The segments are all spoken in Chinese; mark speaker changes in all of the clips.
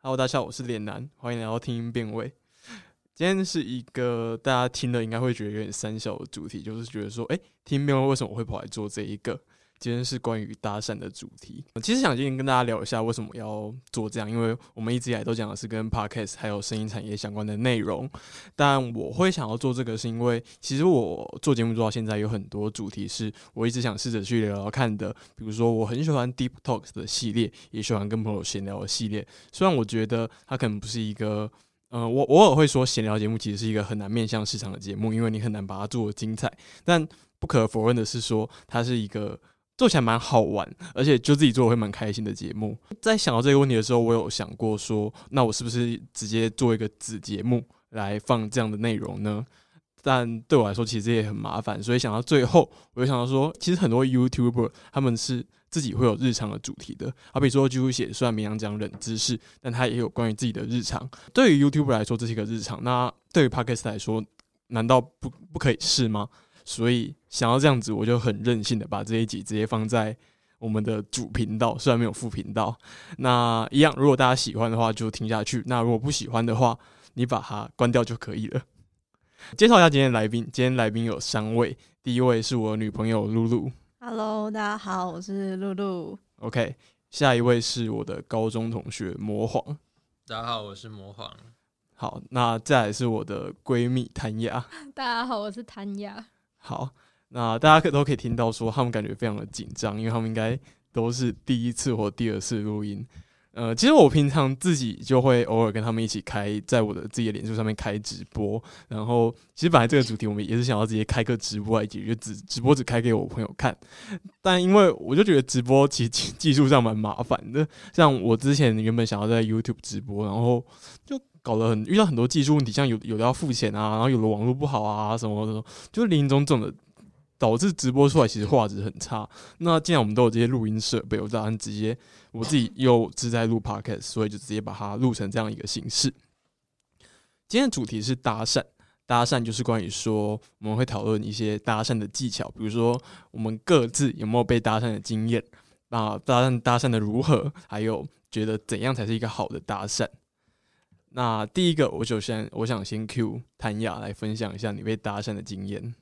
Speaker 1: Hello，大家好，我是脸男，欢迎来到听音辨位。今天是一个大家听了应该会觉得有点三小的主题，就是觉得说，哎、听音辨位为什么我会跑来做这一个？今天是关于搭讪的主题。我其实想今天跟大家聊一下为什么要做这样，因为我们一直以来都讲的是跟 podcast 还有声音产业相关的内容。但我会想要做这个，是因为其实我做节目做到现在，有很多主题是我一直想试着去聊聊看的。比如说，我很喜欢 Deep Talks 的系列，也喜欢跟朋友闲聊的系列。虽然我觉得它可能不是一个，呃，我偶尔会说闲聊节目其实是一个很难面向市场的节目，因为你很难把它做得精彩。但不可否认的是说它是一个做起来蛮好玩，而且就自己做会蛮开心的节目。在想到这个问题的时候，我有想过说，那我是不是直接做一个子节目来放这样的内容呢？但对我来说，其实也很麻烦，所以想到最后，我就想到说，其实很多 YouTuber 他们是自己会有日常的主题的，好比说 Q 写虽然绵羊讲冷知识，但他也有关于自己的日常。对于 YouTuber 来说，这是一个日常；那对于 Podcast 来说，难道不不可以是吗？所以想要这样子，我就很任性的把这一集直接放在我们的主频道，虽然没有副频道。那一样，如果大家喜欢的话就听下去；那如果不喜欢的话，你把它关掉就可以了。介绍一下今天的来宾，今天来宾有三位，第一位是我女朋友露露
Speaker 2: Hello，大家好，我是露露。
Speaker 1: ，OK，下一位是我的高中同学魔皇，
Speaker 3: 大家好，我是魔皇。
Speaker 1: 好，那再来是我的闺蜜谭雅，
Speaker 4: 大家好，我是谭雅。
Speaker 1: 好，那大家可都可以听到说他们感觉非常的紧张，因为他们应该都是第一次或第二次录音。呃，其实我平常自己就会偶尔跟他们一起开，在我的自己的脸书上面开直播。然后，其实本来这个主题我们也是想要直接开个直播来解决，只直播只开给我朋友看。但因为我就觉得直播其实技技术上蛮麻烦的，像我之前原本想要在 YouTube 直播，然后就搞得很遇到很多技术问题，像有有的要付钱啊，然后有的网络不好啊什么什么，就林林总总的，导致直播出来其实画质很差。那既然我们都有这些录音设备，我打算直接我自己又自在录 podcast，所以就直接把它录成这样一个形式。今天的主题是搭讪，搭讪就是关于说我们会讨论一些搭讪的技巧，比如说我们各自有没有被搭讪的经验，那搭讪搭讪的如何，还有觉得怎样才是一个好的搭讪。那第一个，我就先我想先 Q 谭雅来分享一下你被搭讪的经验。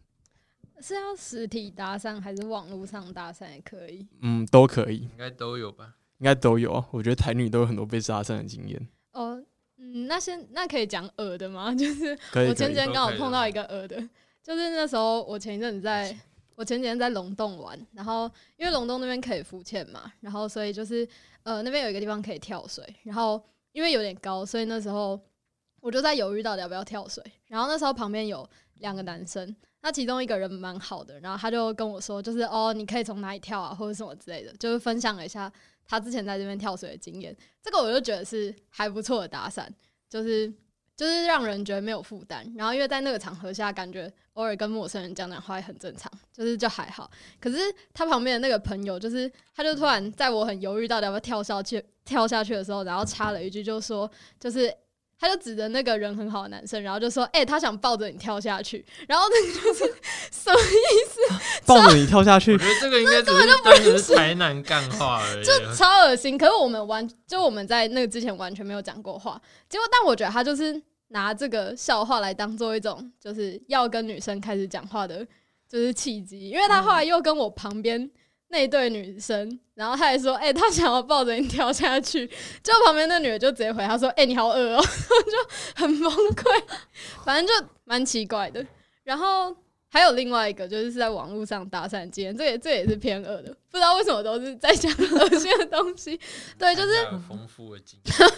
Speaker 4: 是要实体搭讪还是网络上搭讪也可以？
Speaker 1: 嗯，都可以，
Speaker 3: 应该都有吧？
Speaker 1: 应该都有啊。我觉得台女都有很多被搭讪的经验，
Speaker 4: 哦，嗯，那先那可以讲耳的吗？就是
Speaker 1: 可以
Speaker 4: 我
Speaker 1: 可
Speaker 4: 前
Speaker 1: 以。
Speaker 4: 几天刚好碰到一个耳的， 就是那时候我前一阵子在，我前几天在龙洞玩，然后因为龙洞那边可以浮潜嘛，然后所以就是呃那边有一个地方可以跳水，然后因为有点高，所以那时候我就在犹豫到底要不要跳水，然后那时候旁边有两个男生。那其中一个人蛮好的，然后他就跟我说，就是哦，你可以从哪里跳啊，或者什么之类的，就是分享了一下他之前在这边跳水的经验。这个我就觉得是还不错的搭讪，就是就是让人觉得没有负担。然后因为在那个场合下，感觉偶尔跟陌生人讲讲话也很正常，就是就还好。可是他旁边的那个朋友，就是他就突然在我很犹豫到底要不要跳下去跳下去的时候，然后插了一句，就说就是。他就指着那个人很好的男生，然后就说：“哎、他想抱着你跳下去。”然后那个就是什么
Speaker 1: 抱着你跳下
Speaker 3: 我
Speaker 1: 去
Speaker 3: 觉，得这个应该只是单纯是台南干话而已。
Speaker 4: 就超恶心。可是我们完，就我们在那个之前完全没有讲过话。结果，但我觉得他就是拿这个笑话来当做一种就是要跟女生开始讲话的，就是契机。因为他后来又跟我旁边那一对女生，然后他还说：“哎、他想要抱着你跳下去。”就旁边那女的就直接回他 说：“哎、你好恶哦、我就很崩溃。反正就蛮奇怪的。然后还有另外一个就是是在网络上搭讪经验，这也这也是偏恶的，不知道为什么都是在讲恶心的东西。 对，就是
Speaker 3: 是丰富的经验，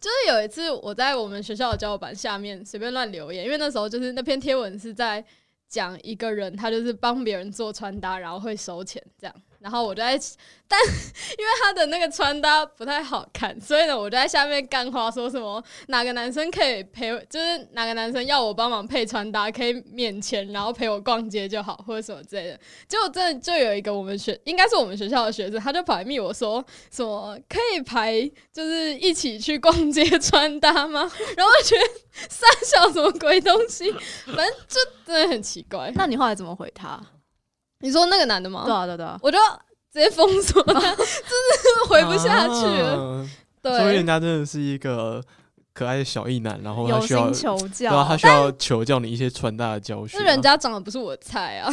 Speaker 4: 就是有一次我在我们学校的交友板下面随便乱留言，因为那时候就是那篇贴文是在讲一个人，他就是帮别人做穿搭，然后会收钱这样。然后我就在， 但因为他的那个穿搭不太好看，所以呢，我就在下面干花说什么哪个男生可以陪，就是哪个男生要我帮忙配穿搭，可以免钱，然后陪我逛街就好，或者什么之类的。结果真的就有一个我们学，应该是我们学校的学生，他就跑来密我说，什么可以排，就是一起去逛街穿搭吗？ 然后我觉得三小什么鬼东西，反正就真的很奇 怪。
Speaker 2: 那你后来怎么回他？
Speaker 4: 啊你说那个男的吗？
Speaker 2: 对啊，对啊对啊，
Speaker 4: 我就直接封锁他，真的是 回不下去了。
Speaker 1: 啊所以人
Speaker 4: 对，
Speaker 1: 家真的是一个可爱的小异男，然后他
Speaker 2: 有
Speaker 1: 哦需要
Speaker 2: 心，求
Speaker 1: 对啊，他
Speaker 2: 教。
Speaker 1: 需要求教你一些穿搭的教学啊。
Speaker 4: 是人家长得不是我的菜啊，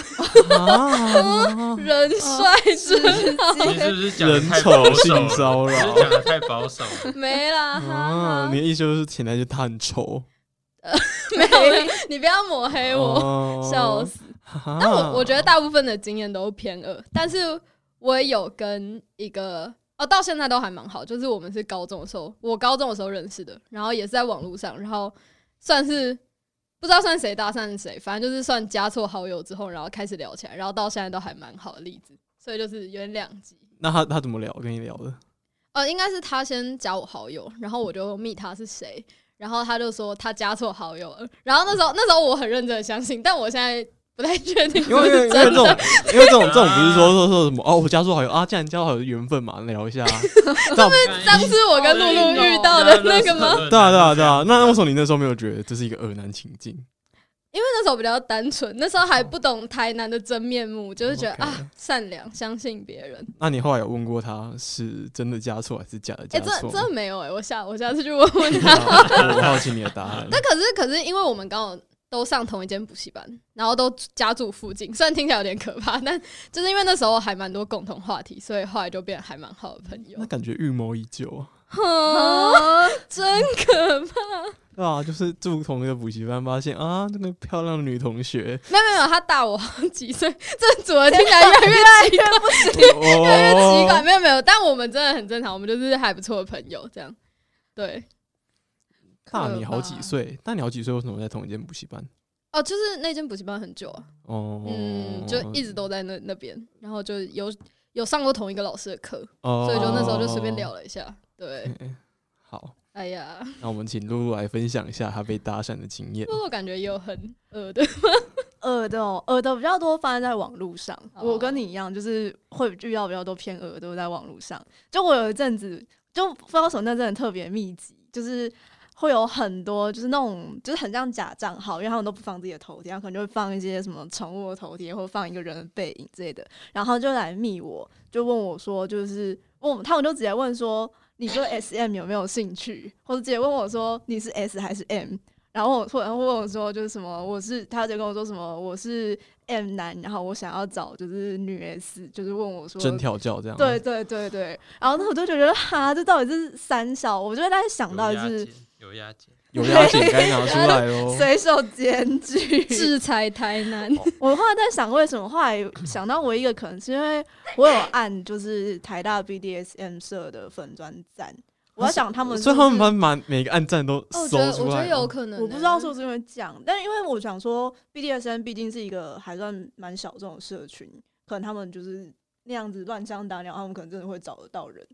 Speaker 1: 啊
Speaker 4: 人 帅之
Speaker 2: 哦
Speaker 3: 你是不是讲的
Speaker 1: 人
Speaker 3: 太
Speaker 1: 丑
Speaker 3: 保守
Speaker 1: 性
Speaker 3: 了？
Speaker 1: 骚
Speaker 3: 你是
Speaker 1: 扰
Speaker 3: 讲的太保守了，
Speaker 4: 没啦，哈
Speaker 1: 啊！
Speaker 4: 哈
Speaker 1: 你，的意思就是潜台词他很丑，
Speaker 4: 没有，你不要抹黑哎我。
Speaker 1: 哦
Speaker 4: 笑死！
Speaker 1: 哈
Speaker 4: 但我我觉得大部分的经验都偏恶，但是我也有跟一个哦，到现在都还蛮好，就是我们是高中的时候，我高中的时候认识的，然后也是在网络上，然后算是不知道算谁搭讪谁，反正就是算加错好友之后，然后开始聊起来，然后到现在都还蛮好的例子，所以就是有点两极。
Speaker 1: 那他他怎么聊？跟你聊的？
Speaker 4: 呃，应该是他先加我好友，然后我就密他是谁，然后他就说他加错好友了，然后那时候那时候我很认真的相信，但我现在不太确定是
Speaker 1: 因
Speaker 4: 不
Speaker 1: 为因为
Speaker 4: 是
Speaker 1: 因为这
Speaker 4: 真
Speaker 1: 种
Speaker 4: 的。，
Speaker 1: 因为这种这种不是说说说什么哦，我加入好友啊，既然加入好友缘分嘛，聊一下、 啊。这样
Speaker 4: 上次我跟露露遇到的那个 吗？
Speaker 1: 对啊对啊对啊，那为什么你那时候没有觉得这是一个恶男情境？
Speaker 4: 因为那时候比较单纯，那时候还不懂台南的真面目，就是觉得
Speaker 1: OK
Speaker 4: 啊，善良，相信别人。
Speaker 1: 那你后来有问过他是真的加错还是假的加
Speaker 4: 哎、真
Speaker 1: 错
Speaker 4: 真
Speaker 1: 吗？
Speaker 4: 的没有哎、我下我下次去问问 他。
Speaker 1: 我我好奇你的答 案。
Speaker 4: 但可是可是，因为我们刚好都上同一间补习班，然后都家住附近，虽然听起来有点可怕，但就是因为那时候还蛮多共同话题，所以后来就变得还蛮好的朋 友
Speaker 1: 那。感觉预谋已久啊。
Speaker 2: 哦
Speaker 4: 哼真可怕！
Speaker 1: 对啊，就是住同一个补习班，发现啊，那个漂亮的女同 学，
Speaker 4: 没有没有，他大我好几岁，这组 合听起来越来越奇怪。越奇怪，
Speaker 1: 哦，
Speaker 4: 没有没有，但我们真的很正常，我们就是还不错的朋友这样。对，
Speaker 1: 大你好几岁，大你好几岁，为什么在同一间补习班？
Speaker 4: 哦，就是那间补习班很久啊，
Speaker 1: 哦，
Speaker 4: 嗯，就一直都在那那边，然后就有有上过同一个老师的课，
Speaker 1: 哦，
Speaker 4: 所以就那时候就随便聊了一下。对，
Speaker 1: 嗯。好，
Speaker 4: 哎呀，
Speaker 1: 那我们请露露来分享一下她被搭讪的经验
Speaker 4: 不。过我感觉也有很呃的，
Speaker 2: 恶的哦，恶的比较多发生在网络上。
Speaker 4: 哦
Speaker 2: 我跟你一样，就是会遇到比较多偏恶的在网络上。就我有一阵子，就不知道为什么那阵子特别密集，就是会有很多就是那种就是很像假账号，因为他们都不放自己的头贴，他可能就会放一些什么宠物的头贴，或者放一个人的背影之类的，然后就来密我，就问我说，就是问我，他们就直接问说。你对 S M 有没有兴趣？或者直接问我说你是 S 还是 M？然后我突然问我说，就是什么，我是他就跟我说什么，我是 M 男，然后我想要找就是女 S，就是问我 说，
Speaker 1: 真调教这样。啊
Speaker 2: 对，对对对，然后那我就觉得哈，这到底是三小，我就在想到就是
Speaker 3: 有押解，
Speaker 1: 有 压紧该拿出来哦。
Speaker 2: 随手检举，
Speaker 4: 制裁台 南，
Speaker 2: 我后来在想为什么，后来想到唯一一个可能是因为我有按就是台大 BDSM 社的粉砖赞，我在想他们是
Speaker 1: 啊所以
Speaker 2: 不
Speaker 1: 他
Speaker 2: 是
Speaker 1: 们把满每个暗战都
Speaker 4: 哦我
Speaker 1: 搜
Speaker 4: 觉得
Speaker 1: 出来。
Speaker 4: 我觉得有可能欸，
Speaker 2: 我不知道是不是因为这样，但因为我想说，BDSM 毕竟是一个还算蛮小众的社群，可能他们就是那样子乱枪打鸟，他们可能真的会找得到人。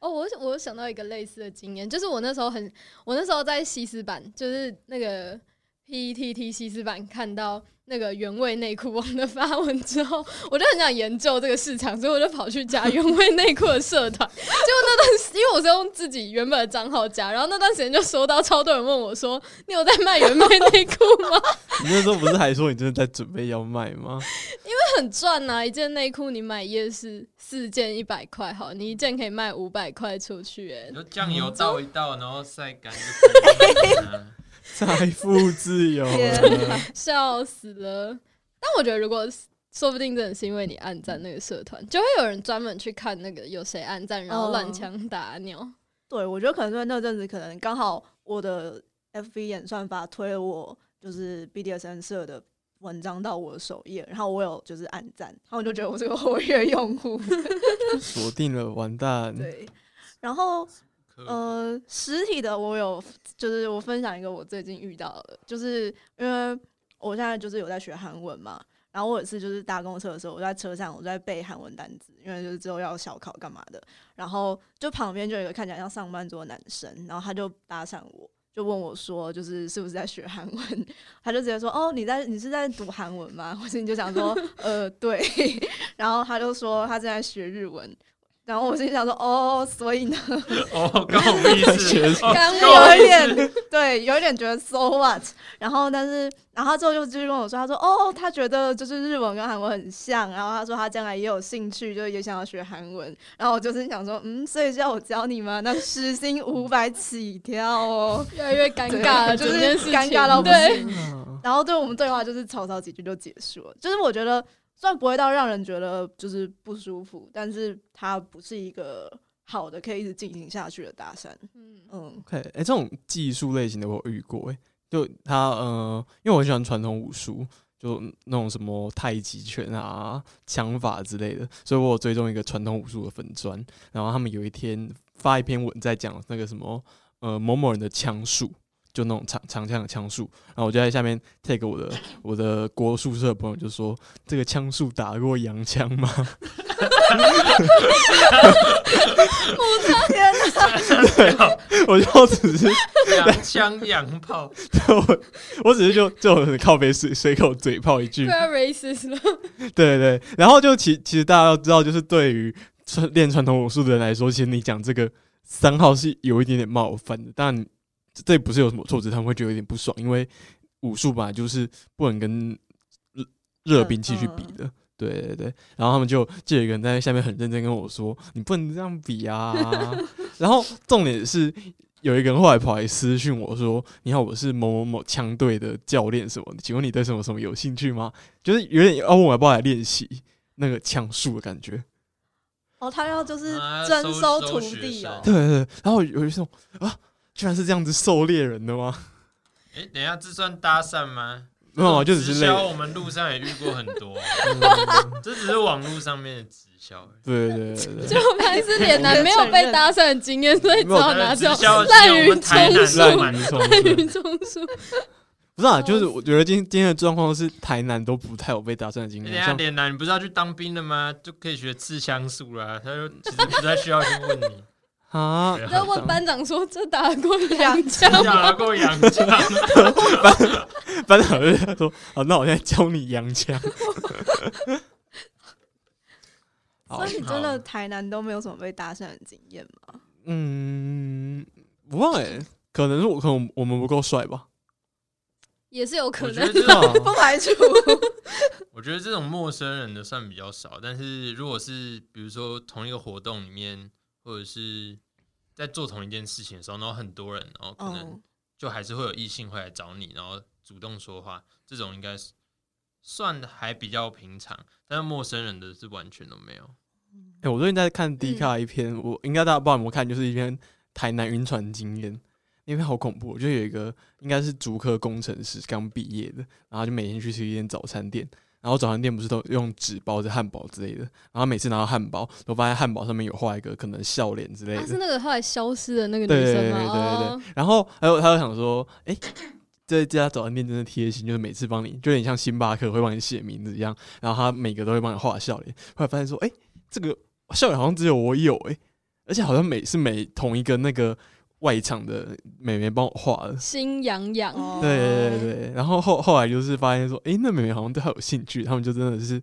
Speaker 4: 哦，我我有想到一个类似的经验，就是我那时候很，我那时候在西斯版，就是那个 PTT 西斯版看到那个原味内裤网的发文之后，我就很想研究这个市场，所以我就跑去加原味内裤的社团。结果那段时，因为我是用自己原本的账号加，然后那段时间就收到超多人问我说：“你有在卖原味内裤吗？”
Speaker 1: 你那时候不是还说你真的在准备要卖吗？
Speaker 4: 很赚啊呐、一件内裤你买夜市四件一百块，好，你一件可以卖五百块出去、欸，
Speaker 3: 你说酱油倒一倒，然后晒干就可以了。
Speaker 4: 呃
Speaker 1: 财富自由了，啊
Speaker 2: 天
Speaker 4: 笑死了。但我觉得，如果是说不定真的是因为你暗赞那个社团，就会有人专门去看那个有谁暗赞，然后乱枪打鸟。
Speaker 2: 对，我觉得可能是因为那阵子可能刚好我的 FB 演算法推了我就是 BDSM 社的文章到我的首页，然后我有就是按赞，然后我就觉得我是个活跃用户，
Speaker 1: 锁定了，完蛋。
Speaker 2: 对。然后
Speaker 3: 可
Speaker 2: 呃，实体的我有，就是我分享一个我最近遇到的，就是因为我现在就是有在学韩文嘛，然后我有一次就是搭公车的时候，我在车上我在背韩文单词，因为就是之后要小考干嘛的，然后就旁边就有一个看起来像上班族的男生，然后他就搭讪我。就问我说，就是是不是在学韩文？他就直接说，哦，你在你是在读韩文吗？ 我心里就想说，呃，对。 然后他就说他正在学日文，然后我心里想说，哦，所以呢，
Speaker 3: 哦，关我屁事，哦
Speaker 4: 刚
Speaker 3: 关 我
Speaker 2: 有一
Speaker 3: 屁事
Speaker 2: 点对，有一点觉得 so what。然后，但是，然后他之后就继续跟我说，他说哦，他觉得就是日文跟韩文很像，然后他说他将来也有兴趣，就也想要学韩文。然后我就是想说，嗯，所以叫我教你吗？那时薪五百起跳哦，
Speaker 4: 越来越尴尬了，
Speaker 2: 对就是
Speaker 4: 整件事情
Speaker 2: 尴尬到不
Speaker 4: 对，
Speaker 2: 行。
Speaker 1: 啊
Speaker 2: 然后对我们对话就是吵吵几句就结束了，就是我觉得虽然不会到让人觉得就是不舒服，但是它不是一个好的可以一直进行下去的搭讪。
Speaker 4: 嗯
Speaker 2: 嗯，
Speaker 1: OK，哎、这种技术类型的我有遇过、哎，就他呃，因为我很喜欢传统武术，就那种什么太极拳啊、枪法之类的，所以我有追踪一个传统武术的粉砖，然后他们有一天发一篇文在讲那个什么呃某某人的枪术。就那种长长枪的枪术，然后我就在下面 take 我的我的国术社的朋友就说：“这个枪术打得过洋枪吗？”
Speaker 2: 天哪！
Speaker 1: 我就只是
Speaker 3: 洋枪洋炮，
Speaker 1: 我我只是就就很靠背随随口嘴炮一句
Speaker 4: 不，要 racist 了，
Speaker 1: 对对，然后就其其实大家要知道，就是对于传练传统武术的人来说，其实你讲这个三号是有一点点冒犯的，但这不是有什么错，只是他们会觉得有点不爽，因为武术本来就是不能跟热热兵器去比的。对对对，然后他们就就有一个人在下面很认真跟我说：“你不能这样比啊！”然后重点是有一个人后来跑来私讯我说：“你好，我是某某某枪队的教练什么的，请问你对什么什么有兴趣吗？”就是有点要问我要不要来练习那个枪术的感觉。
Speaker 2: 哦，他要就是
Speaker 3: 啊
Speaker 2: 征
Speaker 3: 收
Speaker 2: 收
Speaker 3: 收
Speaker 2: 徒
Speaker 3: 学
Speaker 2: 弟哦
Speaker 1: 对
Speaker 3: 生
Speaker 1: 对对，然后有一种啊，居然是这样子狩猎人的吗？
Speaker 3: 哎，等一下，这算搭讪吗？
Speaker 1: 没有，哦就只是嗯
Speaker 3: 直
Speaker 1: 类
Speaker 3: 销，。我们路上也遇过很多，这只是网络上面的直销。
Speaker 1: 对对对对
Speaker 4: 就还是脸男没有被搭讪的经验，所以只好拿这
Speaker 3: 直
Speaker 4: 种
Speaker 3: 销的
Speaker 4: 滥
Speaker 3: 经验
Speaker 4: 竽
Speaker 3: 我们台南
Speaker 1: 对，
Speaker 3: 是
Speaker 4: 充 数，
Speaker 1: 滥
Speaker 3: 蛮
Speaker 1: 竽充
Speaker 3: 多
Speaker 4: 滥
Speaker 1: 数。
Speaker 4: 竽充数，
Speaker 1: 不是啊，就是我觉得今今天的状况是台南都不太有被搭讪的经
Speaker 3: 哎
Speaker 1: 验
Speaker 2: 啊
Speaker 3: 等，一
Speaker 1: 嗯
Speaker 3: 下，
Speaker 1: 像
Speaker 3: 脸男，你不是要去当兵的吗？就可以学刺香术啦。他就其实不太需要去问 你，
Speaker 1: 啊，
Speaker 3: 对啊
Speaker 4: 要问班长说这打得 过两枪
Speaker 3: 你打过洋 枪，
Speaker 1: 班长就说啊，那我现在教你洋枪。 好
Speaker 2: 所，以你真的台南都没有什么被搭讪的经验吗？
Speaker 1: 嗯，不忘哎、可能是我可能我们不够帅吧。
Speaker 4: 也是有可
Speaker 3: 我觉
Speaker 4: 能
Speaker 3: 得。这
Speaker 1: 啊
Speaker 3: 种，
Speaker 2: 不排 除
Speaker 3: 我觉得这种陌生人的算比较少，但是如果是比如说同一个活动里面，或者是在做同一件事情的时候，然后很多人，然后可能
Speaker 2: 哦，
Speaker 3: 就还是会有异性会来找你，然后主动说话，这种应该是算还比较平常，但是陌生人的是完全都没有。
Speaker 1: 哎、我最近在看 D 卡一篇，我应该大家不知道有没有看，就是一篇台南晕船经验，那篇好恐怖哦。我觉得有一个应该是竹科工程师刚毕业的，然后就每天去吃一间早餐店，然后早餐店不是都用纸包着汉堡之类的，然后每次拿到汉堡，都发现汉堡上面有画一个可能笑脸之类的，
Speaker 4: 啊，是那个后来消失的那个
Speaker 1: 对
Speaker 4: 女
Speaker 1: 对对
Speaker 4: 生
Speaker 1: 对
Speaker 4: 吗？
Speaker 1: 对
Speaker 4: 哦，
Speaker 1: 然后还有他就想说，哎、这家早餐店真的贴心，就是每次帮你，就有点像星巴克会帮你写名字一样，然后他每个都会帮你画笑脸。后来发现说，哎、这个笑脸好像只有我有、哎，而且好像每是每同一个那个外场的美眉帮我画的。
Speaker 4: 心痒痒，
Speaker 2: 哦
Speaker 1: 对对对对，然后后后来就是发现说，哎、那妹妹好像对他有兴趣，他们就真的是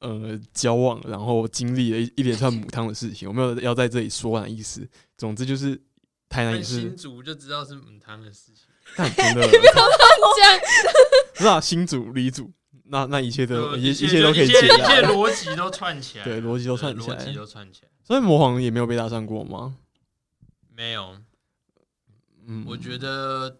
Speaker 1: 呃交往，然后经历了一一连串母汤的事情，我没有要在这里说完的意思。总之就是台南也
Speaker 3: 但
Speaker 1: 是
Speaker 3: 新竹就知道是母汤的事情，
Speaker 1: 干真的，
Speaker 4: 这样
Speaker 1: 不是啊，新主李主，那那一切都
Speaker 3: 就
Speaker 1: 一一
Speaker 3: 切
Speaker 1: 切都可以
Speaker 3: 一切
Speaker 1: 解
Speaker 3: 一切
Speaker 1: 答，
Speaker 3: 逻辑都串起来了，
Speaker 1: 对逻辑都串
Speaker 3: 对
Speaker 1: 起来
Speaker 3: 逻辑都串起来。
Speaker 1: 所以魔皇也没有被搭讪过吗？
Speaker 3: 没有，
Speaker 1: 嗯，
Speaker 3: 我觉得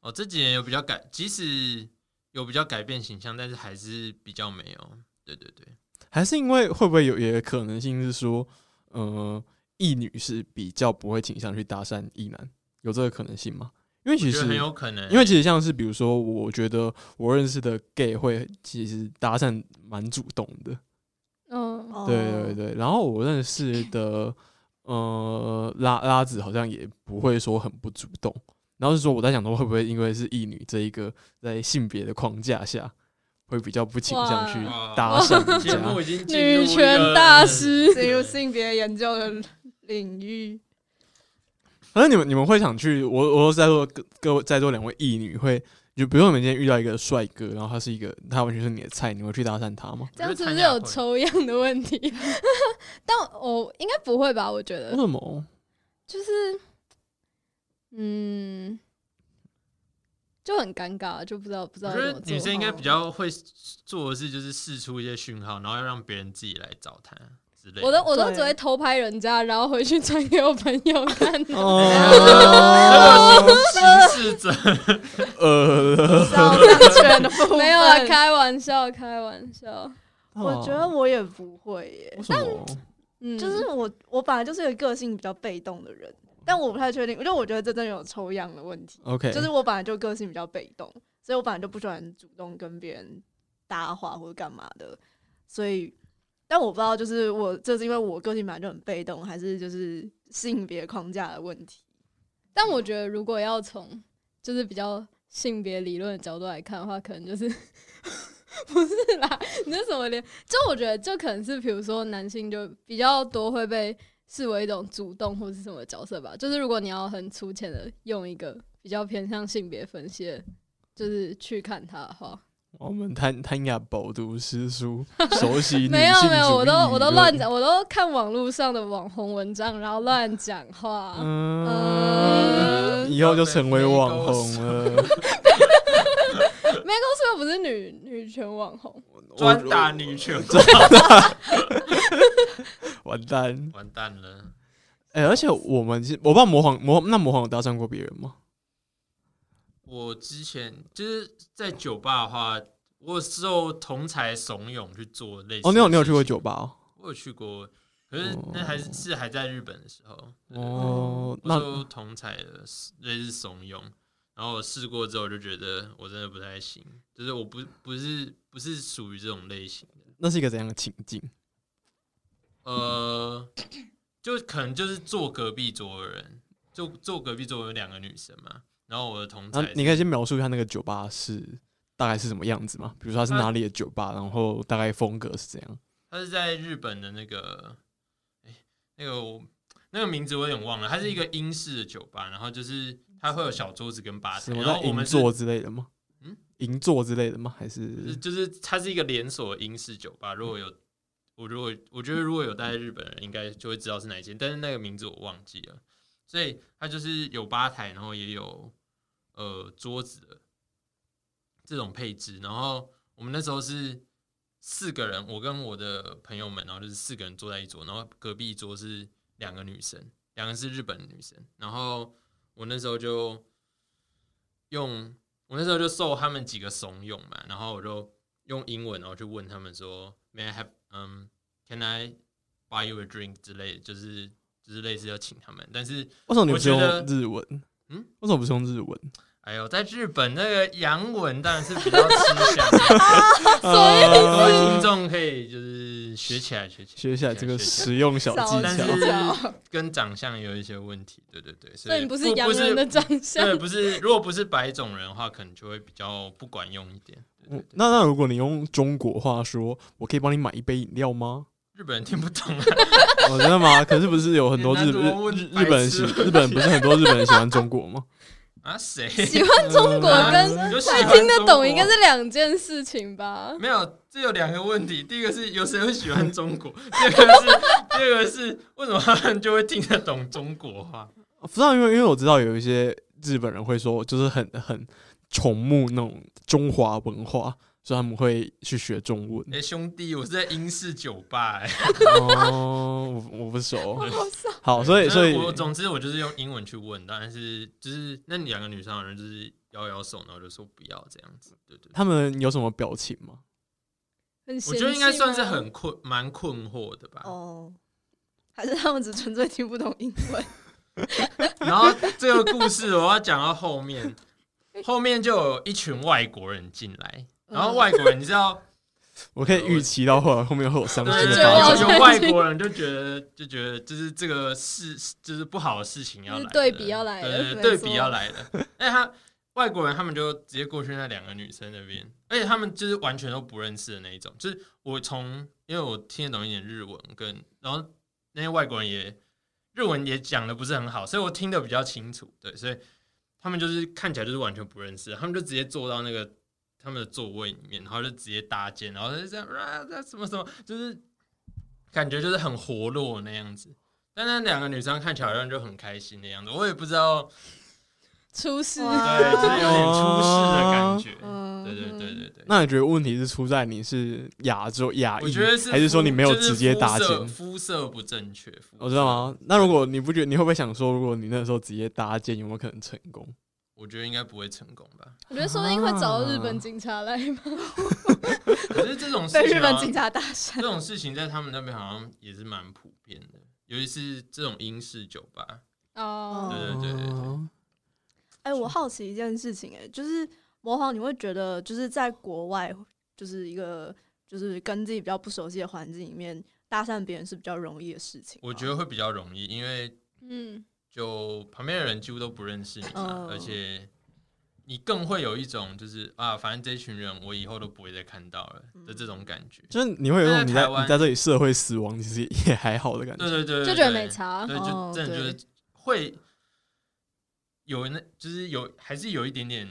Speaker 3: 哦，这几年有比较改，即使有比较改变形象，但是还是比较没有。对对对，
Speaker 1: 还是因为会不会有也有可能性是说，呃，异女是比较不会倾向去搭讪异男，有这个可能性吗？因为其
Speaker 3: 我觉
Speaker 1: 实
Speaker 3: 得很有可能，
Speaker 1: 因为其实像是比如说，我觉得我认识的 gay 会其实搭讪蛮主动的，
Speaker 4: 嗯，
Speaker 2: 哦
Speaker 1: 对对对。然后我认识的呃拉拉子好像也不会说很不主动。然后是说我在想说会不会因为是异女这一个在性别的框架下，会比较不倾向去
Speaker 3: 哇
Speaker 1: 搭讪人
Speaker 3: 节目
Speaker 1: 家。
Speaker 3: 已经进入
Speaker 4: 女
Speaker 3: 一个
Speaker 4: 权大师，
Speaker 2: 进入性别研究的 领域，
Speaker 1: 反正你们你们会想去，我我说在座各各位在座两位异女会，就比如说你们今天遇到一个帅哥，然后他是一个他完全是你的菜，你会去搭讪他吗？
Speaker 4: 这样是不是有抽样的问题？ 但我应该不会吧？我觉
Speaker 1: 为
Speaker 4: 得
Speaker 1: 什 么？
Speaker 4: 就是，嗯，就很尴尬，就不知道不知
Speaker 3: 我
Speaker 4: 道
Speaker 3: 觉
Speaker 4: 怎么
Speaker 3: 得
Speaker 4: 做。
Speaker 3: 女生应该比较会做的事就是试出一些讯号，然后要让别人自己来找她之类
Speaker 4: 我都
Speaker 3: 的。
Speaker 4: 我都
Speaker 2: 对
Speaker 4: 只会偷拍人家，然后回去传给我朋友 看。
Speaker 1: 哦，
Speaker 3: 行事者，
Speaker 1: 呃，
Speaker 2: 到安全的部分
Speaker 4: 没有啊，开玩笑，开玩笑。
Speaker 1: 哦
Speaker 2: 我觉得我也不会耶
Speaker 1: 为，什么？
Speaker 4: 嗯，
Speaker 2: 就是我我本来就是一个个性比较被动的人，但我不太确定，因为我觉得这真的有抽样的问题，
Speaker 1: OK，
Speaker 2: 就是我本来就个性比较被动，所以我本来就不喜欢主动跟别人搭话或者干嘛的，所以。但我不知道，就是我这是因为我个性本来就很被动，还是就是性别框架的问题？
Speaker 4: 但我觉得如果要从就是比较性别理论的角度来看的话，可能就是 不是啦？你这什么连？就我觉得就可能是比如说男性就比较多会被视为一种主动或是什么角色吧。就是如果你要很粗浅的用一个比较偏向性别分析的，就是去看他的话，
Speaker 1: 我们贪贪雅饱读诗书，熟悉女性
Speaker 4: 没有没有，
Speaker 1: 主义
Speaker 4: 我都我都乱
Speaker 1: 理论。
Speaker 4: 讲，我都看网络上的网红文章，然后乱讲话。呃
Speaker 1: 嗯，以后就成为网红了。
Speaker 4: 但是又不是女女权网红，
Speaker 3: 专打女权，
Speaker 1: 完蛋！
Speaker 3: 完蛋了。
Speaker 1: 哎，而且我们其实我不知道模仿模那模仿有搭讪过别人吗？
Speaker 3: 我之前就是在酒吧的话，我受同才怂恿去做类似的
Speaker 1: 哦，你有你有去过
Speaker 3: 事情
Speaker 1: 酒？吧哦？
Speaker 3: 我有去过，可是那还是是还在日本的时候。对
Speaker 1: 哦，
Speaker 3: 我
Speaker 1: 那
Speaker 3: 受同才的类似怂恿，然后我试过之后就觉得我真的不太行，就是我不不是不是属于这种类型的，
Speaker 1: 那是一个怎样的情境？
Speaker 3: 嗯呃，就可能就是坐隔壁桌的人，就坐隔壁桌有两个女生嘛，然后我的同
Speaker 1: 那
Speaker 3: 才
Speaker 1: 啊你可以先描述一下那个酒吧是大概是什么样子吗？比如说它是
Speaker 3: 它
Speaker 1: 哪里的酒吧，然后大概风格是怎样？
Speaker 3: 他是在日本的那个，哎、那个我那个名字我有点忘了，它是一个英式的酒吧，然后就是它会有小桌子跟吧
Speaker 1: 什
Speaker 3: 台，
Speaker 1: 么
Speaker 3: 啊然
Speaker 1: 在
Speaker 3: 后我
Speaker 1: 银
Speaker 3: 们是
Speaker 1: 座之类的吗？嗯
Speaker 3: 嗯，
Speaker 1: 银座之类的吗？还
Speaker 3: 就是
Speaker 1: 是
Speaker 3: 就是它是一个连锁英式酒吧，如果有。我如果我觉得如果有待在日本人，应该就会知道是哪一间，但是那个名字我忘记了。所以它就是有吧台，然后也有呃桌子的这种配置。然后我们那时候是四个人，我跟我的朋友们，然后就是四个人坐在一桌，然后隔壁一桌是两个女生，两个是日本女生。然后我那时候就用我那时候就受他们几个怂恿嘛，然后我就用英文然后去问他们说，May I have 嗯、Can I buy you a drink 之类的，就是就是类似要请他们，但是
Speaker 1: 为什么你不
Speaker 3: 我
Speaker 1: 是
Speaker 3: 觉
Speaker 1: 用
Speaker 3: 得
Speaker 1: 日文？嗯
Speaker 3: 嗯，
Speaker 1: 为什么不是用日文？
Speaker 3: 哎呦，在日本那个洋文当然是比较吃 香的，各位听
Speaker 1: 啊
Speaker 3: 众可以就是学起来学起来
Speaker 1: 学起来这个
Speaker 3: 学起
Speaker 1: 实用小技
Speaker 2: 少
Speaker 3: 但
Speaker 1: 巧
Speaker 3: 是
Speaker 2: 巧
Speaker 3: 跟长相有一些问题，对对对，所
Speaker 4: 所以
Speaker 3: 以
Speaker 4: 你不是洋人的长相
Speaker 3: 对，，不是如果不是白种人的话，可能就会比较不管用一点。对对
Speaker 1: 嗯
Speaker 3: 对
Speaker 1: 那那如果你用中国话说，我可以帮你买一杯饮料 吗？
Speaker 3: 日本人听不懂啊，
Speaker 1: 哦，真的吗？可是不是有很多日
Speaker 3: 你拿中文
Speaker 1: 日日
Speaker 3: 白
Speaker 1: 日本人喜
Speaker 3: 痴
Speaker 1: 日本不是很多日本人喜欢中国吗？
Speaker 3: 啊谁？
Speaker 4: 喜欢中国跟
Speaker 3: 你就呃喜
Speaker 4: 会
Speaker 3: 欢
Speaker 4: 听得
Speaker 3: 中
Speaker 4: 懂
Speaker 3: 国啊
Speaker 4: 应该是两件事情吧？
Speaker 3: 没有，这有两个问题。第一个是有谁会喜欢中国？第二个是，第二个是为什么他们就会听得懂中国话？
Speaker 1: 不知道，因为因为我知道有一些日本人会说，就是很很崇慕那种中华文化，所以他们会去学中文
Speaker 3: 哎、。兄弟，我是在英式酒吧、哎，
Speaker 1: 哦， 我我不 熟。
Speaker 4: 好笑
Speaker 1: 好，所以
Speaker 3: 就是
Speaker 1: 所以
Speaker 3: 我总之我就是用英文去问，当然是就是那两个女生好像就是摇摇手，然后就说不要这样子。对对对
Speaker 1: 他们有什么表情吗？
Speaker 4: 很嫌弃
Speaker 3: 我觉得
Speaker 4: 吗
Speaker 3: 应该算是很
Speaker 4: 哦
Speaker 3: 困，蛮困惑的吧。
Speaker 2: 哦，还是他们只纯粹听不懂英文？
Speaker 3: 然后这个故事我要讲到后面，后面就有一群外国人进来，然后外国人你知道，
Speaker 1: 我可以预期到后来后面会有伤
Speaker 3: 对
Speaker 1: 心的
Speaker 3: 对
Speaker 4: 觉得
Speaker 1: 发
Speaker 4: 好
Speaker 1: 展。
Speaker 3: 对，
Speaker 4: 像
Speaker 3: 有外国人就觉得就觉得就是这个事就是不好的事情要来了，
Speaker 4: 就是对比要来了
Speaker 3: 对对
Speaker 4: 没
Speaker 3: 对
Speaker 4: 错
Speaker 3: 比要来了。哎，他外国人他们就直接过去那两个女生那边，而且他们就是完全都不认识的那一种。就是我从因为我听得懂一点日文，跟然后那些外国人也日文也讲的不是很好，所以我听得比较清楚。对，所以他们就是看起来就是完全不认识，他们就直接坐到那个他们的座位里面，然后就直接搭肩，然后就这样啊，这什么什么，就是感觉就是很活络那样子。但那两个女生看起来好像就很开心的样子，我也不知道，
Speaker 4: 出事，
Speaker 2: 哇
Speaker 3: 对，就是有点出事的感觉。
Speaker 4: 嗯
Speaker 3: 对对对对对。
Speaker 1: 那你觉得问题是出在你是亚洲亚
Speaker 3: 我
Speaker 1: 裔
Speaker 3: 觉得，是
Speaker 1: 还是说你
Speaker 3: 肤
Speaker 1: 没有
Speaker 3: 就是
Speaker 1: 直接
Speaker 3: 肤
Speaker 1: 搭
Speaker 3: 色
Speaker 1: 肩？
Speaker 3: 肤色不正确。肤
Speaker 1: 我知道
Speaker 3: 色
Speaker 1: 啊。那如果你不觉得，你会不会想说，如果你那时候直接搭肩，有没有可能成功？
Speaker 3: 我觉得应该不会成功吧。
Speaker 4: 我觉得说不定会找到日本警察来吧。
Speaker 3: 可 是这种
Speaker 2: 被
Speaker 3: 事情
Speaker 2: 日
Speaker 3: 好
Speaker 2: 本
Speaker 3: 像，
Speaker 2: 警察搭讪
Speaker 3: 这。种事情在他们那边好像也是蛮普遍的，尤其是这种英式酒吧。对
Speaker 4: 哦，
Speaker 3: 对对对
Speaker 1: 哦
Speaker 2: 哎、我好奇一件事情、哎，就是模仿，你会觉得就是在国外，就是一个就是跟自己比较不熟悉的环境里面搭讪别人是比较容易的事情吗。
Speaker 3: 我觉得会比较容易，因为
Speaker 4: 嗯，
Speaker 3: 就旁边的人几乎都不认识你嘛，
Speaker 2: 嗯
Speaker 3: 而且你更会有一种就是啊，反正这群人我以后都不会再看到了的这种感觉。
Speaker 1: 就是你会有一种你
Speaker 3: 但在
Speaker 1: 在
Speaker 3: 台湾
Speaker 1: 你在这里社会死亡，其实也还好的感
Speaker 3: 对
Speaker 1: 觉。
Speaker 3: 对对，
Speaker 4: 就
Speaker 3: 对
Speaker 4: 觉得
Speaker 3: 对
Speaker 4: 没差。啊
Speaker 3: 对，就
Speaker 2: 哦
Speaker 3: 真的就是
Speaker 2: 对
Speaker 3: 会有那，就是有还是有一点点，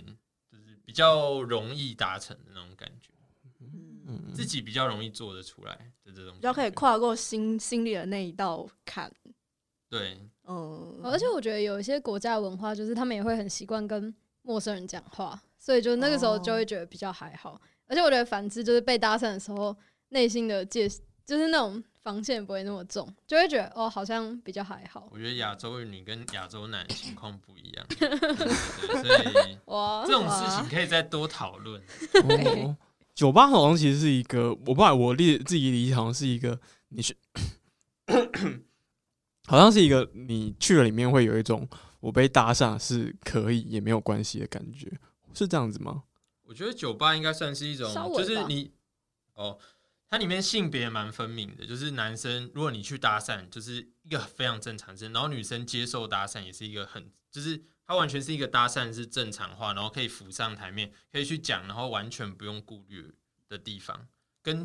Speaker 3: 就是比较容易达成的那种感觉，
Speaker 2: 嗯
Speaker 1: 嗯，
Speaker 3: 自己比较容易做得出来的这种，
Speaker 2: 比较可以。跨过心心里的那一道坎。
Speaker 3: 对，
Speaker 2: 嗯，
Speaker 4: 而且我觉得有一些国家文化，就是他们也会很习惯跟陌生人讲话，所以就那个时候就
Speaker 2: 哦
Speaker 4: 会觉得比较还好。而且我觉得反之，就是被搭讪的时候，内心的界就是那种防线不会那么重，就会觉得哦，好像比较还好。
Speaker 3: 我觉得亚洲女跟亚洲男的情况不一样，对对对所以
Speaker 4: 哇，
Speaker 3: 这种事情可以再多讨论。啊
Speaker 1: 哦，酒吧好像其实是一个，我不知道我理自己理解好像是一个，你去， 好像是一个你去了里面会有一种我被搭讪是可以也没有关系的感觉，是这样子吗？
Speaker 3: 我觉得酒吧应该算是一种，
Speaker 4: 稍微
Speaker 3: 就
Speaker 4: 吧
Speaker 3: 是你哦，它里面性别蛮分明的，就是男生如果你去搭讪，就是一个非常正常的事，然后女生接受搭讪也是一个很，就是它完全是一个搭讪是正常化，然后可以浮上台面，可以去讲，然后完全不用顾虑的地方，跟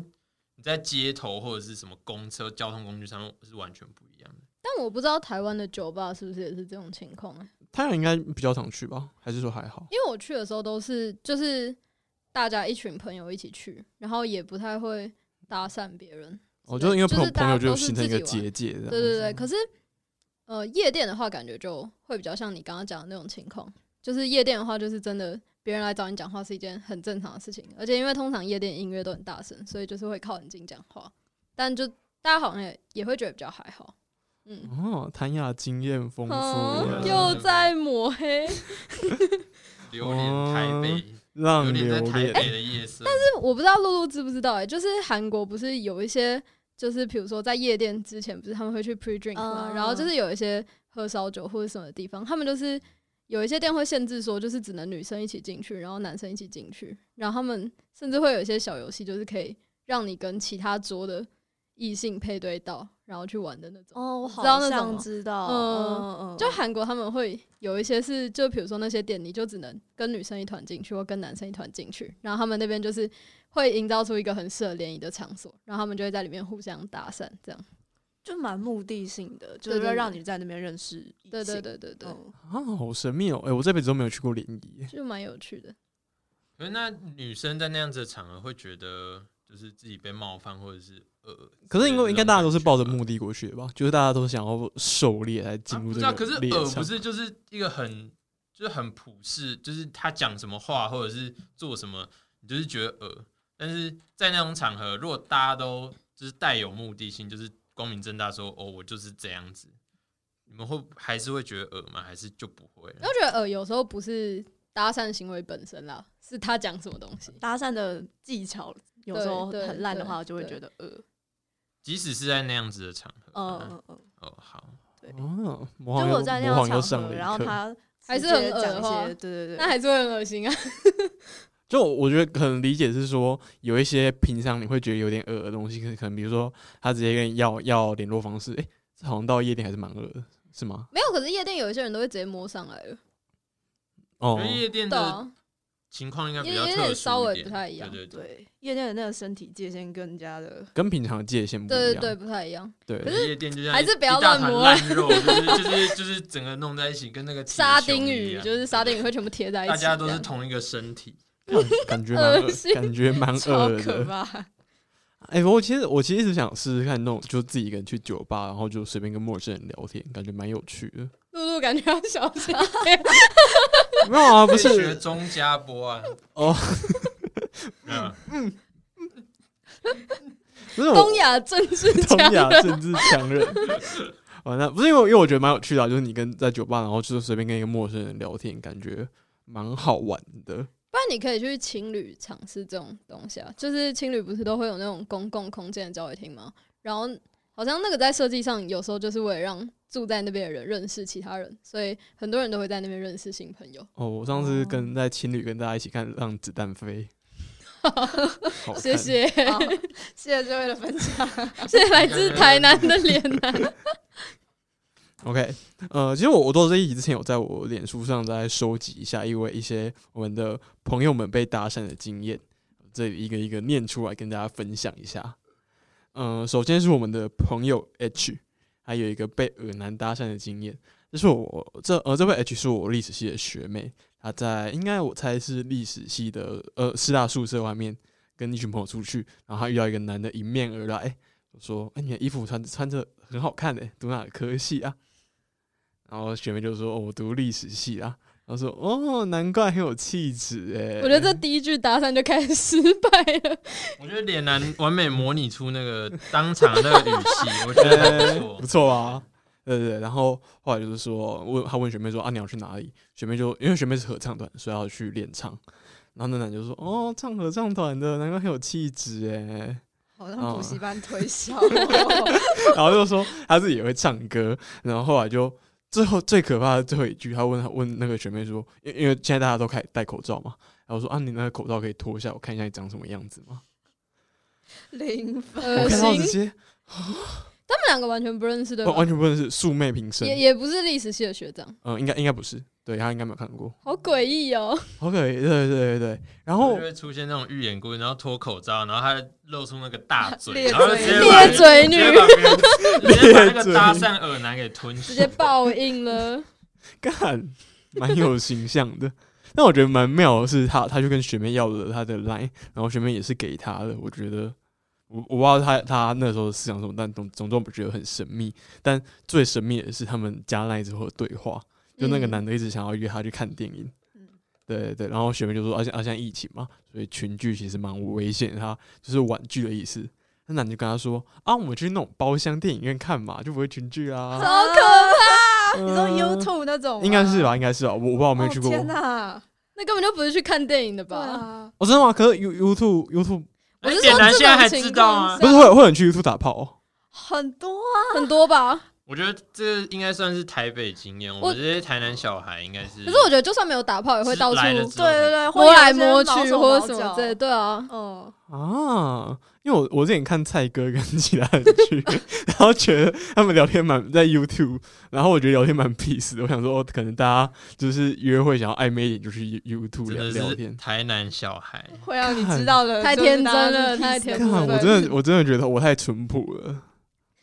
Speaker 3: 你在街头或者是什么公车交通工具上面是完全不一样的。
Speaker 4: 但我不知道台湾的酒吧是不是也是这种情况、欸，
Speaker 1: 太阳应该比较常去吧，还是说还好？
Speaker 4: 因为我去的时候都是就是大家一群朋友一起去，然后也不太会搭讪别人。
Speaker 1: 我觉得因为朋
Speaker 4: 就
Speaker 1: 友
Speaker 4: 是大
Speaker 1: 朋
Speaker 4: 家
Speaker 1: 友哦就
Speaker 4: 都是
Speaker 1: 形成一个
Speaker 4: 自己玩
Speaker 1: 结界，对
Speaker 4: 对对对，可是呃，夜店的话，感觉就会比较像你刚刚讲的那种情况，就是夜店的话，就是真的别人来找你讲话是一件很正常的事情，而且因为通常夜店音乐都很大声，所以就是会靠很近讲话，但就大家好像也也会觉得比较还好，嗯。
Speaker 1: 哦，谭雅经验丰富
Speaker 4: 嗯，
Speaker 3: 对
Speaker 1: 了，
Speaker 4: 又在抹 黑，
Speaker 3: 榴莲台北，
Speaker 1: 让
Speaker 3: 榴莲在
Speaker 1: 榴
Speaker 3: 台
Speaker 1: 莲
Speaker 3: 北的夜色，但是
Speaker 4: 我不知道露露知不知道哎、就是韩国不是有一些，就是比如说在夜店之前，不是他们会去 pre drink 嘛，
Speaker 2: 嗯
Speaker 4: 然后就是有一些喝烧酒或者什么地方，他们就是有一些店会限制说，就是只能女生一起进去，然后男生一起进去，然后他们甚至会有一些小游戏，就是可以让你跟其他桌的异性配对到，然后去玩的那种。
Speaker 2: 哦，我
Speaker 4: 知
Speaker 2: 好
Speaker 4: 道那种
Speaker 2: 像
Speaker 4: 吗
Speaker 2: 知道，
Speaker 4: 嗯
Speaker 2: 嗯嗯，
Speaker 4: 就韩国他们会有一些是，就比如说那些店，你就只能跟女生一团进去，或跟男生一团进去，然后他们那边就是会营造出一个很适合联谊的场所，然后他们就会在里面互相搭讪，这样。
Speaker 2: 就蛮目的性的，就
Speaker 4: 对
Speaker 2: 是
Speaker 4: 对
Speaker 2: 要
Speaker 4: 对
Speaker 2: 让你在那边认识异性。
Speaker 4: 对对对对对，
Speaker 2: 嗯，
Speaker 1: 啊，好神秘哦！哎、我这辈子都没有去过联谊，
Speaker 4: 就蛮有趣的。
Speaker 3: 可是那女生在那样子的场合会觉得，就是自己被冒犯或者是呃，
Speaker 1: 可是因为应该大家都是抱着目
Speaker 3: 的
Speaker 1: 的过去的吧？就是大家都想要狩猎来进入
Speaker 3: 啊不
Speaker 1: 这
Speaker 3: 知道，可是
Speaker 1: 个猎
Speaker 3: 呃
Speaker 1: 场
Speaker 3: 不。是就是一个很就是很普世，就是他讲什么话或者是做什么，你就是觉得呃，但是在那种场合，如果大家都就是带有目的性，就是光明正大说哦，我就是这样子，你们会还是会觉得呃吗？还是就不会了？
Speaker 4: 我觉得呃，有时候不是搭讪行为本身啦，是他讲什么东西。
Speaker 2: 搭讪的技巧有时候
Speaker 4: 对对
Speaker 2: 很烂的
Speaker 4: 对
Speaker 2: 话，我就会
Speaker 4: 对
Speaker 2: 觉得呃，
Speaker 3: 即使是在那样子的场合，
Speaker 2: 嗯嗯嗯，
Speaker 3: 哦好，
Speaker 2: 对，
Speaker 1: 哦，模
Speaker 2: 就
Speaker 1: 仿
Speaker 2: 我
Speaker 1: 又
Speaker 2: 在那
Speaker 1: 模
Speaker 2: 样
Speaker 1: 仿又
Speaker 2: 场
Speaker 1: 上
Speaker 2: 合，
Speaker 1: 了
Speaker 2: 然后
Speaker 1: 一课。
Speaker 2: 他
Speaker 4: 还
Speaker 2: 直
Speaker 4: 是很
Speaker 2: 接
Speaker 4: 恶
Speaker 2: 讲一
Speaker 4: 的话
Speaker 2: 些，对对
Speaker 4: 那
Speaker 2: 对，
Speaker 4: 还是会很恶心啊。
Speaker 1: 就我觉得可能理解是说，有一些平常你会觉得有点恶的东西，可能可能比如说他直接跟你要要联络方式，诶，这好像到夜店还是蛮恶的，是吗？
Speaker 4: 没有，可是夜店有一些人都会直接摸上来了，
Speaker 1: 哦
Speaker 3: 因，为夜店
Speaker 4: 对
Speaker 3: 的
Speaker 4: 啊，
Speaker 3: 情况应该比
Speaker 4: 有
Speaker 3: 较
Speaker 4: 有
Speaker 3: 特
Speaker 4: 点
Speaker 3: 殊
Speaker 4: 稍微
Speaker 3: 点
Speaker 4: 不太一样
Speaker 3: 对对
Speaker 2: 对夜店的那个身体界限跟人家的，
Speaker 1: 跟平常的界限不一
Speaker 4: 对
Speaker 1: 样。
Speaker 4: 对对，不太一样。
Speaker 1: 对，
Speaker 3: 对，夜店就像
Speaker 4: 还
Speaker 3: 一
Speaker 4: 是不要
Speaker 3: 一大
Speaker 4: 乱
Speaker 3: 团
Speaker 4: 摸
Speaker 3: 烂肉，就是就是就是整个弄在一起，跟那个铁
Speaker 4: 沙
Speaker 3: 穹
Speaker 4: 丁
Speaker 3: 一
Speaker 4: 鱼
Speaker 3: 样
Speaker 4: 就是沙丁鱼会全部贴在一起，
Speaker 3: 大家都
Speaker 4: 这
Speaker 3: 是
Speaker 4: 样
Speaker 3: 同一个身体，
Speaker 1: 看感觉蛮
Speaker 4: 恶
Speaker 1: 恶
Speaker 4: 心，
Speaker 1: 感觉蛮
Speaker 2: 超
Speaker 1: 恶
Speaker 2: 可
Speaker 1: 的。
Speaker 2: 怕。
Speaker 1: 哎、我其实我其实一直想试试看那种，就自己一个人去酒吧，然后就随便跟陌生人聊天，感觉蛮有趣的。
Speaker 4: 露露感觉要小心。
Speaker 1: 没有啊，不
Speaker 3: 可以学
Speaker 1: 是
Speaker 3: 钟家波啊。
Speaker 1: 哦，
Speaker 3: 对啊
Speaker 1: 不是 我
Speaker 4: 东亚政治
Speaker 1: 东
Speaker 4: 家
Speaker 1: 亚
Speaker 4: 人
Speaker 1: 政治强人。完了，不是因为因为我觉得蛮有趣的啊、就是你跟在酒吧，然后就是随便跟一个陌生人聊天，感觉蛮好玩的。
Speaker 4: 不然你可以去情侣尝试这种东西啊，就是情侣不是都会有那种公共空间的交流厅吗？然后好像那个在设计上有时候就是为了让住在那边的人认识其他人，所以很多人都会在那边认识新朋友。
Speaker 1: 哦，我上次
Speaker 2: 哦
Speaker 1: 跟在情侣跟大家一起看《让子弹 飞》好看，
Speaker 4: 谢谢，
Speaker 2: 好谢谢这位的分享，
Speaker 4: 谢谢来自台南的脸啊男。
Speaker 1: OK，呃，其实我我做这一集之前有在我脸书上在收集一下，因为一些我们的朋友们被搭讪的经验，这里一个一个念出来跟大家分享一下。嗯、首先是我们的朋友 H，还有一个被耳男搭讪的经验。这是我这呃这位 H 是我历史系的学妹，她在应该我猜是历史系的呃师大宿舍外面跟一群朋友出去，然后她遇到一个男的迎面而来，我说：“哎、你的衣服穿穿着很好看诶、欸读哪个科系啊？”然后学妹就说：“哦，我读历史系啊。”然后说：“哦，难怪很有气质欸诶。”
Speaker 4: 我觉得这第一句搭讪就开始失败了，
Speaker 3: 我觉得脸男完美模拟出那个当场那个语气，我觉得还
Speaker 1: 欸
Speaker 3: 不错
Speaker 1: 不。错啊。对对对，然后后来就是说，问他问学妹说啊，你要去哪里？学妹就因为学妹是合唱团，所以要去练唱。然后那男就说哦，唱合唱团的，难怪很有气质诶。
Speaker 2: 好像
Speaker 1: 哦
Speaker 2: 补习班 推销。
Speaker 1: 然后就说他自己也会唱歌，然后后来就最后最可怕的最后一句，他问他问那个学妹说，因因为现在大家都开始戴口罩嘛，然后说啊，你那个口罩可以脱下，我看一下你长什么样子吗？
Speaker 2: 零分，
Speaker 4: 恶
Speaker 1: 我看到直
Speaker 4: 心。
Speaker 1: 接
Speaker 4: 他们两个完全不认识对
Speaker 1: 完完
Speaker 4: 吧？
Speaker 1: 全不认识素昧平生
Speaker 4: 也，也不是历史系的学长，
Speaker 1: 嗯，应该应该不是，对他应该没有看过。
Speaker 4: 好诡异哦！
Speaker 1: OK，对对对对，然
Speaker 3: 就
Speaker 1: 后
Speaker 3: 会出现那种预言故事，然后脱口罩，然后他露出那个 大嘴，
Speaker 2: 咧
Speaker 3: 然后直接
Speaker 2: 嘴
Speaker 3: 把
Speaker 4: 咧嘴女
Speaker 3: 直接把别人 直接把那个搭讪耳男给吞
Speaker 4: 直
Speaker 3: 噬
Speaker 4: 接。报应了，
Speaker 1: 干，蛮有形象的。但我觉得蛮妙的是他，他去跟学妹要了他的 line，然后学妹也是给他的。我觉得我我不知道他他那时候思想什么，但总总之我觉得很神秘。但最神秘的是他们加 line 之后的对话，就那个
Speaker 4: 嗯
Speaker 1: 男的一直想要约他去看电影。
Speaker 2: 嗯
Speaker 1: 对对对，然后学妹就说，啊而且而且疫情嘛，所以群聚其实蛮危险的，他就是婉拒的意思。那男的就跟他说啊，我们去那种包厢电影院看嘛，就不会群聚啊。
Speaker 2: 好可怕！你说
Speaker 1: 嗯
Speaker 2: YouTube 那种吗，
Speaker 1: 应该是吧，应该是吧，我我不知道我
Speaker 2: 哦？
Speaker 1: 没有去过。
Speaker 2: 天哪，
Speaker 4: 那根本就不是去看电影的
Speaker 2: 对
Speaker 4: 吧？
Speaker 2: 啊，
Speaker 1: 哦，真的吗？可是 You YouTube YouTube
Speaker 4: 我是
Speaker 3: 哎
Speaker 4: 说
Speaker 3: 脸男
Speaker 4: 这
Speaker 3: 现在
Speaker 4: 种
Speaker 3: 还
Speaker 4: 情
Speaker 3: 知道
Speaker 4: 况
Speaker 3: 吗
Speaker 4: 下
Speaker 1: 不是会有会有人去 YouTube 打炮、哦？
Speaker 2: 很多
Speaker 4: 很多吧？
Speaker 3: 我觉得这应该算是台北经验，我
Speaker 4: 我
Speaker 3: 们这些台南小孩应该是。
Speaker 4: 可是我觉得，就算没有打炮，也会到处
Speaker 3: 来了之
Speaker 2: 对对对，会
Speaker 4: 摸
Speaker 2: 有
Speaker 4: 来
Speaker 2: 一些
Speaker 4: 摸
Speaker 2: 毛
Speaker 4: 去
Speaker 2: 手
Speaker 4: 或
Speaker 2: 毛
Speaker 4: 什么
Speaker 2: 脚
Speaker 4: 之类。对啊，
Speaker 2: 嗯，
Speaker 1: 啊，因为我我之前看蔡哥跟 其他人去，然后觉得他们聊天蛮在 YouTube，然后我觉得聊天蛮 peace 的。我想说，哦，可能大家就是约会想要暧昧一点，就去 You- YouTube
Speaker 3: 真
Speaker 1: 聊
Speaker 3: 的
Speaker 1: 聊
Speaker 3: 是
Speaker 1: 天。
Speaker 3: 台南小孩，
Speaker 2: 会让你
Speaker 1: 看
Speaker 2: 知道的，
Speaker 4: 太
Speaker 2: 就是
Speaker 4: 天
Speaker 2: 大
Speaker 4: 真
Speaker 2: 家
Speaker 4: 了
Speaker 2: 是
Speaker 4: 太
Speaker 2: peace
Speaker 4: 天
Speaker 1: 看
Speaker 4: 真了
Speaker 1: 我真的我真的觉得我太淳朴了，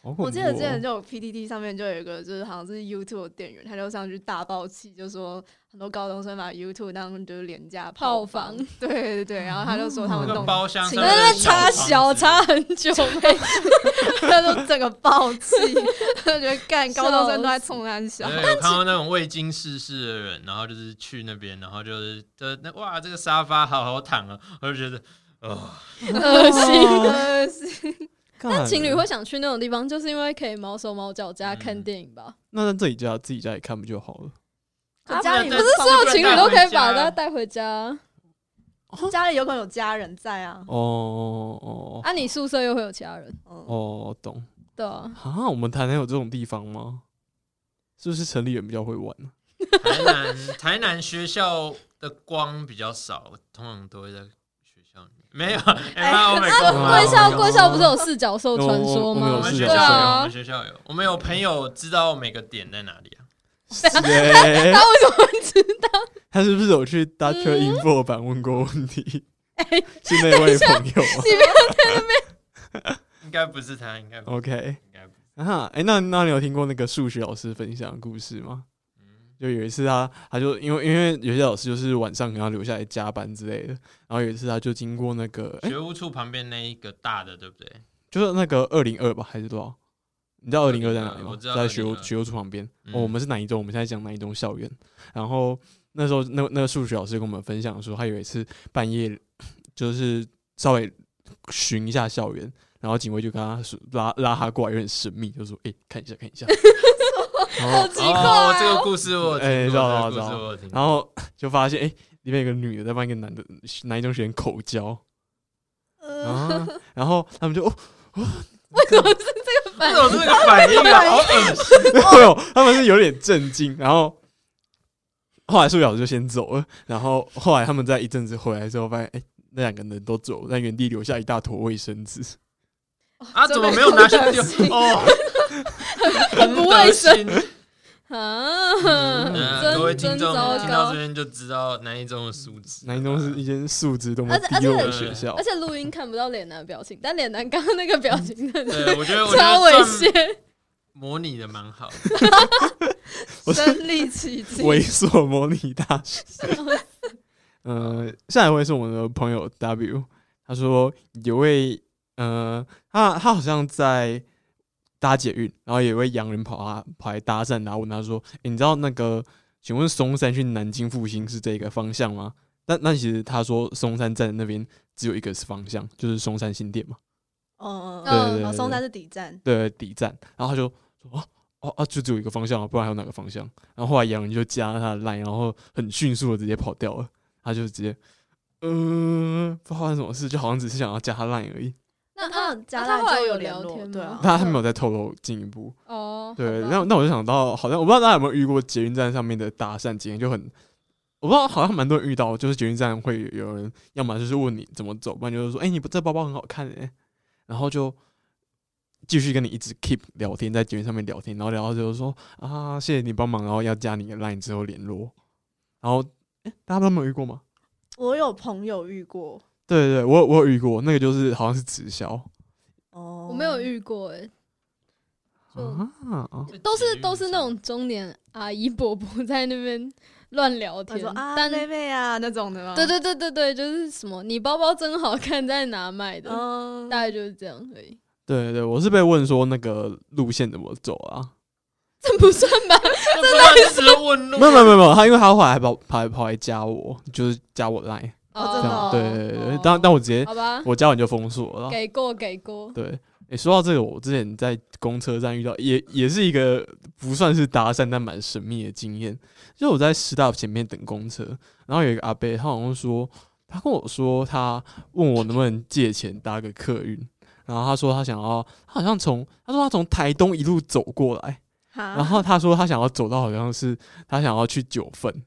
Speaker 1: 好恐怖、哦！
Speaker 2: 我记得之前就有 PDD 上面就有一个，就是好像是 YouTube 的店员，他就上去大爆气，就说很多高中生把 YouTube 当就是廉价
Speaker 4: 炮
Speaker 2: 房
Speaker 4: 房，
Speaker 2: 对对对，然后他就说
Speaker 1: 嗯
Speaker 2: 他
Speaker 3: 那
Speaker 2: 们
Speaker 3: 个
Speaker 2: 弄，
Speaker 3: 包厢上
Speaker 2: 请
Speaker 4: 那
Speaker 3: 面
Speaker 4: 那
Speaker 3: 的
Speaker 4: 插
Speaker 3: 小
Speaker 4: 小插
Speaker 3: 房子
Speaker 4: 很久，
Speaker 2: 他就整个爆气， 他觉得干高中生都在冲他笑
Speaker 3: 对，，有看到那种未经世事的人，然后就是去那边，然后就是就那哇，这个沙发好好躺啊，我就觉得哦，
Speaker 4: 恶心。
Speaker 2: 真的 是
Speaker 1: 那
Speaker 4: 但情侣会想去那种地方，就是因为可以毛手毛脚加看
Speaker 3: 嗯
Speaker 4: 电影吧？
Speaker 1: 那在自己家自己家里看不就好了？
Speaker 2: 可家里
Speaker 3: 不
Speaker 2: 啊不
Speaker 3: 是
Speaker 2: 是
Speaker 4: 所有情侣都可以
Speaker 3: 带
Speaker 4: 把
Speaker 3: 回家
Speaker 4: 它带回家。
Speaker 2: 家里有可能有家人在啊，
Speaker 1: 哦哦
Speaker 4: 啊，你宿舍又会有其他人，
Speaker 2: 嗯，
Speaker 1: 哦，懂
Speaker 4: 对啊，
Speaker 1: 啊？我们台南有这种地方吗？是不是城里人比较会玩啊呢、
Speaker 3: 台南台南学校的光比较少，通常都会在学校里面。没有，哎妈，我没
Speaker 1: 啊
Speaker 4: 贵
Speaker 1: 贵
Speaker 4: 校
Speaker 1: 校
Speaker 4: 贵
Speaker 1: 贵
Speaker 4: 校
Speaker 1: 校
Speaker 4: 不
Speaker 1: 不
Speaker 4: 是
Speaker 1: 是
Speaker 4: 有
Speaker 1: 有
Speaker 4: 四角兽传
Speaker 1: 传
Speaker 4: 说
Speaker 1: 说
Speaker 4: 吗
Speaker 1: 吗？
Speaker 3: 我们
Speaker 1: 是
Speaker 3: 学
Speaker 4: 对
Speaker 1: 啊
Speaker 3: 校有，我
Speaker 4: 啊
Speaker 3: 们，学校有，我们有朋友知道每个点在哪里啊？哎
Speaker 1: 谁
Speaker 4: 啊他为什么会知道？
Speaker 1: 他是不是有去 Doctor Info 版问过问题？ 是那位朋友啊
Speaker 4: 你们
Speaker 3: 应该不是他，应该不是，
Speaker 1: ？OK
Speaker 3: 应该不是。
Speaker 1: 啊，哎、那那你有听过那个数学老师分享的故事吗？
Speaker 3: 嗯，
Speaker 1: 就有一次他，他就因为因为有些老师就是晚上可能要留下来加班之类的，然后有一次他就经过那个，哎、
Speaker 3: 学务处旁边那一个大的，对不对？
Speaker 1: 就是那个二零二吧，还是多少？你知道二零二在哪里
Speaker 3: 我
Speaker 1: 吗？
Speaker 3: 知道
Speaker 1: 在学务
Speaker 3: 202
Speaker 1: 学务处旁边。哦，
Speaker 3: 嗯
Speaker 1: 我们是南一中，我们现在讲南一中校园。然后那时候那那个数学老师跟我们分享说，他有一次半夜 就是稍微巡一下校园，然后警卫就跟他说拉拉他过来，有点神秘，就说：“哎、看一下，看一下。 然后”
Speaker 4: 奇
Speaker 3: 哦，这个
Speaker 4: 怪
Speaker 3: 故事我有
Speaker 1: 哎
Speaker 3: 听
Speaker 1: 知道
Speaker 3: 过，这个
Speaker 1: 知道知
Speaker 3: 故事
Speaker 1: 道
Speaker 3: 我有听过。
Speaker 1: 然后 就发现哎、里面有个女的在帮一个男的南一中学员口交啊， 然后他们就哦。
Speaker 4: 为什么是这个
Speaker 3: 为
Speaker 4: 反
Speaker 3: 什么这个反应 啊？好恶心！
Speaker 1: 哎呦，他们是有点震惊，然后后来数学老师就先走了，然后后来他们在一阵子回来之后，发现哎、那两个人都走，在原地留下一大坨卫生纸，
Speaker 3: 啊，怎么没有拿去丢
Speaker 4: 真的？
Speaker 3: 哦，
Speaker 4: 很不卫生
Speaker 3: 生。
Speaker 4: 啊？
Speaker 1: 嗯
Speaker 3: 各位
Speaker 4: 真
Speaker 3: 听
Speaker 4: 真
Speaker 3: 众
Speaker 4: 糟
Speaker 3: 听到
Speaker 4: 糕
Speaker 3: 这！边就知道南一中的素质，
Speaker 1: 南一中是一间素质多么
Speaker 4: 而且
Speaker 1: 低落
Speaker 3: 而
Speaker 1: 的
Speaker 3: 且
Speaker 1: 学校
Speaker 4: 而。且录音看不到脸男的表情，但脸男刚刚那个表情真的是
Speaker 3: 对，我觉得我觉
Speaker 4: 超
Speaker 3: 得
Speaker 4: 猥
Speaker 3: 算
Speaker 4: 亵，
Speaker 3: 模拟的蛮好的，
Speaker 1: 我是
Speaker 4: 身临其境。
Speaker 1: 猥琐模拟大师，呃，下一位是我们的朋友 W，他说有位呃，他他好像在搭捷运，然后有一位洋人跑他跑来搭讪，然后问他说：“诶你知道那个，请问松山去南京复兴是这个方向吗？”那那其实他说松山站那边只有一个是方向，就是松山新店嘛，
Speaker 2: 嗯
Speaker 4: 对
Speaker 2: 嗯
Speaker 1: 对
Speaker 2: 嗯，
Speaker 1: 对
Speaker 2: 松山是底站，
Speaker 1: 对，底站。然后他就说：“哦哦啊，就只有一个方向啊，不然还有哪个方向？”然后后来洋人就加了他的 line，然后很迅速的直接跑掉了，他就直接。嗯、不知道发生什么事，就好像只是想要加他 line 而已。
Speaker 4: 那
Speaker 2: 他
Speaker 4: 那
Speaker 2: 加
Speaker 4: 那
Speaker 2: 赖
Speaker 4: 他后来
Speaker 2: 就有联
Speaker 4: 聊
Speaker 2: 络
Speaker 4: 天
Speaker 2: 对
Speaker 4: 吗
Speaker 2: 啊？
Speaker 1: 他他没有再透露进一步。
Speaker 4: 哦，
Speaker 1: 对，
Speaker 4: 好吧
Speaker 1: 那那我就想到，好像我不知道大家有没有遇过捷运站上面的搭讪经验，就很我不知道，好像蛮多人遇到，就是捷运站会有有人，要么就是问你怎么走，不然就是说，哎、你不这包包很好看哎、然后就继续跟你一直 keep 聊天，在捷运上面聊天，然后聊到就是说啊，谢谢你帮忙，然后要加你的 line 之后联络，然后哎、大家都没有遇过吗？
Speaker 2: 我有朋友遇过，
Speaker 1: 对对对，我有我有遇过，那个就是好像是直销
Speaker 2: 哦，
Speaker 4: 我没有遇过哎，就
Speaker 1: 啊，
Speaker 4: 都是都是那种中年阿姨伯伯在那边乱聊
Speaker 2: 他
Speaker 4: 天
Speaker 2: 说，啊
Speaker 4: 但
Speaker 2: 妹妹啊那种的吗？
Speaker 4: 对，对对对对，就是什么你包包真好看，在哪买的？
Speaker 2: 嗯，
Speaker 4: 大概就是这样而已，
Speaker 1: 对对对，我是被问说那个路线怎么走啊，
Speaker 4: 这不算吧？
Speaker 3: 这不算是只是问路
Speaker 1: 没有没有没有没有，他因为他后来还跑跑来跑来加我，就是加我 line，
Speaker 2: 哦
Speaker 1: 这
Speaker 2: 真的哦
Speaker 1: 样对对对
Speaker 4: 哦
Speaker 1: 对，但但我直接
Speaker 4: 好吧，
Speaker 1: 我加完就封锁了。
Speaker 4: 给过给过，
Speaker 1: 对，诶，说到这个，我之前在公车站遇到，也也是一个不算是搭讪，但蛮神秘的经验。就我在师大前面等公车，然后有一个阿伯，他好像说，他跟我说他问我能不能借钱搭个客运，然后他说他想要，他好像从他说他从台东一路走过来，然
Speaker 4: 啊
Speaker 2: 然
Speaker 1: 后他说他想要走到好像是他想要去九份。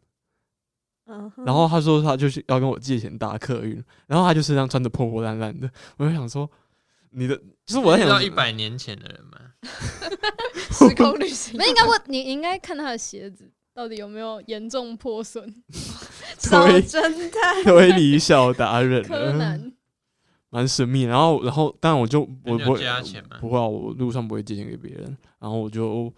Speaker 2: 嗯哼，
Speaker 1: 然后他说他就是要跟我借钱搭客运，然后他就身上穿的破破烂烂的，我就想说，你的就是我在
Speaker 3: 遇到
Speaker 1: 想
Speaker 3: 一，百年前的人嘛，
Speaker 2: 时空旅 行
Speaker 4: 没应该问你，你应该看他的鞋子到底有没有严重破损。
Speaker 2: 小
Speaker 1: 推
Speaker 2: 侦探，
Speaker 1: 推理小达人
Speaker 4: 柯
Speaker 1: 了，
Speaker 4: 南，
Speaker 1: 蛮神秘。然后然后，但我就我
Speaker 3: 人
Speaker 1: 不
Speaker 3: 家
Speaker 1: 会
Speaker 3: 加钱嘛，
Speaker 1: 不会啊，我路上不会借钱给别人，然后我就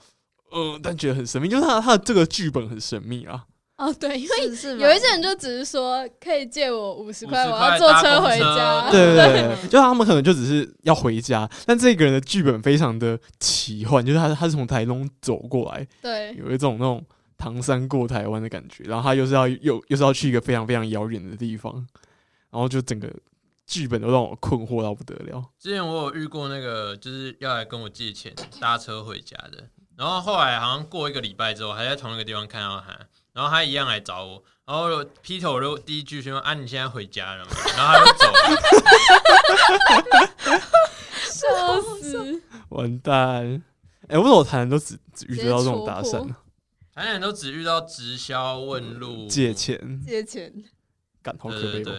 Speaker 1: 呃，但觉得很神秘，就是他他的这个剧本很神秘啊。
Speaker 4: 哦，对，因为
Speaker 2: 是是吗
Speaker 4: 有一些人就只是说可以借我五十块，
Speaker 3: 50
Speaker 4: 我
Speaker 3: 块
Speaker 4: 要坐
Speaker 3: 搭
Speaker 4: 车
Speaker 3: 公
Speaker 4: 回
Speaker 3: 车
Speaker 4: 家。
Speaker 1: 对对对，对就他们可能就只是要回家，但这个人的剧本非常的奇幻，就是他他是从台东走过来，
Speaker 4: 对，
Speaker 1: 有一种那种唐山过台湾的感觉，然后他又是要又又是要去一个非常非常遥远的地方，然后就整个剧本都让我困惑到不得了。
Speaker 3: 之前我有遇过那个，就是要来跟我借钱搭车回家的，然后后来好像过一个礼拜之后，还在同一个地方看到他，然后他一样来找我，然后我劈头我就第一句先问：“啊，你现在回家了吗？”然后他就走了，
Speaker 4: 笑死！
Speaker 1: 完蛋！哎、为什么我台南都只只遇
Speaker 4: 直
Speaker 1: 得
Speaker 4: 接
Speaker 1: 到这种
Speaker 4: 戳
Speaker 1: 搭
Speaker 4: 破
Speaker 1: 讪啊？
Speaker 3: 台南人都只遇到直销问路、
Speaker 1: 借钱，
Speaker 2: 借钱，
Speaker 1: 感好可
Speaker 3: 对
Speaker 1: 悲
Speaker 3: 对
Speaker 1: 哦。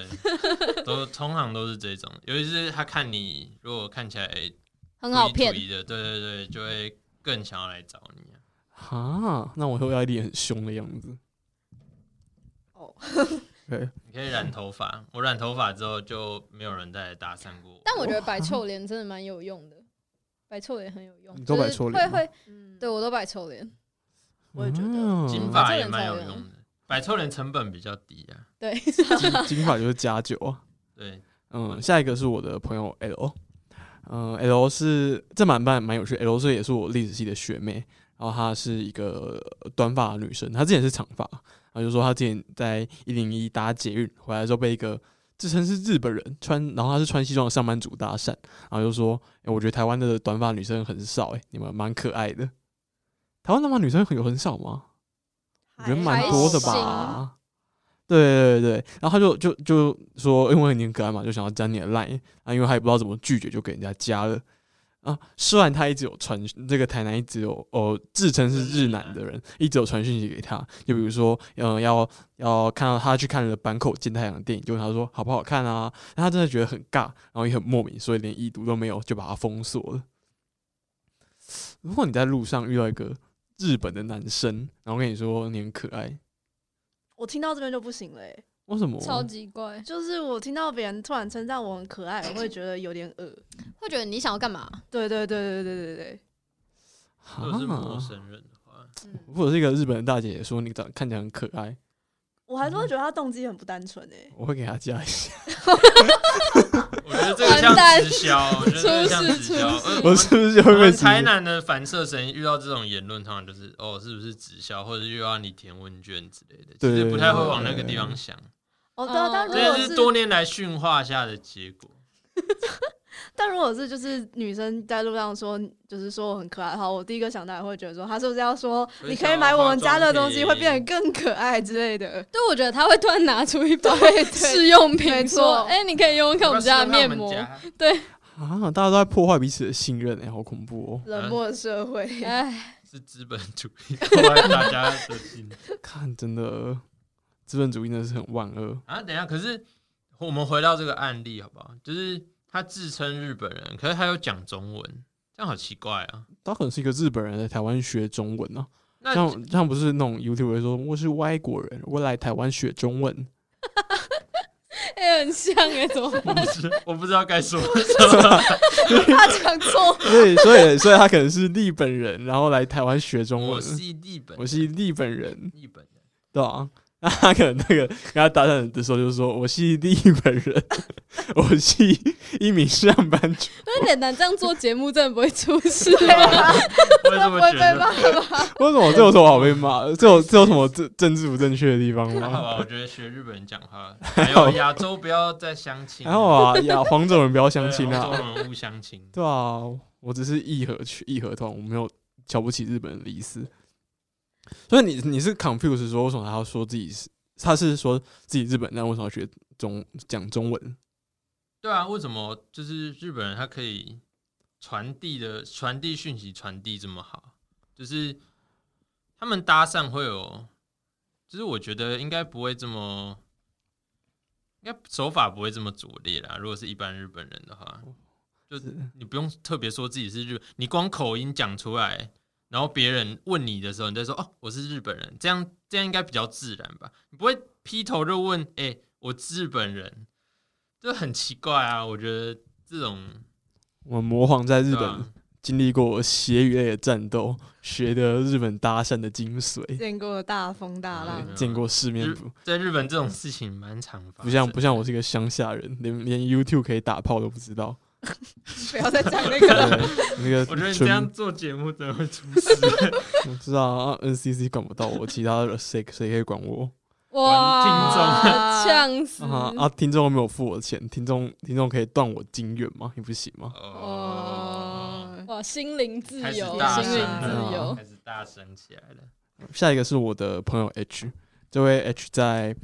Speaker 3: 对，都通常都是这种，尤其是他看你如果看起来 哎
Speaker 4: 很好
Speaker 3: 故意
Speaker 4: 骗
Speaker 3: 图。一的，对对对，就会更想要来找你啊。
Speaker 1: 哈，那我以后要一脸很凶的样子。
Speaker 2: 哦，
Speaker 1: 对，
Speaker 3: 你可以染头发，我染头发之后就没有人再来搭讪过我。
Speaker 4: 但我觉得摆臭脸真的蛮有用的，摆臭脸很有用。
Speaker 1: 你都摆臭脸
Speaker 4: 就是会会，
Speaker 2: 嗯，
Speaker 4: 对我都摆臭脸。
Speaker 2: 我也觉得
Speaker 1: 嗯
Speaker 3: 金
Speaker 4: 发
Speaker 3: 发也蛮有用的，摆臭脸成本比较低啊。
Speaker 4: 对，
Speaker 1: 金金发就是加九啊。
Speaker 3: 对，
Speaker 1: 嗯，下一个是我的朋友 L，嗯，L 是这蛮蛮蛮有趣，L 是也是我历史系的学妹，然后她是一个短发的女生，她之前是长发，然后就说她之前在一零一搭捷运回来的时候被一个自称是日本人穿，然后她是穿西装的上班族搭讪，然后就说，哎、我觉得台湾的短发女生很少、哎，你们蛮可爱的。台湾短发女生很有很少吗？我觉得蛮多的
Speaker 4: 还
Speaker 1: 吧
Speaker 4: 行。
Speaker 1: 对对对，然后他就就就说，因为你很可爱嘛，就想要加你的 line 啊，因为他也不知道怎么拒绝，就给人家加了啊。虽然他一直有传这个台南一直有哦自称是日南的人，一直有传讯息给他，就比如说嗯、呃要要看到他去看了坂口健太郎的电影，就问他说好不好看啊，但他真的觉得很尬，然后也很莫名，所以连已读都没有，就把他封锁了。如果你在路上遇到一个日本的男生，然后跟你说你很可爱，
Speaker 2: 我听到这边就不行了、欸，
Speaker 1: 为什么？
Speaker 4: 超级怪，
Speaker 2: 就是我听到别人突然称赞我很可爱，我会觉得有点恶。
Speaker 4: 会觉得你想要干嘛？
Speaker 2: 对对对对对对对，
Speaker 3: 如果是陌
Speaker 1: 啊！
Speaker 3: 生人的话，
Speaker 4: 嗯，
Speaker 1: 如果是一个日本的大姐姐说你长看起来很可爱，
Speaker 2: 我还是会觉得他动机很不单纯诶、欸。
Speaker 1: 我会给她加一下。
Speaker 3: 我觉得这个像直销，我觉得这个像直销。
Speaker 4: 出事
Speaker 3: 呃
Speaker 4: 出事
Speaker 1: 我
Speaker 3: 们
Speaker 1: 是不是就
Speaker 3: 我
Speaker 1: 会被
Speaker 3: 们
Speaker 1: 直接
Speaker 3: 台南的反射神遇到这种言论，通常就是哦，是不是直销，或者又要你填问卷之类的，其
Speaker 1: 对
Speaker 3: 实不太会往那个地方想。
Speaker 2: 哦，对啊
Speaker 4: 哦，
Speaker 2: 但如
Speaker 3: 这
Speaker 2: 果
Speaker 3: 也
Speaker 2: 是
Speaker 3: 是多年来驯化下的结果。
Speaker 2: 但如果是就是女生在路上说，就是说我很可爱的话，我第一个想到也会觉得说，她是不是要说
Speaker 3: 我
Speaker 2: 你
Speaker 3: 想
Speaker 2: 可以买我们家的东西，
Speaker 3: 要
Speaker 2: 会
Speaker 3: 化妆品啊
Speaker 2: 变得更可爱之类的。
Speaker 4: 对，我觉得他会突然拿出一包
Speaker 2: 对
Speaker 4: 试用品，
Speaker 2: 没
Speaker 4: 说
Speaker 2: 错：“
Speaker 4: 哎，你可以用用看我们家的面膜。
Speaker 3: 要不要送到我们家
Speaker 1: 啊？大家都在破坏彼此的信任，哎、好恐怖
Speaker 2: 冷漠社会，”
Speaker 4: 哎，
Speaker 3: 是资本主义 破坏大家的心
Speaker 1: 哦！看，真的，资本主义真的是很万恶。
Speaker 3: 啊！等一下，可是我们回到这个案例好不好？就是他自称日本人，可是他又讲中文，这样好奇怪啊！
Speaker 1: 他可能是一个日本人欸在台湾学中文啊，
Speaker 3: 那
Speaker 1: 像像不是那种 YouTube 说我是外国人，我来台湾学中 文，
Speaker 4: 哎，很像哎，怎么办？
Speaker 3: 我不知 我不知道该说什么。
Speaker 2: 她讲 错，
Speaker 1: 所以所以所以他可能是日本人，然后来台湾学中
Speaker 3: 我
Speaker 1: 文。
Speaker 3: 是日本人，
Speaker 1: 我是日本人，
Speaker 3: 日本人，
Speaker 1: 对啊，那他可能那个跟他搭讪的时候就说：“我是日本人， 我是一名上班族，
Speaker 4: 那脸男这样做节目真的不会出事。
Speaker 3: 我也这
Speaker 2: 不
Speaker 3: 么
Speaker 2: 会
Speaker 3: 觉
Speaker 2: 被
Speaker 3: 得。
Speaker 2: 骂 吧？
Speaker 1: 为什么这有什么好被骂的？这有这有什么政政治不正确的地方
Speaker 3: 还好
Speaker 1: 吗？
Speaker 3: 吧，我觉得学日本人讲话，还有亚洲不要再相亲，
Speaker 1: 还好啊，呀， 黄种人不要相亲
Speaker 3: 对
Speaker 1: 啊，
Speaker 3: 欧洲人勿相亲。
Speaker 1: 对啊，我只是义和去义和团，我没有瞧不起日本人的意思。所以你你是 confused 说为什么他要说自己是他是说自己日本人，但为什么要学中讲中文？
Speaker 3: 对啊，为什么就是日本人他可以传递的传递讯息传递这么好？就是他们搭讪会有，就是我觉得应该不会这么，应该手法不会这么拙劣啦。如果是一般日本人的话，就是
Speaker 1: 是
Speaker 3: 你不用特别说自己是日，你光口音讲出来，然后别人问你的时候，你再说哦，我是日本人，这样这样应该比较自然吧？你不会劈头就问，哎、我是日本人，这很奇怪啊！我觉得这种
Speaker 1: 我模仿在日
Speaker 3: 对
Speaker 1: 本
Speaker 3: 啊
Speaker 1: 经历过血与泪的战斗，学的日本搭讪的精髓，
Speaker 2: 见过大风大浪
Speaker 3: 对，
Speaker 1: 见过世面不
Speaker 3: 在啊日本这种事情蛮常发生，
Speaker 1: 不像不像我是一个乡下人，连连 YouTube 可以打炮都不知道。
Speaker 2: 不要再讲那个了。
Speaker 1: 对那个
Speaker 3: 我觉得你这
Speaker 1: 纯
Speaker 3: 样做节目真的会出 事。
Speaker 1: 我知道啊，NCC 管不到我，其他的谁谁可以管我
Speaker 4: 哇，
Speaker 2: 玩
Speaker 4: 呛
Speaker 3: 嗯
Speaker 4: 死！
Speaker 1: 啊啊！听众又没有付我钱，听众听众可以断我金元吗？你不行吗？
Speaker 3: 哦，
Speaker 2: 哦，
Speaker 4: 哇，心灵自
Speaker 3: 开始
Speaker 4: 由，
Speaker 3: 大
Speaker 4: 心
Speaker 3: 声
Speaker 4: 灵自
Speaker 3: 了，嗯
Speaker 4: 由。
Speaker 3: 开始大声起来了。
Speaker 1: 下一个是我的朋友 H，这位 H 在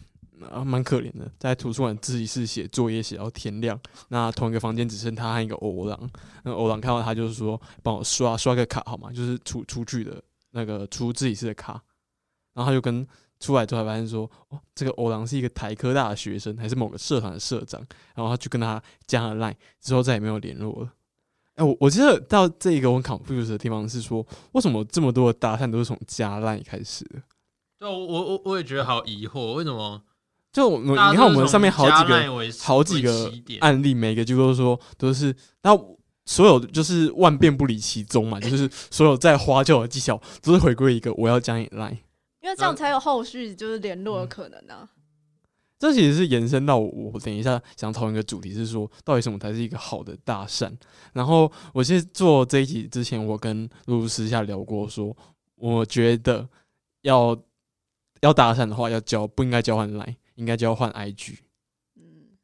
Speaker 1: 啊蛮可怜的，在图书馆自习室写作业写到天亮。那同一个房间只剩他和一个欧郎，那欧郎看到他就是说帮我刷刷个卡好吗？就是出出去的那个出自习室的卡。然后他就跟出来之后才发现说，哦，这个欧郎是一个台科大的学生，还是某个社团的社长，然后他就跟他加了 line，之后再也没有联络了。哎、我我记得到这一个我很 confused 的地方是说，为什么这么多的搭讪都是从加 line 开始的？
Speaker 3: 对啊，我我我我也觉得好疑惑，为什么？
Speaker 1: 就我们你看我们上面好几个，
Speaker 3: 个
Speaker 1: 好几个
Speaker 3: 起点，
Speaker 1: 案例，每个就都说都是那所有就是万变不离其宗嘛，就是所有在花轿的技巧都是回归一个我要加你 line。
Speaker 2: 因为这样才有后续就是联络的可能啊。
Speaker 1: 这其实是延伸到我我等一下想讨论一个主题，是说到底什么才是一个好的搭讪。然后我其实做这一集之前，我跟露露私下聊过说我觉得要要搭讪的话，要交不应该交换 line，应该交换 IG。
Speaker 2: 嗯，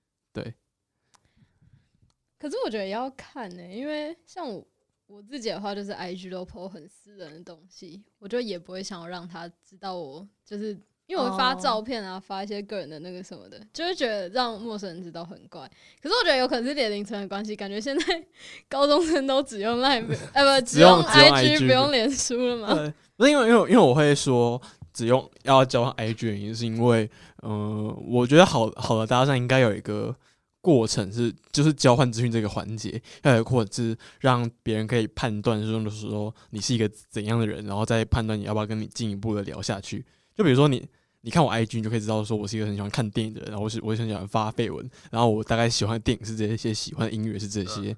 Speaker 4: 可是我觉得也要看呢、因为像我我自己的话，就是 IG 都 po 很私人的东西，我就也不会想要让他知道我，就是因为我会发
Speaker 2: 哦
Speaker 4: 照片啊发一些个人的那个什么的，就会觉得让陌生人知道很怪。可是我觉得有可能是年龄层的关系，感觉现在高中生都只用 Line，不呃不，
Speaker 1: 只用只用
Speaker 4: IG，
Speaker 1: IG
Speaker 4: 不用脸书了嘛。
Speaker 1: 对，不是因为因为因为我会说只用要交换 IG 的原因，是因为嗯、呃我觉得好好的搭讪应该有一个过程是，就是交换资讯这个环节，要有一个过程是让别人可以判断说的时候你是一个怎样的人，然后再判断你要不要跟你进一步的聊下去。就比如说你。你看我 IG，你就可以知道说我是一个很喜欢看电影的人，然后我是我也很喜欢发绯闻，然后我大概喜欢的电影是这些，喜欢的音乐是这些，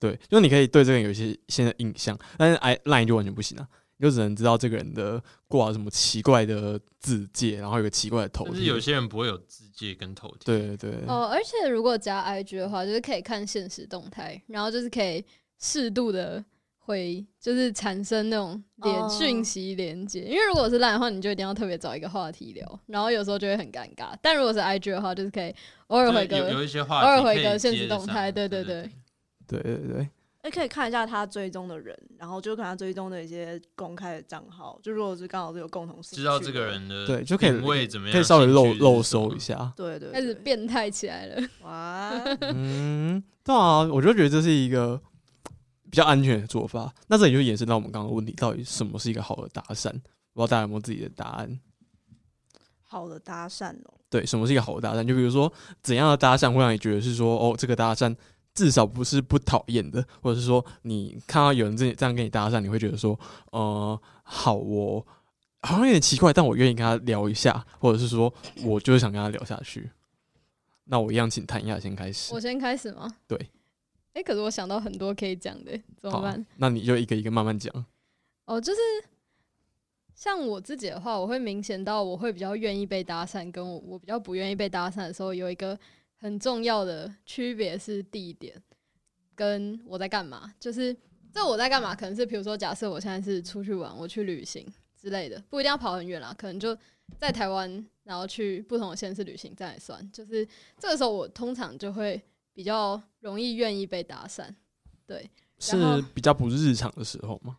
Speaker 1: 对，就你可以对这个人有一些新的印象，但是 I line 就完全不行啊，你就只能知道这个人的挂什么奇怪的字界，然后有个奇怪的头
Speaker 3: 就
Speaker 1: 贴，
Speaker 3: 是有些人不会有字界跟头贴，
Speaker 1: 对对对，
Speaker 4: 哦，而且如果加 IG 的话，就是可以看现实动态，然后就是可以适度的回，就是产生那种
Speaker 2: 哦
Speaker 4: 连讯息连接。因为如果是烂的话，你就一定要特别找一个话题聊，然后有时候就会很尴尬。但如果是 IG 的话，就是可以偶尔
Speaker 3: 就
Speaker 4: 回
Speaker 3: 是有
Speaker 4: 个
Speaker 3: 有一些
Speaker 4: 偶
Speaker 3: 话题
Speaker 4: 尔
Speaker 3: 可
Speaker 4: 回
Speaker 3: 以
Speaker 4: 个现
Speaker 3: 接
Speaker 4: 实
Speaker 3: 得
Speaker 4: 动
Speaker 3: 上
Speaker 4: 态，对
Speaker 3: 对
Speaker 4: 对
Speaker 1: 对
Speaker 4: 对。
Speaker 1: 对对，
Speaker 2: 也哎可以看一下他追踪的人，然后就看他追踪的一些公开的账号。就如果是刚好是有共同兴趣
Speaker 3: 知
Speaker 2: 的。
Speaker 3: 道这个，人的
Speaker 1: 对就可以
Speaker 3: 品味怎么样，
Speaker 1: 可以稍微漏
Speaker 3: 兴趣是
Speaker 1: 漏
Speaker 3: 什么
Speaker 1: 搜一。下
Speaker 2: 对对
Speaker 4: 开始
Speaker 2: 对，
Speaker 4: 变态起来了，
Speaker 2: 哇，
Speaker 1: 嗯，对啊，我就觉得这是一个比较安全的做法。那这也就延伸到我们刚刚的问题，到底什么是一个好的搭讪？不知道大家有没有自己的答案？
Speaker 2: 好的搭讪哦。
Speaker 1: 对，什么是一个好的搭讪？就比如说，怎样的搭讪会让你觉得是说，哦，这个搭讪至少不是不讨厌的，或者是说，你看到有人这这样跟你搭讪，你会觉得说，呃，好哦，好像有点奇怪，但我愿意跟他聊一下，或者是说我就是想跟他聊下去。那我一样，请谭亚先开始
Speaker 4: 我。先开始吗？
Speaker 1: 对。
Speaker 4: 哎、可是我想到很多可以讲的，怎么
Speaker 1: 好啊
Speaker 4: 办？，
Speaker 1: 那你就一个一个慢慢讲。
Speaker 4: 哦，就是像我自己的话，我会明显到我会比较愿意被搭讪，跟我我比较不愿意被搭讪的时候，有一个很重要的区别是地点跟我在干嘛。就是这我在干嘛，可能是比如说，假设我现在是出去玩，我去旅行之类的，不一定要跑很远啦，可能就在台湾，然后去不同的县市旅行，这样也算。就是这个时候，我通常就会比较容易愿意被搭讪。
Speaker 1: 是
Speaker 4: 然后
Speaker 1: 比较不日常的时候吗？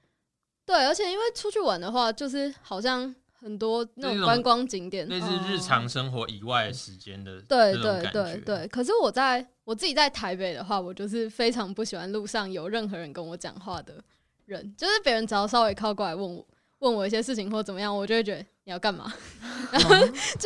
Speaker 4: 对，而且因为出去玩的话，就是好像很多
Speaker 3: 那
Speaker 4: 那种
Speaker 3: 种
Speaker 4: 观光景点，
Speaker 3: 类似日常生活以外的时间的
Speaker 4: 哦
Speaker 3: 那
Speaker 4: 对
Speaker 3: 种
Speaker 4: 对
Speaker 3: 感
Speaker 4: 对
Speaker 3: 觉
Speaker 4: 对。可是我在我自己在台北的话，我就是非常不喜欢路上有任何人跟我讲话的人，就是别人只要稍微靠过来问我问我一些事情或怎么样，我就会觉得你要干 嘛，
Speaker 3: 嗯
Speaker 4: 就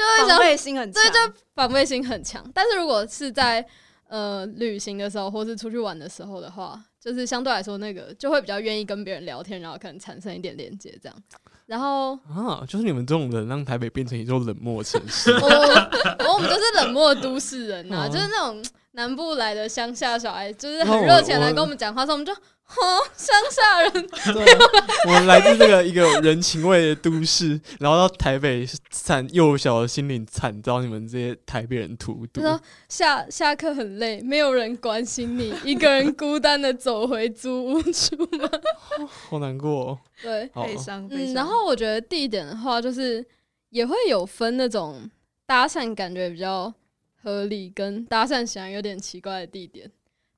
Speaker 4: 会
Speaker 2: 防
Speaker 4: 想
Speaker 2: 卫心很强，
Speaker 4: 这就防备心很强。但是如果是在呃旅行的时候，或是出去玩的时候的话，就是相对来说那个就会比较愿意跟别人聊天，然后可能产生一点连接这样。然后。
Speaker 1: 啊，就是你们这种人，让台北变成一座冷漠城市
Speaker 4: 我我我们就是冷漠的都市人呐、
Speaker 1: 哦
Speaker 4: 就是那种南部来的乡下小孩，就是
Speaker 1: 那
Speaker 4: 很
Speaker 1: 我
Speaker 4: 热情地来
Speaker 1: 我
Speaker 4: 跟我们讲话的时候，我们就，哼，乡下人，
Speaker 1: 对啊， 我们来自这个一个人情味的都市， 然后到台北惨幼小的心灵惨遭你们这些台北人荼毒
Speaker 4: 就。说下下课很累，没有人关心你，一个人孤单的走回租屋 住。
Speaker 1: 好难过、哦。
Speaker 4: 对，
Speaker 1: 好，
Speaker 2: 悲伤。悲
Speaker 4: 嗯，
Speaker 2: 伤
Speaker 4: 然后我觉得地点的话，就是也会有分那种搭讪感觉比较合理，跟搭讪显然有点奇怪的地点。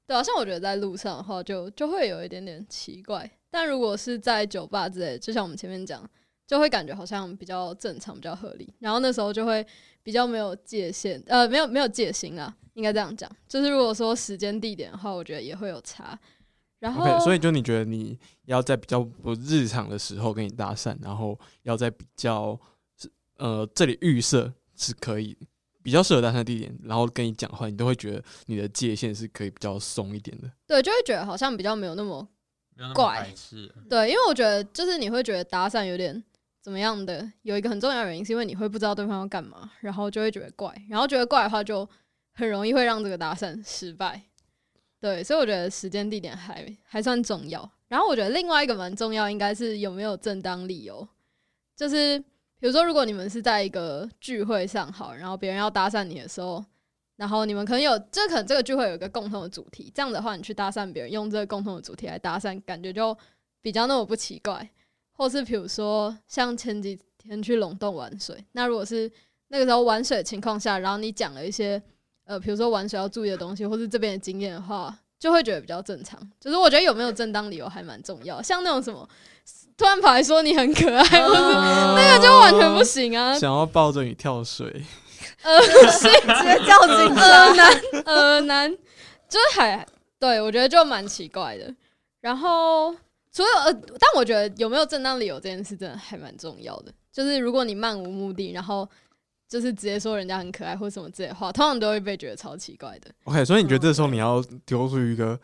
Speaker 4: 对啊，像我觉得在路上的话就，就会有一点点奇怪。但如果是在酒吧之类，就像我们前面讲，就会感觉好像比较正常、比较合理。然后那时候就会比较没有界限，呃，没有没有戒心啦，应该这样讲。就是如果说时间、地点的话，我觉得也会有差。然后
Speaker 1: OK，所以就你觉得你要在比较不日常的时候跟你搭讪，然后要在比较呃，这里预设是可以比较适合搭讪的地点，然后跟你讲话，你都会觉得你的界限是可以比较松一点的。
Speaker 4: 对，就会觉得好像比较没有那么
Speaker 3: 没有那么
Speaker 4: 怪
Speaker 3: 白痴。
Speaker 4: 对，因为我觉得就是你会觉得搭讪有点怎么样的，有一个很重要的原因是因为你会不知道对方要干嘛，然后就会觉得怪，然后觉得怪的话就很容易会让这个搭讪失败。对，所以我觉得时间地点还还算重要。然后我觉得另外一个蛮重要应该是有没有正当理由，就是比如说如果你们是在一个聚会上好，然后别人要搭讪你的时候。然后你们可能有，这可能这个聚会有一个共同的主题，这样的话你去搭讪别人，用这个共同的主题来搭讪，感觉就比较那么不奇怪，或是比如说像前几天去龙洞玩水，那如果是那个时候玩水的情况下，然后你讲了一些呃，比如说玩水要注意的东西，或是这边的经验的话，就会觉得比较正常。就是我觉得有没有正当理由还蛮重要，像那种什么突然跑来说你很可爱，或是
Speaker 1: 那
Speaker 4: 那就完全
Speaker 3: 哦
Speaker 4: 不行啊，
Speaker 1: 想要抱着你跳水，
Speaker 4: 呃，是
Speaker 2: 直接叫警
Speaker 4: 呃
Speaker 2: 察。
Speaker 4: 难呃难，就是还对我觉得就蛮奇怪的。然后除了呃，但我觉得有没有正当理由这件事真的还蛮重要的。就是如果你漫无目的，然后就是直接说人家很可爱或什么之类的话，通常都会被觉得超奇怪的。
Speaker 1: OK，所以你觉得这时候
Speaker 4: 嗯
Speaker 1: 你要丢出一个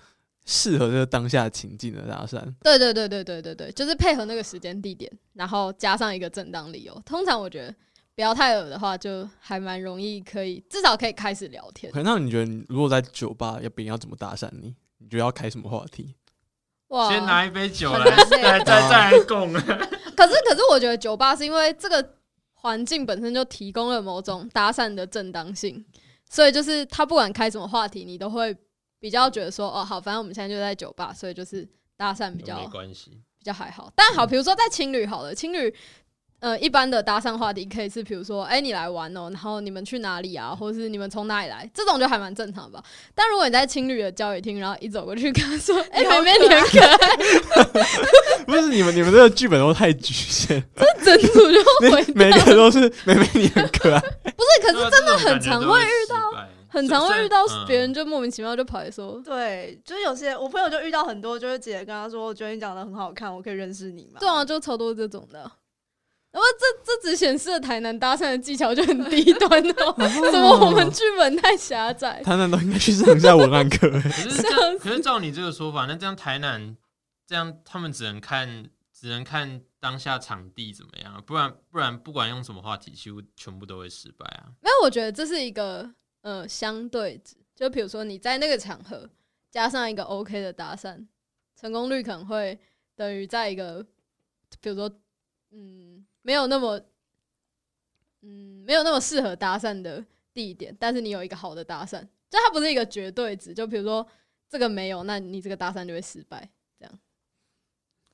Speaker 1: 适合这个当下情境的搭讪？
Speaker 4: 对对对对对对对，就是配合那个时间地点，然后加上一个正当理由。通常我觉得不要太恶的话，就还蛮容易可以，至少可以开始聊天。
Speaker 1: OK，那你觉得你如果在酒吧，要别人要怎么搭讪你？你觉得要开什么话题？
Speaker 4: 哇，
Speaker 3: 先拿一杯酒
Speaker 4: 哦很
Speaker 3: 来，
Speaker 4: 难欸
Speaker 3: 再再再来供啊！
Speaker 4: 可是，可是我觉得酒吧是因为这个环境本身就提供了某种搭讪的正当性，所以就是他不管开什么话题，你都会比较觉得说，哦，好，反正我们现在就在酒吧，所以就是搭讪 比较
Speaker 3: 没关系，
Speaker 4: 比较还好。
Speaker 3: 嗯
Speaker 4: 但好，比如说在情侣好了，情侣呃一般的搭讪话题可以是，比如说，哎、你来玩哦、然后你们去哪里
Speaker 3: 嗯
Speaker 4: 啊，或是你们从哪里来，这种就还蛮正常吧。但如果你在情侣的交友厅，然后一走过去跟 他说，哎、
Speaker 2: 你好
Speaker 4: 妹妹你很可 爱，
Speaker 1: 不是你们你们这个剧本都太局限，
Speaker 4: 整组就回
Speaker 1: 每每个都是妹妹你很可爱。
Speaker 4: 不是，可是
Speaker 3: 对啊这种
Speaker 4: 很
Speaker 3: 感觉
Speaker 4: 常
Speaker 3: 都
Speaker 4: 会
Speaker 3: 会遇到，
Speaker 4: 很常会遇到
Speaker 3: 嗯
Speaker 4: 别人就莫名其妙就跑来说，
Speaker 2: 对，就是有些我朋友就遇到很多，就会直接跟他说：“我觉得你长得很好看，我可以认识你吗？”
Speaker 4: 对啊，就超多这种的。然后这这只显示了台南搭讪的技巧就很低端 哦， 怎么我们剧本太狭窄？
Speaker 1: 他难道应该去上一下文案课？欸
Speaker 3: 可是这，可是照你这个说法，那这样台南这样他们只能看，只能看当下场地怎么样，啊不然不然不管用什么话题，几乎全部都会失败啊。
Speaker 4: 没有，我觉得这是一个呃相对值，就比如说你在那个场合加上一个 OK 的搭讪，成功率可能会等于在一个，比如说嗯没有那么嗯没有那么适合搭讪的地点，但是你有一个好的搭讪，就它不是一个绝对值，就比如说这个没有，那你这个搭讪就会失败。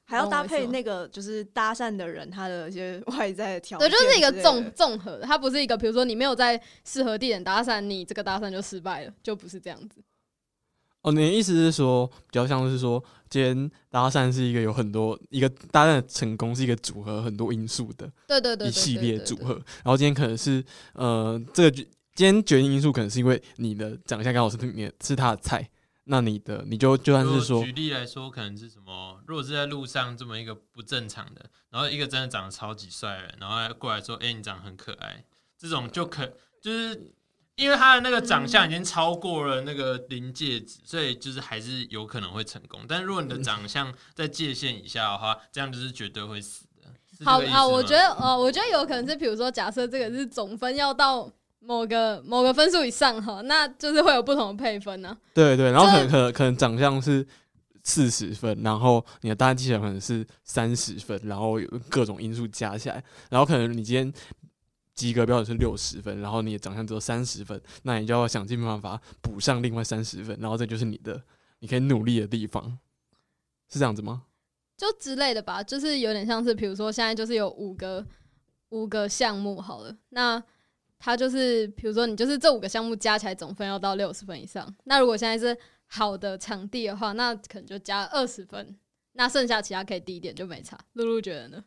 Speaker 2: 还
Speaker 4: 哦
Speaker 2: 要搭配那个就是搭讪的人他的一些外在的条
Speaker 4: 对，
Speaker 2: 件，
Speaker 4: 就是一个综。综合的，它不是一个，比如说你没有在适合地点搭讪，你这个搭讪就失败了，就不是这样子。
Speaker 1: 哦，你的意思是说，比较像是说，今天搭讪是一个有很多一个搭讪的成功是一个组合很多因素的
Speaker 4: 对对对，
Speaker 1: 一
Speaker 4: 对
Speaker 1: 系
Speaker 4: 对
Speaker 1: 列
Speaker 4: 对
Speaker 1: 组
Speaker 4: 对
Speaker 1: 合，然后今天可能是呃这个决今天决定因素可能是因为你的长相刚好是你的是他的菜，那你的你就就算是
Speaker 3: 就
Speaker 1: 说
Speaker 3: 举例来说，可能是什么？如果是在路上这么一个不正常的，然后一个真的长得超级帅的人，然后还过来说：“哎、你长得很可爱。”这种就可就是因为他的那个长相已经超过了那个临界值，所以就是还是有可能会成功。但如果你的长相在界限以下的话，这样就是绝对会死的。是这
Speaker 4: 好
Speaker 3: 个意思
Speaker 4: 啊，我
Speaker 3: 吗
Speaker 4: 觉得呃，我觉得有可能是，比如说，假设这个是总分要到某个某个分数以上哈，那就是会有不同的配分啊呢、
Speaker 1: 对对，然后可能
Speaker 4: 这
Speaker 1: 可能可能长相是。四十分，然后你的搭讪技巧可能是三十分，然后有各种因素加起来，然后可能你今天及格标准是六十分，然后你的长相只有三十分，那你就要想尽办法补上另外三十分，然后这就是你的你可以努力的地方，是这样子吗？
Speaker 4: 就之类的吧，就是有点像是，比如说现在就是有五个五个项目好了，那它就是比如说你就是这五个项目加起来总分要到六十分以上，那如果现在是好的场地的话，那可能就加二十分，那剩下其他可以低一点就没差。露露觉得呢？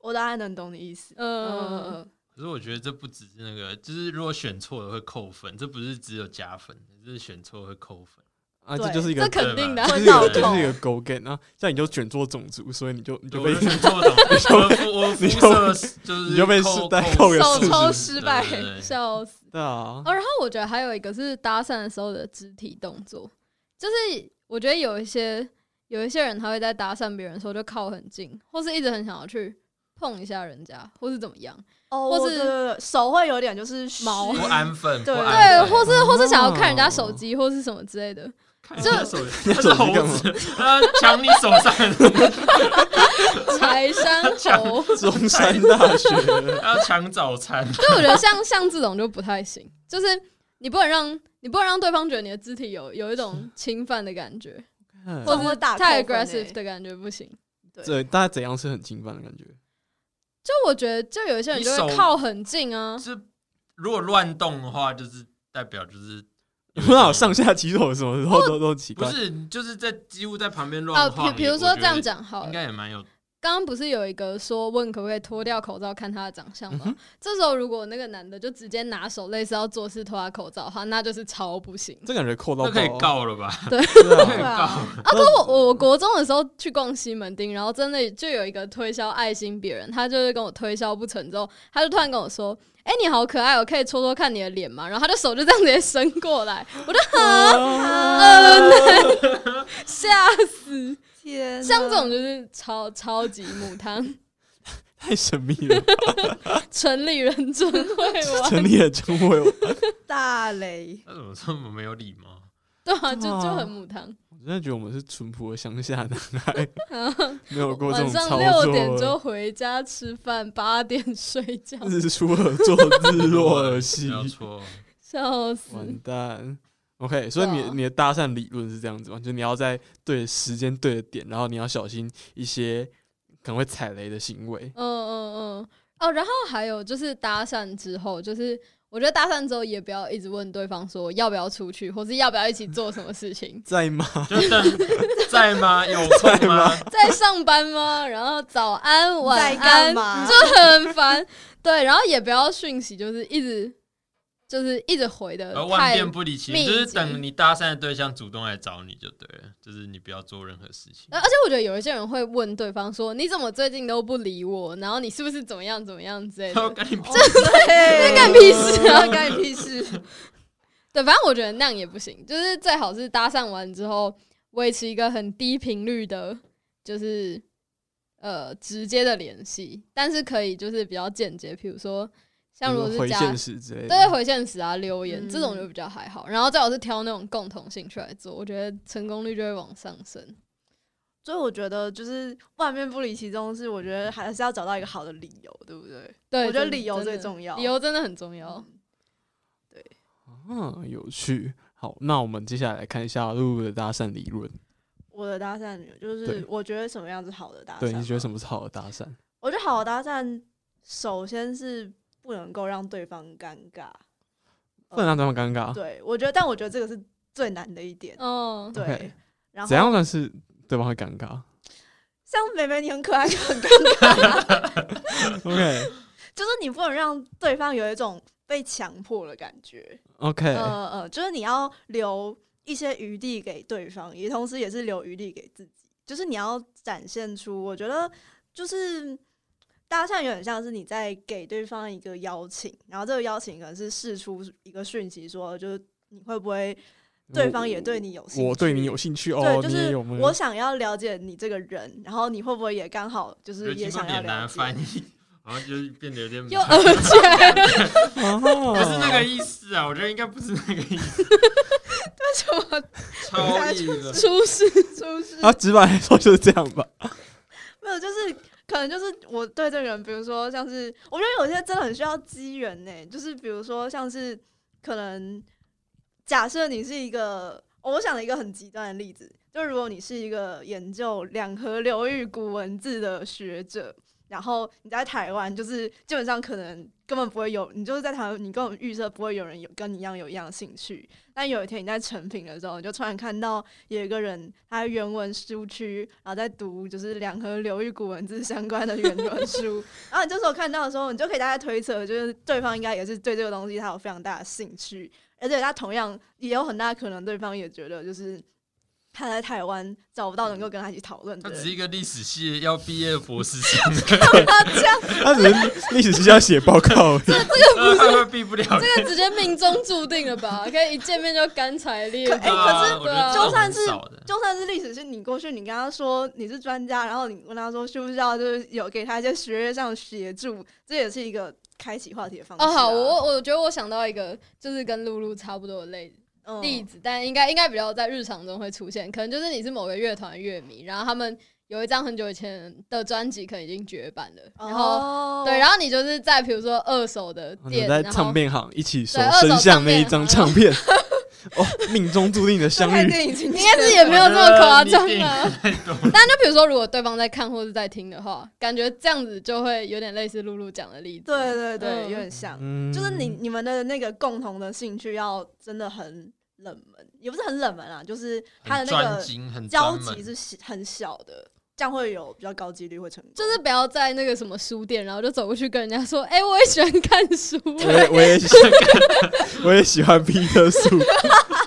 Speaker 2: 我大概能懂你意思。
Speaker 4: 嗯
Speaker 2: 嗯，
Speaker 3: 可是我觉得这不只是那个，就是如果选错了会扣分，这不是只有加分，这是选错会扣分。
Speaker 1: 啊，这
Speaker 2: 对
Speaker 1: 就是一个
Speaker 4: 这。肯 定的啊
Speaker 3: 对
Speaker 1: 这
Speaker 3: 吧
Speaker 1: 是一
Speaker 2: 闹
Speaker 1: 个，这
Speaker 2: 钟
Speaker 1: 就是一个狗 g a 啊！这样你就卷做种族，所以你就你就
Speaker 3: 对
Speaker 1: 被
Speaker 3: 我就 选错了，我的肤我的
Speaker 1: 你
Speaker 3: 肤
Speaker 1: 就
Speaker 3: 色是就是
Speaker 1: 你就被
Speaker 3: 扣
Speaker 1: 代扣个
Speaker 4: 手
Speaker 1: 数
Speaker 4: 抽
Speaker 1: 值
Speaker 4: 失败
Speaker 3: 对对，对
Speaker 4: 笑死。
Speaker 1: 对啊，
Speaker 4: 哦，然后我觉得还有一个是搭讪的时候的肢体动作，就是我觉得有一些有一些人他会在搭讪别人的时候就靠很近，或是一直很想要去碰一下人家，或是怎么样，
Speaker 2: 哦，
Speaker 4: 或
Speaker 2: 我
Speaker 4: 是
Speaker 2: 的手会有点就是虚
Speaker 4: 毛
Speaker 3: 不安分，
Speaker 2: 对
Speaker 3: 不
Speaker 4: 对，
Speaker 3: 安分
Speaker 4: 或是或是想要看人
Speaker 3: 哦
Speaker 4: 家手机，或是什么之类的。
Speaker 3: 看人家
Speaker 4: 就
Speaker 3: 手机，
Speaker 1: 你
Speaker 3: 他
Speaker 1: 手
Speaker 3: 是
Speaker 1: 机
Speaker 3: 猴
Speaker 1: 干嘛
Speaker 3: 子，他抢你手上的东西，
Speaker 4: 柴 山猴，
Speaker 1: 中山大学
Speaker 3: 他抢早餐，
Speaker 4: 但我觉得像像这种就不太行，就是你不能让你不能让对方觉得你的肢体有有 一种侵犯的感觉，
Speaker 1: 嗯
Speaker 4: 或
Speaker 2: 这样会
Speaker 4: 是
Speaker 2: 大
Speaker 4: 太
Speaker 2: 扣分欸
Speaker 4: aggressive 的感觉不行。
Speaker 1: 这大家怎样是很侵犯的感觉？
Speaker 4: 就我觉得，就有一些人
Speaker 3: 你
Speaker 4: 就
Speaker 3: 手
Speaker 4: 会靠很近啊，
Speaker 3: 是如果乱动的话，就是代表就是
Speaker 1: 不知道上下其手什么时候 都都很奇
Speaker 3: 不
Speaker 1: 怪。
Speaker 3: 是就是在几乎在旁边
Speaker 4: 啊，
Speaker 3: 乱晃
Speaker 4: 比
Speaker 3: 哦也，
Speaker 4: 比如
Speaker 3: 我
Speaker 4: 说
Speaker 3: 觉
Speaker 4: 这样
Speaker 3: 得
Speaker 4: 讲好
Speaker 3: 应
Speaker 4: 了，
Speaker 3: 该也蛮有
Speaker 4: 刚刚不是有一个说问可不可以脱掉口罩看他的长相
Speaker 3: 嗯
Speaker 4: 吗？这时候如果那个男的就直接拿手类似要做事脱他口罩的话，那就是超不 行。
Speaker 1: 这感觉扣到
Speaker 3: 那
Speaker 1: 爆
Speaker 3: 可以
Speaker 1: 啊，
Speaker 3: 告了吧？
Speaker 2: 对
Speaker 1: 对啊，
Speaker 2: 啊，
Speaker 4: 啊，可是我我我国中的时候去逛西门町，然后真的就有一个推销爱心别人，他就是跟我推销不成之后，他就突然跟我说：“哎、你好可爱，我可以戳戳看你的脸吗？”然后他的手就这样直接伸过来，我就
Speaker 1: 啊
Speaker 4: 吓
Speaker 3: 啊
Speaker 4: 死。
Speaker 2: 天哪，
Speaker 4: 像这种就是超超级母汤，
Speaker 1: 太神秘了，
Speaker 4: 城里人真会玩，
Speaker 1: 成立了真会，我
Speaker 2: 大雷，
Speaker 3: 他怎么这么没有礼貌？
Speaker 4: 对啊，就
Speaker 1: 对啊
Speaker 4: 就很母汤。
Speaker 1: 真的觉得我们是淳朴的乡下男 孩，没有过这
Speaker 4: 晚
Speaker 1: 种
Speaker 4: 上
Speaker 1: 操
Speaker 4: 六点
Speaker 1: 作
Speaker 4: 就。回家吃饭，八点睡 觉，
Speaker 1: 日出而作，日落而息
Speaker 3: 不，要错，
Speaker 4: 笑死！
Speaker 2: 嗯
Speaker 1: 完蛋。OK，所以你
Speaker 4: 对啊
Speaker 1: 你的搭讪理论是这样子吗？就是你要在对的时间、对的点，然后你要小心一些可能会踩雷的行为。，
Speaker 4: 嗯嗯嗯，哦，然后还有就是搭讪之后，就是我觉得搭讪之后也不要一直问对方说要不要出去，或是要不要一起做什么事 情
Speaker 1: 在吗？
Speaker 3: 就 等在吗？有空吗？
Speaker 4: 在上班吗？然后早安、晚
Speaker 2: 在干，
Speaker 4: 安
Speaker 2: 嘛？
Speaker 4: 就很烦。对，然后也不要讯息，就是一直就是一直回的
Speaker 2: 呃
Speaker 3: 而呃万
Speaker 4: 太
Speaker 3: 变不离其
Speaker 4: 密
Speaker 3: 门，就是
Speaker 4: 集
Speaker 3: 等你搭讪的对象主动来找你就对了，就是你不要做任何事情
Speaker 4: 呃。而且我觉得有一些人会问对方说：“你怎么最近都不理我？然后你是不是怎么样怎么样之类
Speaker 2: 呃
Speaker 3: 他
Speaker 4: 的
Speaker 3: 跟
Speaker 2: 哦
Speaker 3: 你
Speaker 2: 这
Speaker 4: 干屁事啊
Speaker 2: 哦干你屁事！？”
Speaker 4: 对，反正我觉得那样也不行，就是最好是搭讪完之后维持一个很低频率的，就是呃直接的联系，但是可以就是比较间接，比如说像如果
Speaker 1: 就是回
Speaker 4: 加
Speaker 1: 现实之类
Speaker 4: 对
Speaker 1: 的。
Speaker 4: 回现实啊留言、这种
Speaker 2: 嗯
Speaker 4: 就比较还好，然后最好是挑那种共同兴趣来做，我觉得成功率就会往上升。
Speaker 2: 所以我觉得就是万变不离其宗，是我觉得还是要找到一个好的理由，对不对？我
Speaker 4: 对，
Speaker 2: 觉得
Speaker 4: 真的
Speaker 2: 理由
Speaker 4: 真
Speaker 2: 最
Speaker 4: 的
Speaker 2: 重要
Speaker 4: 理由真的很重要。
Speaker 1: 嗯，有趣。好，那我们接下来看一下露露的搭讪理论。
Speaker 2: 我的搭讪理由就
Speaker 1: 对
Speaker 2: 是，我觉得什么样子好的搭讪？嗯
Speaker 1: 对，你觉得什
Speaker 2: 么？
Speaker 1: 么是好的搭讪？
Speaker 2: 我觉得好的搭讪，首先是不能够让对方尴尬。
Speaker 1: 啊不能让对方尴尬。
Speaker 2: 对，我觉得，但我觉得这个是最难的一点。
Speaker 4: 嗯，
Speaker 2: 对
Speaker 1: OK，
Speaker 2: 然后
Speaker 1: 怎样算是对方会尴 尬
Speaker 2: 像妹妹，你很可爱， 就很尴
Speaker 1: ？OK
Speaker 2: 就是你不能让对方有一种被强迫的感觉。
Speaker 1: OK，
Speaker 2: 呃呃，就是你要留一些余地给对方，也同时也是留余地给自己。就是你要展现出，我觉得就是搭讪有点像是你在给对方一个邀请，然后这个邀请可能是试出一个讯息说就是你会不会对方也对你有兴趣？
Speaker 1: 我对你有兴趣哦
Speaker 2: 对，，就
Speaker 1: 你也
Speaker 2: 是
Speaker 1: 有没有
Speaker 2: 我想要了解你这个人，然后你会不会也刚好就
Speaker 3: 我觉得
Speaker 2: 是也
Speaker 3: 经
Speaker 2: 想
Speaker 3: 过
Speaker 2: 要
Speaker 3: 点
Speaker 2: 了
Speaker 3: 难
Speaker 2: 解哦
Speaker 3: 翻？译，然后就是变得有点
Speaker 4: 又而且
Speaker 1: 啊
Speaker 3: 不是那个意思啊，我觉得应该不是那个意 思，
Speaker 4: 什么
Speaker 3: 超意了。
Speaker 4: 出事？
Speaker 2: 是不是
Speaker 1: 啊，直白来说就是这样吧。
Speaker 2: 没有，就是可能就是我对这个人，比如说像是，我觉得有些真的很需要机缘呢，就是比如说像是可能假设你是一个，哦我想了一个很极端的例子，就如果你是一个研究两河流域古文字的学者。然后你在台湾，就是基本上可能根本不会有，你就是在台湾，你根本预设不会有人有跟你一样有一样的兴趣。但有一天你在成品的时候，你就突然看到有一个人，他在原文书区，然后在读就是两河流域古文字相关的原文书，然后你这时候看到的时候，你就可以大概推测，就是对方应该也是对这个东西他有非常大的兴趣，而且他同样也有很大可能对方也觉得就是他在台湾找不到能够跟他一起讨论
Speaker 3: 他
Speaker 2: 的
Speaker 3: 只
Speaker 2: 人
Speaker 3: 是。一个历史系要毕业的博士生，
Speaker 2: 他这样
Speaker 1: 他只是历史系要写报告而已。
Speaker 3: 他会毕不了业。
Speaker 4: 这个直接命中注定了吧？可以一见面就干柴烈
Speaker 2: 可
Speaker 4: 火。
Speaker 2: 哎可是
Speaker 3: 我觉
Speaker 4: 对
Speaker 3: 得
Speaker 4: 啊
Speaker 3: 这种
Speaker 2: 就算
Speaker 3: 很
Speaker 2: 是
Speaker 3: 少的
Speaker 2: 就算是历史是你过去，你跟他说你是专家，然后你问他说需不需要，就是有给他一些学业上的协助，这也是一个开启话题的方式、啊。
Speaker 4: 哦，好，我我觉得我想到一个，就是跟露露差不多的类
Speaker 2: 嗯
Speaker 4: 例子，但应该应该比较在日常中会出现，可能就是你是某个乐团乐迷，然后他们有一张很久以前的专辑可能已经绝版了，然后、
Speaker 2: 哦
Speaker 4: 对，然后你就是在比如说二手的
Speaker 1: 哦你
Speaker 4: 店，
Speaker 1: 们在
Speaker 4: 然
Speaker 1: 唱
Speaker 4: 后
Speaker 1: 片行一起手
Speaker 4: 对二手
Speaker 1: 伸向
Speaker 4: 唱
Speaker 1: 那一
Speaker 4: 片
Speaker 1: 张
Speaker 4: 行
Speaker 1: 唱片，哦，命中注定的
Speaker 2: 这
Speaker 1: 相
Speaker 2: 太
Speaker 1: 遇。
Speaker 2: 电影情节
Speaker 4: 应该是也没有这么夸张
Speaker 3: 我觉得
Speaker 4: 啊。但就比如说，如果对方在看或是在听的话，感觉这样子就会有点类似露露讲的例子。
Speaker 2: 对对对，
Speaker 4: 嗯
Speaker 2: 有点像，
Speaker 1: 嗯
Speaker 2: 就是你你们的那个共同的兴趣要真的很冷门，也不是很冷门啊，就是他的
Speaker 3: 很
Speaker 2: 那
Speaker 3: 专
Speaker 2: 个
Speaker 3: 精，很
Speaker 2: 交
Speaker 3: 专门
Speaker 2: 集是小很小的，这样会有比较高几率会成功。
Speaker 4: 就是不要在那个什么书店，然后就走过去跟人家说：“哎、我也喜欢看书。”
Speaker 1: 我也我也喜 我也喜欢彼得树，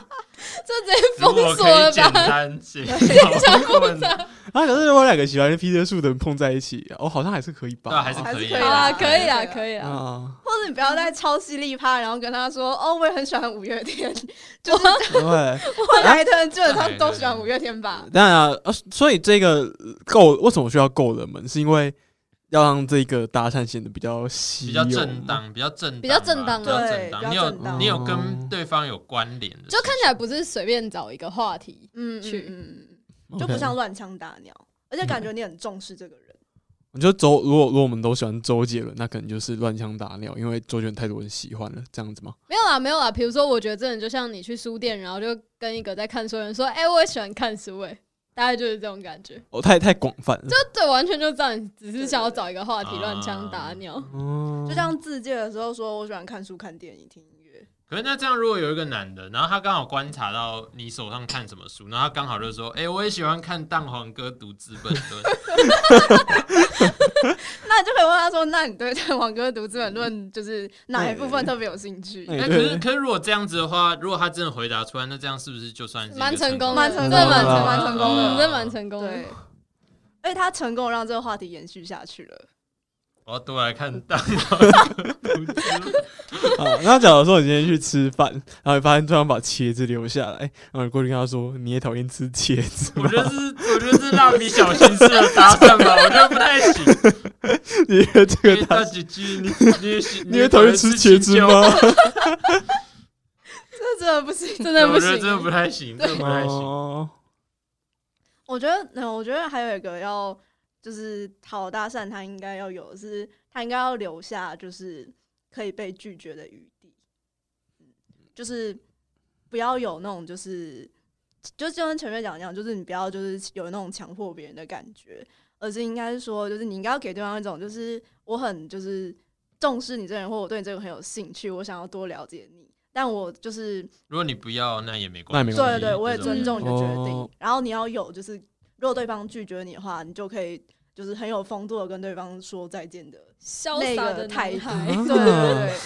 Speaker 4: 这直接
Speaker 3: 如
Speaker 4: 封
Speaker 3: 果
Speaker 4: 锁
Speaker 3: 可
Speaker 4: 了
Speaker 3: 以简
Speaker 4: 吧？
Speaker 3: 单 写好困难，
Speaker 1: 啊，可是如果两个喜欢彼得树的人碰在一起，我、好像还是可以吧？
Speaker 3: 对啊还是
Speaker 2: 还是
Speaker 3: 可以
Speaker 2: 可以
Speaker 4: 好啦，
Speaker 2: 啦，
Speaker 4: 可以啦，
Speaker 2: 以。
Speaker 4: 可以啦。
Speaker 1: 啊，
Speaker 2: 或者你不要再超犀利趴，然后跟他说：“哦，我也很喜欢五月天。”就是
Speaker 1: 对，
Speaker 2: 会来的人基本上都喜欢五月天吧？
Speaker 1: 当然啊，呃所以这个呃够为什么需要够冷门？是因为要让这个搭讪显得比较稀
Speaker 3: 比
Speaker 1: 有
Speaker 3: 较
Speaker 1: 吗，
Speaker 3: 正当，比较正当吧，
Speaker 4: 比较正当
Speaker 3: 比较
Speaker 2: 对
Speaker 3: 正当。你
Speaker 2: 比较正
Speaker 3: 有
Speaker 2: 当
Speaker 3: 你有
Speaker 1: 哦
Speaker 3: 跟对方有关联的事情，
Speaker 4: 就看起来不是随便找一个话题，
Speaker 2: 嗯，
Speaker 4: 去
Speaker 2: 嗯嗯嗯
Speaker 1: OK
Speaker 2: 就不像乱枪打鸟，而且感觉你很重视这个人。
Speaker 1: 我觉得周如果如果我们都喜欢周杰伦，那可能就是乱枪打鸟，因为周杰伦太多人喜欢了，这样子吗？
Speaker 4: 没有啦，没有啦。比如说，我觉得真的就像你去书店，然后就跟一个在看书的人说：“哎、我也喜欢看书。”哎，大概就是这种感觉。
Speaker 1: 哦，太太广泛了，
Speaker 4: 这完全就这样，你只是想要找一个话题乱枪打鸟。
Speaker 2: 嗯
Speaker 1: 哦
Speaker 2: 就像自介的时候说，我喜欢看书、看电影、听音乐。
Speaker 3: 可是那这样，如果有一个男的，然后他刚好观察到你手上看什么书，然后他刚好就说：“哎、我也喜欢看蛋黄哥读资 本论。
Speaker 2: 那你就可以问 他说：“那你对《王哥读资本论》就是哪一部分特别有兴趣
Speaker 1: 那”你
Speaker 3: 哎、可是可是如果这样子的话，如果他真的回答出来，那这样是不是就算是一个
Speaker 4: 蛮成功的，
Speaker 2: 蛮
Speaker 1: 成功
Speaker 4: 真
Speaker 1: 的
Speaker 4: 的蛮成
Speaker 2: 蛮成功的
Speaker 4: 嗯真的蛮成？”功的。
Speaker 2: 对，而且他成功让这个话题延续下去了。
Speaker 3: 我要多来哦啊看蛋黄 哥读资本论。
Speaker 1: 啊，那假如说你今天去吃饭，然后你发现对方把茄子留下来，然后你过去跟他说：“你也讨厌吃茄子
Speaker 3: 我
Speaker 1: 吗
Speaker 3: 觉得是，我觉得是蜡笔小新式的搭讪吧，我觉得不太行。？”
Speaker 1: 你觉得 这个
Speaker 3: 大
Speaker 1: 他，
Speaker 3: 姐姐， 你你也喜
Speaker 1: 你也讨厌吃茄子？ 吗？哦
Speaker 2: 这真的不行，
Speaker 4: 真
Speaker 3: 对
Speaker 4: 的不
Speaker 3: 我觉
Speaker 4: 行
Speaker 3: 得，真的不太行，真的不太行。
Speaker 1: 哦，
Speaker 2: 我觉得，嗯，我觉得还有一个要，就是好搭讪，他应该要有的是，他应该要留下就是可以被拒绝的余地，嗯，就是不要有那种就是，就就跟前面讲的一样，就是你不要就是有那种强迫别人的感觉，而是应该是说，就是你应该要给对方一种，就是我很就是重视你这个人，或我对你这个很有兴趣，我想要多了解你，但我就是
Speaker 3: 如果你不要，那也
Speaker 1: 那
Speaker 3: 没
Speaker 1: 也
Speaker 3: 关
Speaker 1: 没
Speaker 3: 系。
Speaker 1: 关
Speaker 2: 对对，我也
Speaker 3: 这种
Speaker 2: 尊重你的决定。
Speaker 1: 哦
Speaker 2: 然后你要有，就是如果对方拒绝你的话，你就可以就是很有风度的跟对方说再见的。
Speaker 4: 潇洒
Speaker 2: 那
Speaker 4: 的男
Speaker 2: 个
Speaker 1: 态
Speaker 4: 孩。
Speaker 1: 度
Speaker 2: 对对 对，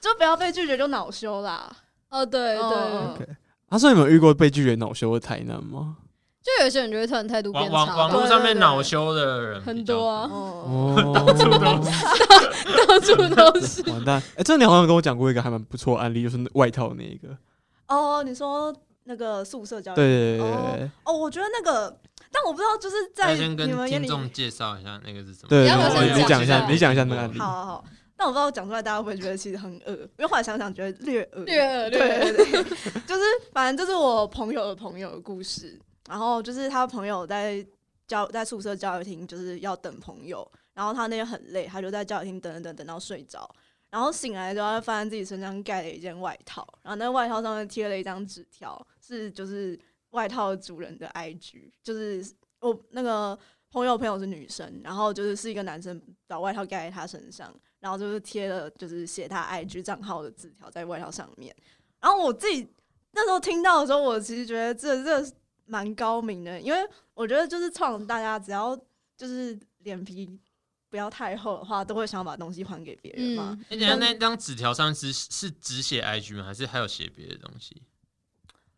Speaker 2: 就不要被拒绝就恼羞啦。
Speaker 4: 哦，对对
Speaker 2: 嗯
Speaker 4: 对，
Speaker 1: 他说：“你们有遇过被拒绝恼羞的台南吗
Speaker 4: 就有些人就会突然态度
Speaker 3: 网
Speaker 4: 变
Speaker 3: 网
Speaker 4: 差
Speaker 3: 网
Speaker 4: 吧，
Speaker 3: 络上面恼羞的人
Speaker 4: 很
Speaker 3: 比较
Speaker 4: 多啊，
Speaker 2: 哦，
Speaker 1: 哦，
Speaker 4: 到处都 是。
Speaker 1: 完蛋！哎、这你好像跟我讲过一个还蛮不错的案例，就是那外套那一个。
Speaker 2: 哦，你说那个宿舍交易？
Speaker 1: 对对对对
Speaker 2: 哦，我觉得那个，但我不知道，就是在
Speaker 3: 要先
Speaker 2: 你
Speaker 3: 跟
Speaker 2: 们眼
Speaker 3: 听
Speaker 2: 里，
Speaker 3: 众介绍一下那个是什么。
Speaker 1: 对
Speaker 4: 要不要
Speaker 1: 对，
Speaker 4: 先
Speaker 1: 你
Speaker 4: 讲
Speaker 1: 讲一
Speaker 4: 一
Speaker 1: 下，
Speaker 4: 下
Speaker 1: 你讲一下那个案例。
Speaker 2: 好好好。但我不知道讲出来大家会不会觉得其实很恶，因为后来想想觉得略恶，
Speaker 4: 略恶
Speaker 2: 对
Speaker 4: 略恶
Speaker 2: 对对，就是反正这是我朋友的朋友的故事。然后就是他朋友在教在宿舍教育厅，就是要等朋友。然后他那天很累，他就在教育厅等等等等到睡着。然后醒来之后，他发现自己身上盖了一件外套，然后那外套上面贴了一张纸条，是就是外套主人的 IG，就是我那个朋友朋友是女生，然后就是是一个男生把外套盖在她身上，然后就是贴了就是写她 IG 账号的字条在外套上面。然后我自己那时候听到的时候，我其实觉得这这蛮高明的，因为我觉得就是创大家只要就是脸皮不要太厚的话，都会想要把东西还给别人嘛。
Speaker 4: 嗯，
Speaker 3: 哎，等 一下那张纸条上是是只写 IG 吗？还是还有写别的东西？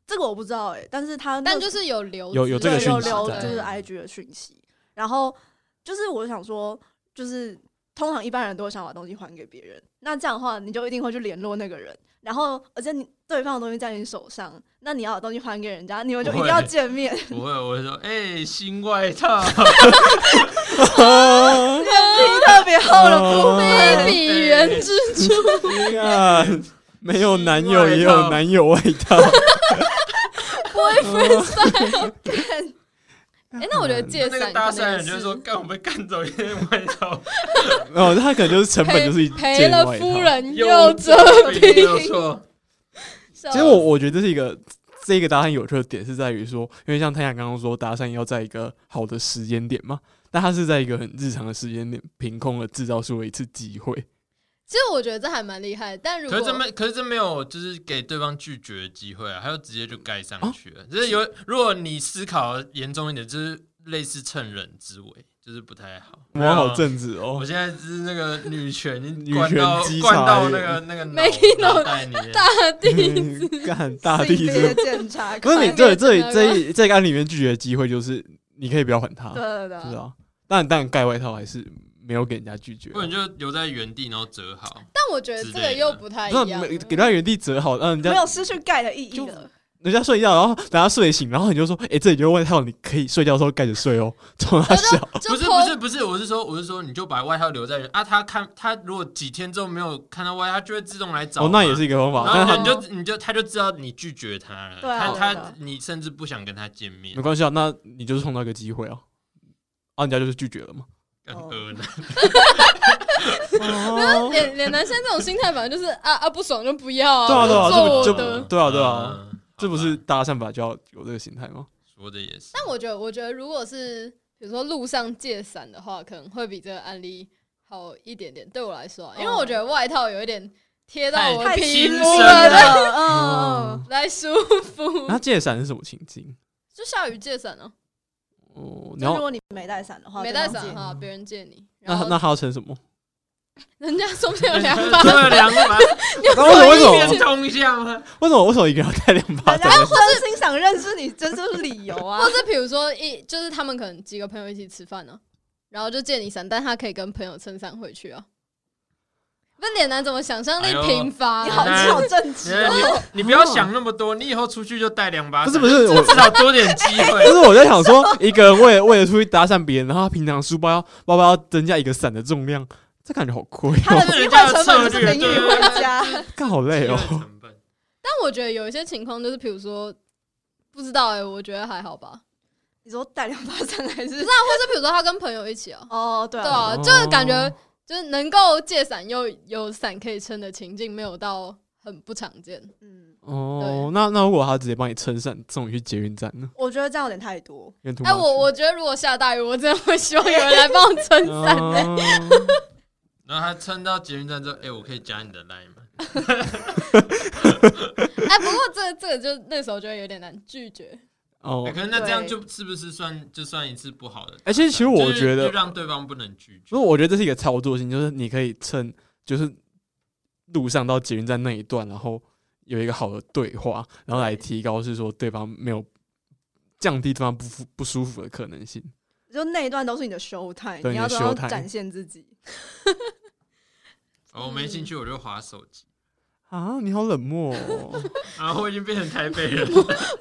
Speaker 2: 这个我不知道哎、但是他那
Speaker 4: 但就是有留
Speaker 1: 有有这个
Speaker 2: 对有
Speaker 1: 讯息
Speaker 2: 留
Speaker 1: 在
Speaker 2: 就是
Speaker 3: 嗯
Speaker 2: IG 的讯息，然后就是我想说，就是通常一般人都会想把东西还给别人，那这样的话你就一定会去联络那个人，然后而且你对方的东西在你手上，那你要把东西还给人家，你们就一定要
Speaker 3: 不会
Speaker 2: 见面，
Speaker 3: 不会，我会说，哎、新外 套，
Speaker 2: 皮特别厚的
Speaker 1: 哦
Speaker 2: 部分。
Speaker 4: 非比原之初，
Speaker 1: 看，哎没有男友也
Speaker 3: 外
Speaker 1: 有
Speaker 3: 套
Speaker 1: 男友外套。
Speaker 4: 哎、那我觉
Speaker 1: 嗯
Speaker 4: 得借
Speaker 3: 那个
Speaker 4: 伞
Speaker 3: 搭
Speaker 4: 可
Speaker 3: 讪
Speaker 4: 能
Speaker 3: 人
Speaker 4: 也
Speaker 3: 就是说，干，我被干走一件外套，
Speaker 1: 哦，他可能就是成本就是一
Speaker 4: 赔赔
Speaker 1: 件
Speaker 4: 了
Speaker 1: 外
Speaker 4: 夫
Speaker 1: 套。
Speaker 4: 人又折
Speaker 3: 对没有
Speaker 4: 兵。
Speaker 3: 错，
Speaker 1: 其实我我觉得这是一个这个搭讪有趣的点是在于说，因为像太阳刚刚说搭讪要在一个好的时间点嘛，但他是在一个很日常的时间点，凭空的制造出了一次机会。
Speaker 4: 其实我觉得这还蛮厉害，但如
Speaker 3: 可
Speaker 4: 果
Speaker 3: 是这没，可是这没有，就是给对方拒绝的机会啊，还有直接就盖
Speaker 1: 哦
Speaker 3: 上去了。就是有，如果你思考严重一点，就是类似趁人之危，就是不太好。
Speaker 1: 我好正
Speaker 3: 正，
Speaker 1: 直哦
Speaker 3: 我，现在是那个女权，
Speaker 1: 女
Speaker 3: 灌
Speaker 1: 权
Speaker 3: 到
Speaker 1: 稽查
Speaker 3: 灌到那
Speaker 1: 员
Speaker 3: 个那个脑
Speaker 4: 没脑
Speaker 3: 脑袋里面。
Speaker 4: 大地
Speaker 1: 干 大地
Speaker 2: 性别
Speaker 1: 是，
Speaker 2: 检 查
Speaker 1: 不是你
Speaker 4: 看
Speaker 1: 这
Speaker 4: 面
Speaker 1: 这
Speaker 4: 子那
Speaker 1: 里
Speaker 4: 个
Speaker 1: 这一这个案里面拒绝的机会就是你可以不要还他，
Speaker 2: 对对对
Speaker 1: 是啊，但但盖外套还是没有给人家拒绝啊。
Speaker 3: 不然就留在原地，然后折好。
Speaker 4: 但我觉得这个又不太一
Speaker 1: 那
Speaker 4: 样。啊
Speaker 1: 没给他原地折好，让人
Speaker 2: 没
Speaker 1: 家
Speaker 2: 有失去盖的意义
Speaker 1: 就
Speaker 2: 了。
Speaker 1: 人家睡觉，然后等他睡醒，然后你就说，哎、这里就外套，你可以睡觉的时候盖着睡哦，冲他 笑。
Speaker 4: 就
Speaker 3: 不是
Speaker 4: 偷
Speaker 3: 不是不是，我是说我是说，你就把外套留在原啊。他看他如果几天之后没有看到外套，他就会自动来找嘛。
Speaker 1: 哦，那也是一个方法，
Speaker 3: 然
Speaker 1: 但
Speaker 3: 后
Speaker 1: 他
Speaker 3: 你就你就你就他就知道你拒绝他了，
Speaker 2: 对啊对
Speaker 3: 他
Speaker 2: 啊
Speaker 3: 他你甚至不想跟他见面
Speaker 1: 没，关系啊，那你就是碰到一个机会啊，啊，人家就是拒绝了嘛。
Speaker 3: 更恶呢。
Speaker 1: 哦，
Speaker 4: 脸脸男生这种心态，反正就是啊啊不爽就不要
Speaker 1: 对啊对啊，
Speaker 4: 哦做
Speaker 1: 这
Speaker 4: 我
Speaker 1: 不
Speaker 4: 的
Speaker 1: 就。对啊对啊，
Speaker 3: 嗯
Speaker 1: 这不
Speaker 3: 好吧
Speaker 1: 是搭讪法就要有这个心态吗？
Speaker 3: 说的也是。
Speaker 4: 但我觉得，我觉得如果是比如说路上借伞的话，可能会比这个案例好一点点。对我来说啊，因为我觉得外套有一点贴到我
Speaker 3: 太
Speaker 4: 皮
Speaker 3: 亲
Speaker 4: 肤
Speaker 3: 深了
Speaker 4: 了，对
Speaker 2: 嗯嗯
Speaker 1: 哦
Speaker 2: 嗯，
Speaker 4: 不太舒服。
Speaker 1: 那借伞是什么情境？
Speaker 4: 就下雨借伞哦，
Speaker 1: 哦，
Speaker 2: 就
Speaker 1: 然
Speaker 2: 如
Speaker 1: 后
Speaker 2: 果你没带伞的话，
Speaker 4: 没带
Speaker 2: 对方
Speaker 4: 伞
Speaker 2: 借
Speaker 4: 哈，别人借你，
Speaker 1: 那
Speaker 4: 然后
Speaker 1: 啊那他要称什么？
Speaker 4: 人家中 间有 两
Speaker 3: 对
Speaker 4: 把，
Speaker 3: 这 两把
Speaker 1: 然后哎为什么为
Speaker 3: 变
Speaker 1: 什么
Speaker 3: 通一下 吗？
Speaker 1: 为什么为什么一个人要带两把
Speaker 2: 人家
Speaker 1: 伞？
Speaker 2: 真心想认识你，这就是理由啊
Speaker 4: 或。是比如说一就是他们可能几个朋友一起吃饭呢、然后就借你伞，但他可以跟朋友撑伞回去啊。问脸男怎么想象力
Speaker 3: 哎呦
Speaker 4: 贫乏、啊
Speaker 2: 你好，
Speaker 3: 那
Speaker 2: 你好正
Speaker 3: 你
Speaker 2: 直哦。
Speaker 3: 你你不要想那么多，你以后出去就带两把
Speaker 1: 不
Speaker 3: 伞，
Speaker 1: 是不是我
Speaker 3: 至少多点机
Speaker 1: 但是
Speaker 3: 会。
Speaker 1: 我在想说，一个人为了为了出去搭讪别人，然后他平常书包要包包要增加一个伞的重量，这感觉好亏
Speaker 2: 他
Speaker 1: 哦，
Speaker 2: 的机会成本就是淋雨回家，
Speaker 1: 干 好累 哦
Speaker 3: 机。会成本
Speaker 4: 但我觉得有一些情况就是，比如说不知道哎、我觉得还 好吧。啊
Speaker 2: 你说带两把伞还是？
Speaker 4: 或者比如说他跟朋友一起哦、
Speaker 2: 哦，对
Speaker 4: 对
Speaker 2: 啊，
Speaker 4: 啊，就是感觉就是能够借伞又有伞可以撑的情境，没有到很不常见。
Speaker 2: 嗯，
Speaker 1: 哦，那那如果他直接帮你撑伞送你去捷运站呢？
Speaker 2: 我觉得这样有点太多。
Speaker 1: 有点 too
Speaker 4: 哎、我
Speaker 1: much
Speaker 4: 我觉得如果下大雨，我真的会希望有人来帮我撑伞。欸
Speaker 1: 哦
Speaker 3: 然后他撑到捷运站之后，哎，我可以加你的 line 吗？
Speaker 4: 哎、不过这这个就那时候就会有点难拒绝。
Speaker 1: 哦
Speaker 3: 哎，可是那这
Speaker 2: 对
Speaker 3: 样就是不是算就算一次不好的搭讪？
Speaker 1: 哎其实其实我
Speaker 3: 就是
Speaker 1: 觉得
Speaker 3: 就让对方不能拒绝
Speaker 1: 所以。我觉得这是一个操作性，就是你可以趁就是路上到捷运站那一段，然后有一个好的对话，然后来提高是说对方没有降低对方不舒不舒服的可能性。
Speaker 2: 就那一段都是你的 show time，
Speaker 1: 对
Speaker 2: 你要
Speaker 1: 你的
Speaker 2: 怎
Speaker 1: show
Speaker 2: 么
Speaker 1: time
Speaker 2: 展现自己？
Speaker 3: 哦，我没兴趣，我就划手机。
Speaker 1: 啊，你好冷漠、哦。
Speaker 3: 啊，我已经变成台北人，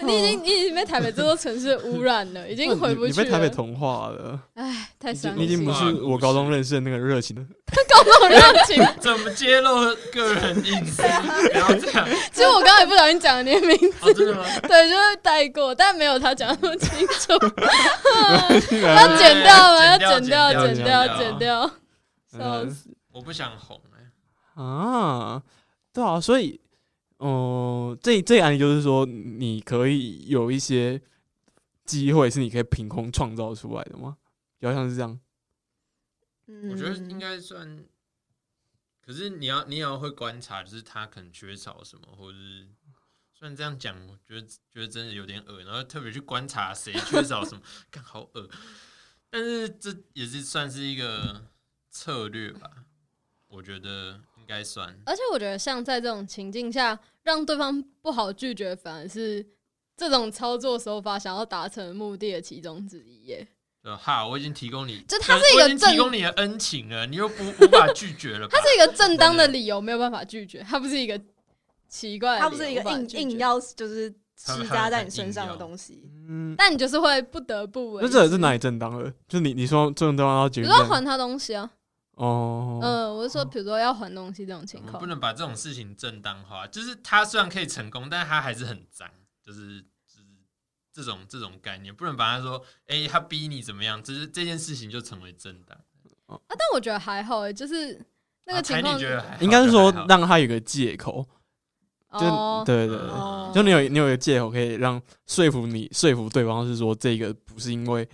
Speaker 4: 你已经你已经被台北这座城市污染了，已经回不
Speaker 1: 嗯你
Speaker 4: 去
Speaker 1: 被
Speaker 4: 了。
Speaker 1: 台北同化了，
Speaker 4: 哎，太
Speaker 1: 已
Speaker 4: 伤
Speaker 1: 经
Speaker 4: 心
Speaker 1: 你已经不
Speaker 4: 了。
Speaker 1: 是我高中认识的那个热情的。
Speaker 4: 搞懂热情。
Speaker 3: 怎么揭露个人隐私？ 不要这样。
Speaker 4: 其实我刚才不小心讲了你的名字，
Speaker 3: 哦，真的吗？
Speaker 4: 对，就是带过，但没有他讲那么清 楚。
Speaker 1: 要
Speaker 4: 要剪掉吗？要
Speaker 3: 剪掉
Speaker 1: 剪
Speaker 4: 剪掉，剪
Speaker 1: 掉嗯
Speaker 4: 掉，剪掉。笑死！
Speaker 3: 我不想红哎、
Speaker 1: 啊，对啊，所以，哦、这这个案例就是说，你可以有一些机会是你可以凭空创造出来的吗？比较像是这样，
Speaker 2: 嗯，
Speaker 3: 我觉得应该算。可是你要你也要会观察，就是他可能缺少什么，或者是虽然这样讲，我觉得觉得真的有点恶，然后特别去观察谁缺少什么，干好恶。但是这也是算是一个策略吧，我觉得应该算。
Speaker 4: 而且我觉得，像在这种情境下，让对方不好拒绝，反而是这种操作手法想要达成的目的的其中之一耶。
Speaker 3: 呃哈，我已经提供你，
Speaker 4: 就它是一个
Speaker 3: 我已经提
Speaker 4: 正
Speaker 3: 供你的恩情了，你又不无法拒绝了吧？
Speaker 4: 它是一个正当的理由，没有办法拒绝，它不是一个奇怪的理由，
Speaker 2: 它不是一个
Speaker 4: 无法
Speaker 2: 硬
Speaker 4: 拒绝
Speaker 2: 硬，要就是施加在你身上
Speaker 3: 他
Speaker 2: 的
Speaker 3: 们很
Speaker 2: 东西。
Speaker 1: 嗯，
Speaker 4: 但你就是会不得不为
Speaker 1: 那
Speaker 4: 之。
Speaker 1: 这是哪里正当了？就你你说正当要解
Speaker 4: 比
Speaker 1: 决
Speaker 4: 如说还他东西啊，
Speaker 1: 哦，
Speaker 4: 嗯，我是说，比如说要还东西这种情
Speaker 3: 我们哦不
Speaker 4: 况，
Speaker 3: 能把这种事情正当化。就是他虽然可以成功，但他还是很脏，就是就是这种这种概念，不能把他说，哎、他逼你怎么样，就是这件事情就成为正当。
Speaker 4: 啊，但我觉得还好耶，就是那
Speaker 3: 啊
Speaker 4: 个情
Speaker 3: 台
Speaker 4: 况
Speaker 3: 你觉得还好
Speaker 1: 应该是说
Speaker 3: 就还好
Speaker 1: 让他有个借口，就
Speaker 4: 哦，
Speaker 1: 对对对，
Speaker 4: 哦
Speaker 1: 就你有你有一个借口可以让说服你说服对方是说这个不是因为，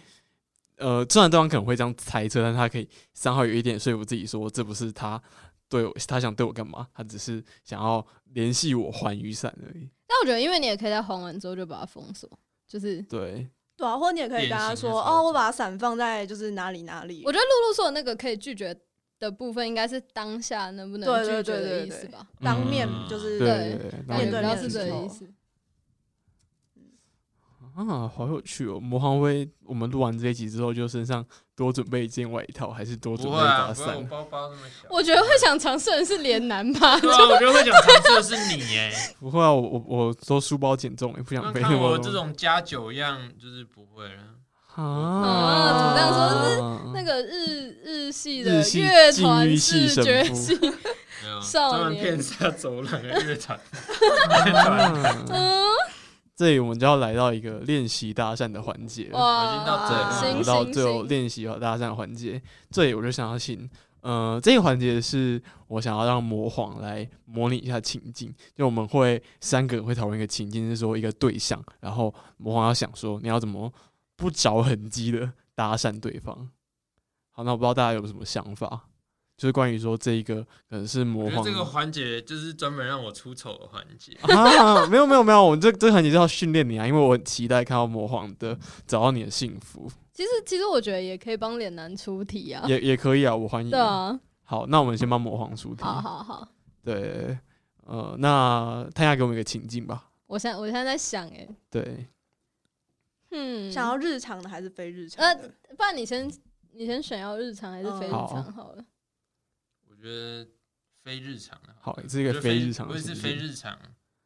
Speaker 1: 呃，虽然对方可能会这样猜测，但是他可以三号有一点说服自己说这不是他对我他想对我干嘛，他只是想要联系我还雨伞而已。
Speaker 4: 但我觉得，因为你也可以在还完之后就把它封锁，就是
Speaker 1: 对，
Speaker 2: 对啊，或者你也可以跟他
Speaker 3: 典型的
Speaker 2: 说，
Speaker 3: 操
Speaker 2: 哦，
Speaker 3: 作
Speaker 2: 我把伞放在就是哪里哪里
Speaker 4: 我。觉得露露说的那个可以拒绝的部分，应该是当下能不能
Speaker 2: 对
Speaker 4: 拒
Speaker 2: 对
Speaker 4: 绝
Speaker 2: 对
Speaker 4: 的
Speaker 2: 对
Speaker 4: 意思
Speaker 2: 对
Speaker 4: 吧？
Speaker 2: 当面
Speaker 3: 嗯
Speaker 2: 就是
Speaker 1: 对
Speaker 4: 对
Speaker 1: 对对，然
Speaker 4: 感觉
Speaker 1: 后
Speaker 2: 面对
Speaker 4: 比较
Speaker 2: 面
Speaker 4: 是
Speaker 2: 的
Speaker 4: 这
Speaker 2: 时
Speaker 4: 个
Speaker 2: 候
Speaker 4: 意思。
Speaker 1: 啊，好有趣哦！魔航威，我们录完这一集之后，就身上多准备一件外套，还是多准
Speaker 3: 不
Speaker 1: 备
Speaker 3: 会
Speaker 1: 一把
Speaker 3: 啊，不会，
Speaker 1: 伞
Speaker 3: 我？包包那么小。
Speaker 4: 我觉得会想尝试的是连男 吧，
Speaker 3: 对啊，我觉得会讲尝试的是你哎、
Speaker 1: 不会啊，我我我都书包减重，也不
Speaker 3: 不
Speaker 1: 想
Speaker 3: 能
Speaker 1: 背
Speaker 3: 看
Speaker 1: 那么
Speaker 3: 我这
Speaker 1: 多。
Speaker 3: 种加酒一样，就是不会了。
Speaker 1: 啊，
Speaker 4: 怎么这样
Speaker 1: 说？
Speaker 4: 那个日日系
Speaker 1: 日
Speaker 4: 的
Speaker 1: 系
Speaker 4: 乐
Speaker 1: 禁
Speaker 4: 团
Speaker 1: 欲系
Speaker 4: 视
Speaker 1: 神
Speaker 4: 觉
Speaker 1: 父
Speaker 4: 系，
Speaker 3: 没有
Speaker 4: 少
Speaker 3: 专门
Speaker 4: 年
Speaker 3: 骗下走廊的乐团，
Speaker 1: 啊
Speaker 4: 嗯，
Speaker 1: 这里我们就要来到一个练习搭讪的环节了。
Speaker 4: 哇，
Speaker 3: 我已经到
Speaker 1: 对，
Speaker 3: 这
Speaker 1: 我
Speaker 3: 里
Speaker 1: 们
Speaker 4: 行
Speaker 1: 到最后
Speaker 4: 行行，
Speaker 1: 练习和搭讪环节，这里我就想要请，呃，这个环节是我想要让魔皇来模拟一下情境，就我们会三个人会讨论一个情境，是说一个对象，然后魔皇要想说你要怎么不着痕迹的搭讪对方。好，那我不知道大家有什么想法，就是关于说这一个可能是魔
Speaker 3: 我觉得
Speaker 1: 皇
Speaker 3: 这个环节就是专门让我出丑的环节。
Speaker 1: 啊，没有没有没有，我们这这个环节是要训练你啊，因为我很期待看到魔皇的找到你的幸福，
Speaker 4: 其实其实我觉得也可以帮脸男出题啊，
Speaker 1: 也也 可以啊，我欢迎。
Speaker 4: 对啊，
Speaker 1: 好，那我们先帮魔皇出题。
Speaker 4: 好好好，
Speaker 1: 对，呃，那探下给我们一个情境吧。
Speaker 4: 我现在我现在在想，哎，
Speaker 1: 对，
Speaker 4: 嗯，
Speaker 2: 想要日常的还是非日常的？
Speaker 4: 不然你先你先选要日常还是非日
Speaker 1: 好
Speaker 4: 常好了。
Speaker 3: 我觉得非日常的，
Speaker 1: 好，这
Speaker 3: 我
Speaker 1: 是
Speaker 3: 觉
Speaker 1: 一
Speaker 3: 得
Speaker 1: 个
Speaker 3: 非
Speaker 1: 非日常
Speaker 3: 我
Speaker 1: 的
Speaker 3: 也是
Speaker 1: 情
Speaker 3: 非
Speaker 1: 境。
Speaker 3: 日常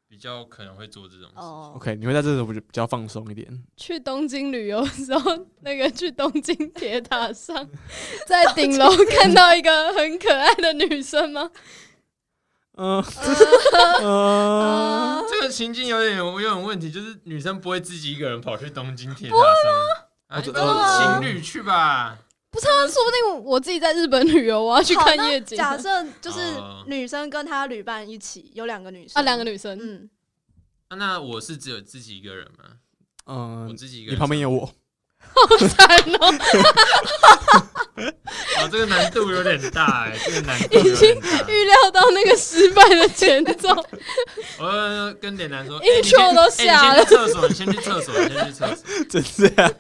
Speaker 3: 比较可能会做这种事。情。
Speaker 2: 哦，
Speaker 1: OK，你会在这时候比较放松一点。
Speaker 4: 去东京旅游的时候，那个去东京铁塔上，在顶 楼看到一个很可爱的女生吗？
Speaker 1: 嗯
Speaker 4: 啊
Speaker 1: 嗯，
Speaker 3: 这个情境有点有点问题，就是女生不会自己一个人跑去东京铁塔上。
Speaker 1: 我
Speaker 3: 啊，你
Speaker 1: 觉
Speaker 3: 们
Speaker 1: 得
Speaker 4: 哦
Speaker 3: 都情侣去吧。
Speaker 4: 不是啊，说不定我自己在日本旅游，我要去看夜景
Speaker 2: 假
Speaker 4: 啊。
Speaker 2: 设就是
Speaker 3: 哦
Speaker 2: 女生跟她旅伴一起，有两个女生
Speaker 4: 啊两个女生，
Speaker 2: 嗯，
Speaker 3: 啊那我是只有自己一个人吗？我
Speaker 1: 嗯，
Speaker 3: 自己一
Speaker 1: 你
Speaker 3: 个人。
Speaker 1: 旁边有我。
Speaker 4: 惨哦，
Speaker 3: 啊，这个难度有点大哎，这个难度有点大。
Speaker 4: 预料到那个失败的前奏。
Speaker 3: 我跟点男说 哎
Speaker 4: Intro 都下了
Speaker 3: 哎你先哎你先去厕所，你先去厕所，你先去厕 所。
Speaker 1: 真这样？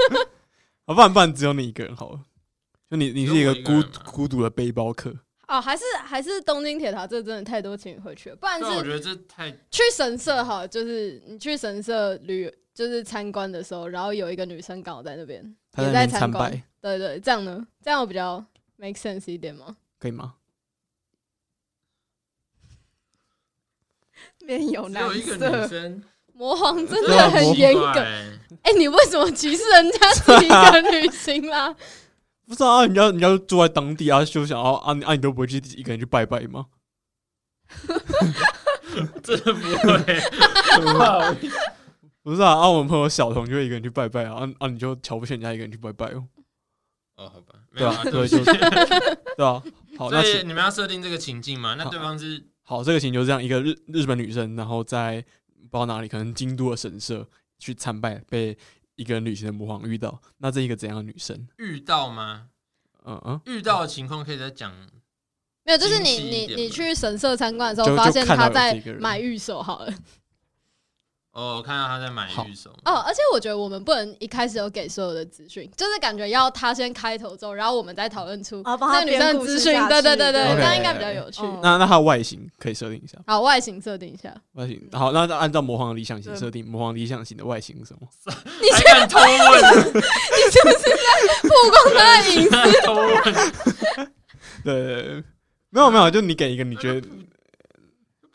Speaker 1: 好，不然不然只有你一个人好了。就你，你
Speaker 3: 只
Speaker 1: 是一个
Speaker 3: 有我一个
Speaker 1: 孤
Speaker 3: 人吗
Speaker 1: 孤独的背包客。
Speaker 4: 哦，还是还是东京铁塔，这真的太多情侣会去了，不然
Speaker 3: 啊但我
Speaker 4: 是
Speaker 3: 觉得这太
Speaker 4: 去神社好了，就是你去神社旅游，就是参观的时候，然后有一个女生刚好在那边，
Speaker 1: 他
Speaker 4: 也
Speaker 1: 那
Speaker 4: 在
Speaker 1: 边
Speaker 4: 参
Speaker 1: 参
Speaker 4: 观
Speaker 1: 拜，
Speaker 4: 对对，这样呢，这样我比较 make sense 一点吗？
Speaker 1: 可以吗？
Speaker 2: 面有
Speaker 3: 只
Speaker 2: 男
Speaker 3: 有一个女
Speaker 2: 色，
Speaker 3: 生，
Speaker 4: 魔皇真
Speaker 1: 对啊
Speaker 4: 的很
Speaker 1: 魔
Speaker 4: 严
Speaker 3: 格。
Speaker 4: 格，哎、你为什么歧视人家自己一个旅行 啦？
Speaker 1: 不是啊，人家人家就住在当地啊，就想要啊你啊，你都不会去一个人去拜拜吗？
Speaker 3: 真的不会。
Speaker 1: 不是啊，啊，我们朋友小童就会一个人去拜拜啊，啊啊，你就瞧不起人家一个人去拜拜哦，
Speaker 3: 哦，好吧，没
Speaker 1: 对
Speaker 3: 有
Speaker 1: 啊
Speaker 3: 啊，，对
Speaker 1: 对，
Speaker 3: 不
Speaker 1: 就
Speaker 3: 起。
Speaker 1: 对 啊，好，那
Speaker 3: 所以
Speaker 1: 请
Speaker 3: 你们要设定这个情境嘛？那
Speaker 1: 好
Speaker 3: 对方是
Speaker 1: 好，这个情就这样，一个日日本女生，然后在不知道哪里，可能京都的神社去参拜，被一个人旅行的魔皇遇到，那这一个怎样的女生？
Speaker 3: 遇到吗？
Speaker 1: 嗯嗯，
Speaker 3: 遇到的情况可以再讲。
Speaker 4: 没有，就是
Speaker 3: 精
Speaker 4: 你
Speaker 3: 细一
Speaker 4: 你
Speaker 3: 点
Speaker 4: 你
Speaker 3: 吧
Speaker 4: 去神社参观的时候，
Speaker 1: 就
Speaker 4: 发现
Speaker 1: 就看到
Speaker 4: 他
Speaker 1: 有
Speaker 4: 在
Speaker 1: 这个人
Speaker 4: 买玉手好了，
Speaker 3: 哦，我看到他在买
Speaker 1: 好
Speaker 3: 玉手嘛，
Speaker 4: 哦，而且我觉得我们不能一开始有给所有的资讯，就是感觉要他先开头之后，然后我们再讨论出
Speaker 2: 啊帮
Speaker 4: 那
Speaker 2: 他
Speaker 4: 个女
Speaker 2: 编
Speaker 4: 生的
Speaker 2: 故
Speaker 4: 资
Speaker 2: 事
Speaker 4: 讯
Speaker 2: 下。
Speaker 4: 对对
Speaker 2: 去
Speaker 4: 对对，
Speaker 2: 对
Speaker 4: 这样
Speaker 1: 对
Speaker 4: 应该
Speaker 1: 对
Speaker 4: 比较
Speaker 1: 对
Speaker 4: 有趣。
Speaker 2: 嗯
Speaker 1: 那那它的外形可以设定一下，
Speaker 4: 好，外形设定一下，
Speaker 1: 外形
Speaker 3: 嗯
Speaker 1: 好，那按照魔皇的理想型
Speaker 2: 对
Speaker 1: 设定，魔皇理想型的外形是什么？
Speaker 3: 还敢哎偷问，
Speaker 4: 曝光他的
Speaker 3: 还
Speaker 4: 影
Speaker 3: 敢啊偷问，
Speaker 1: 对对对，没有没有，就你给一个你觉得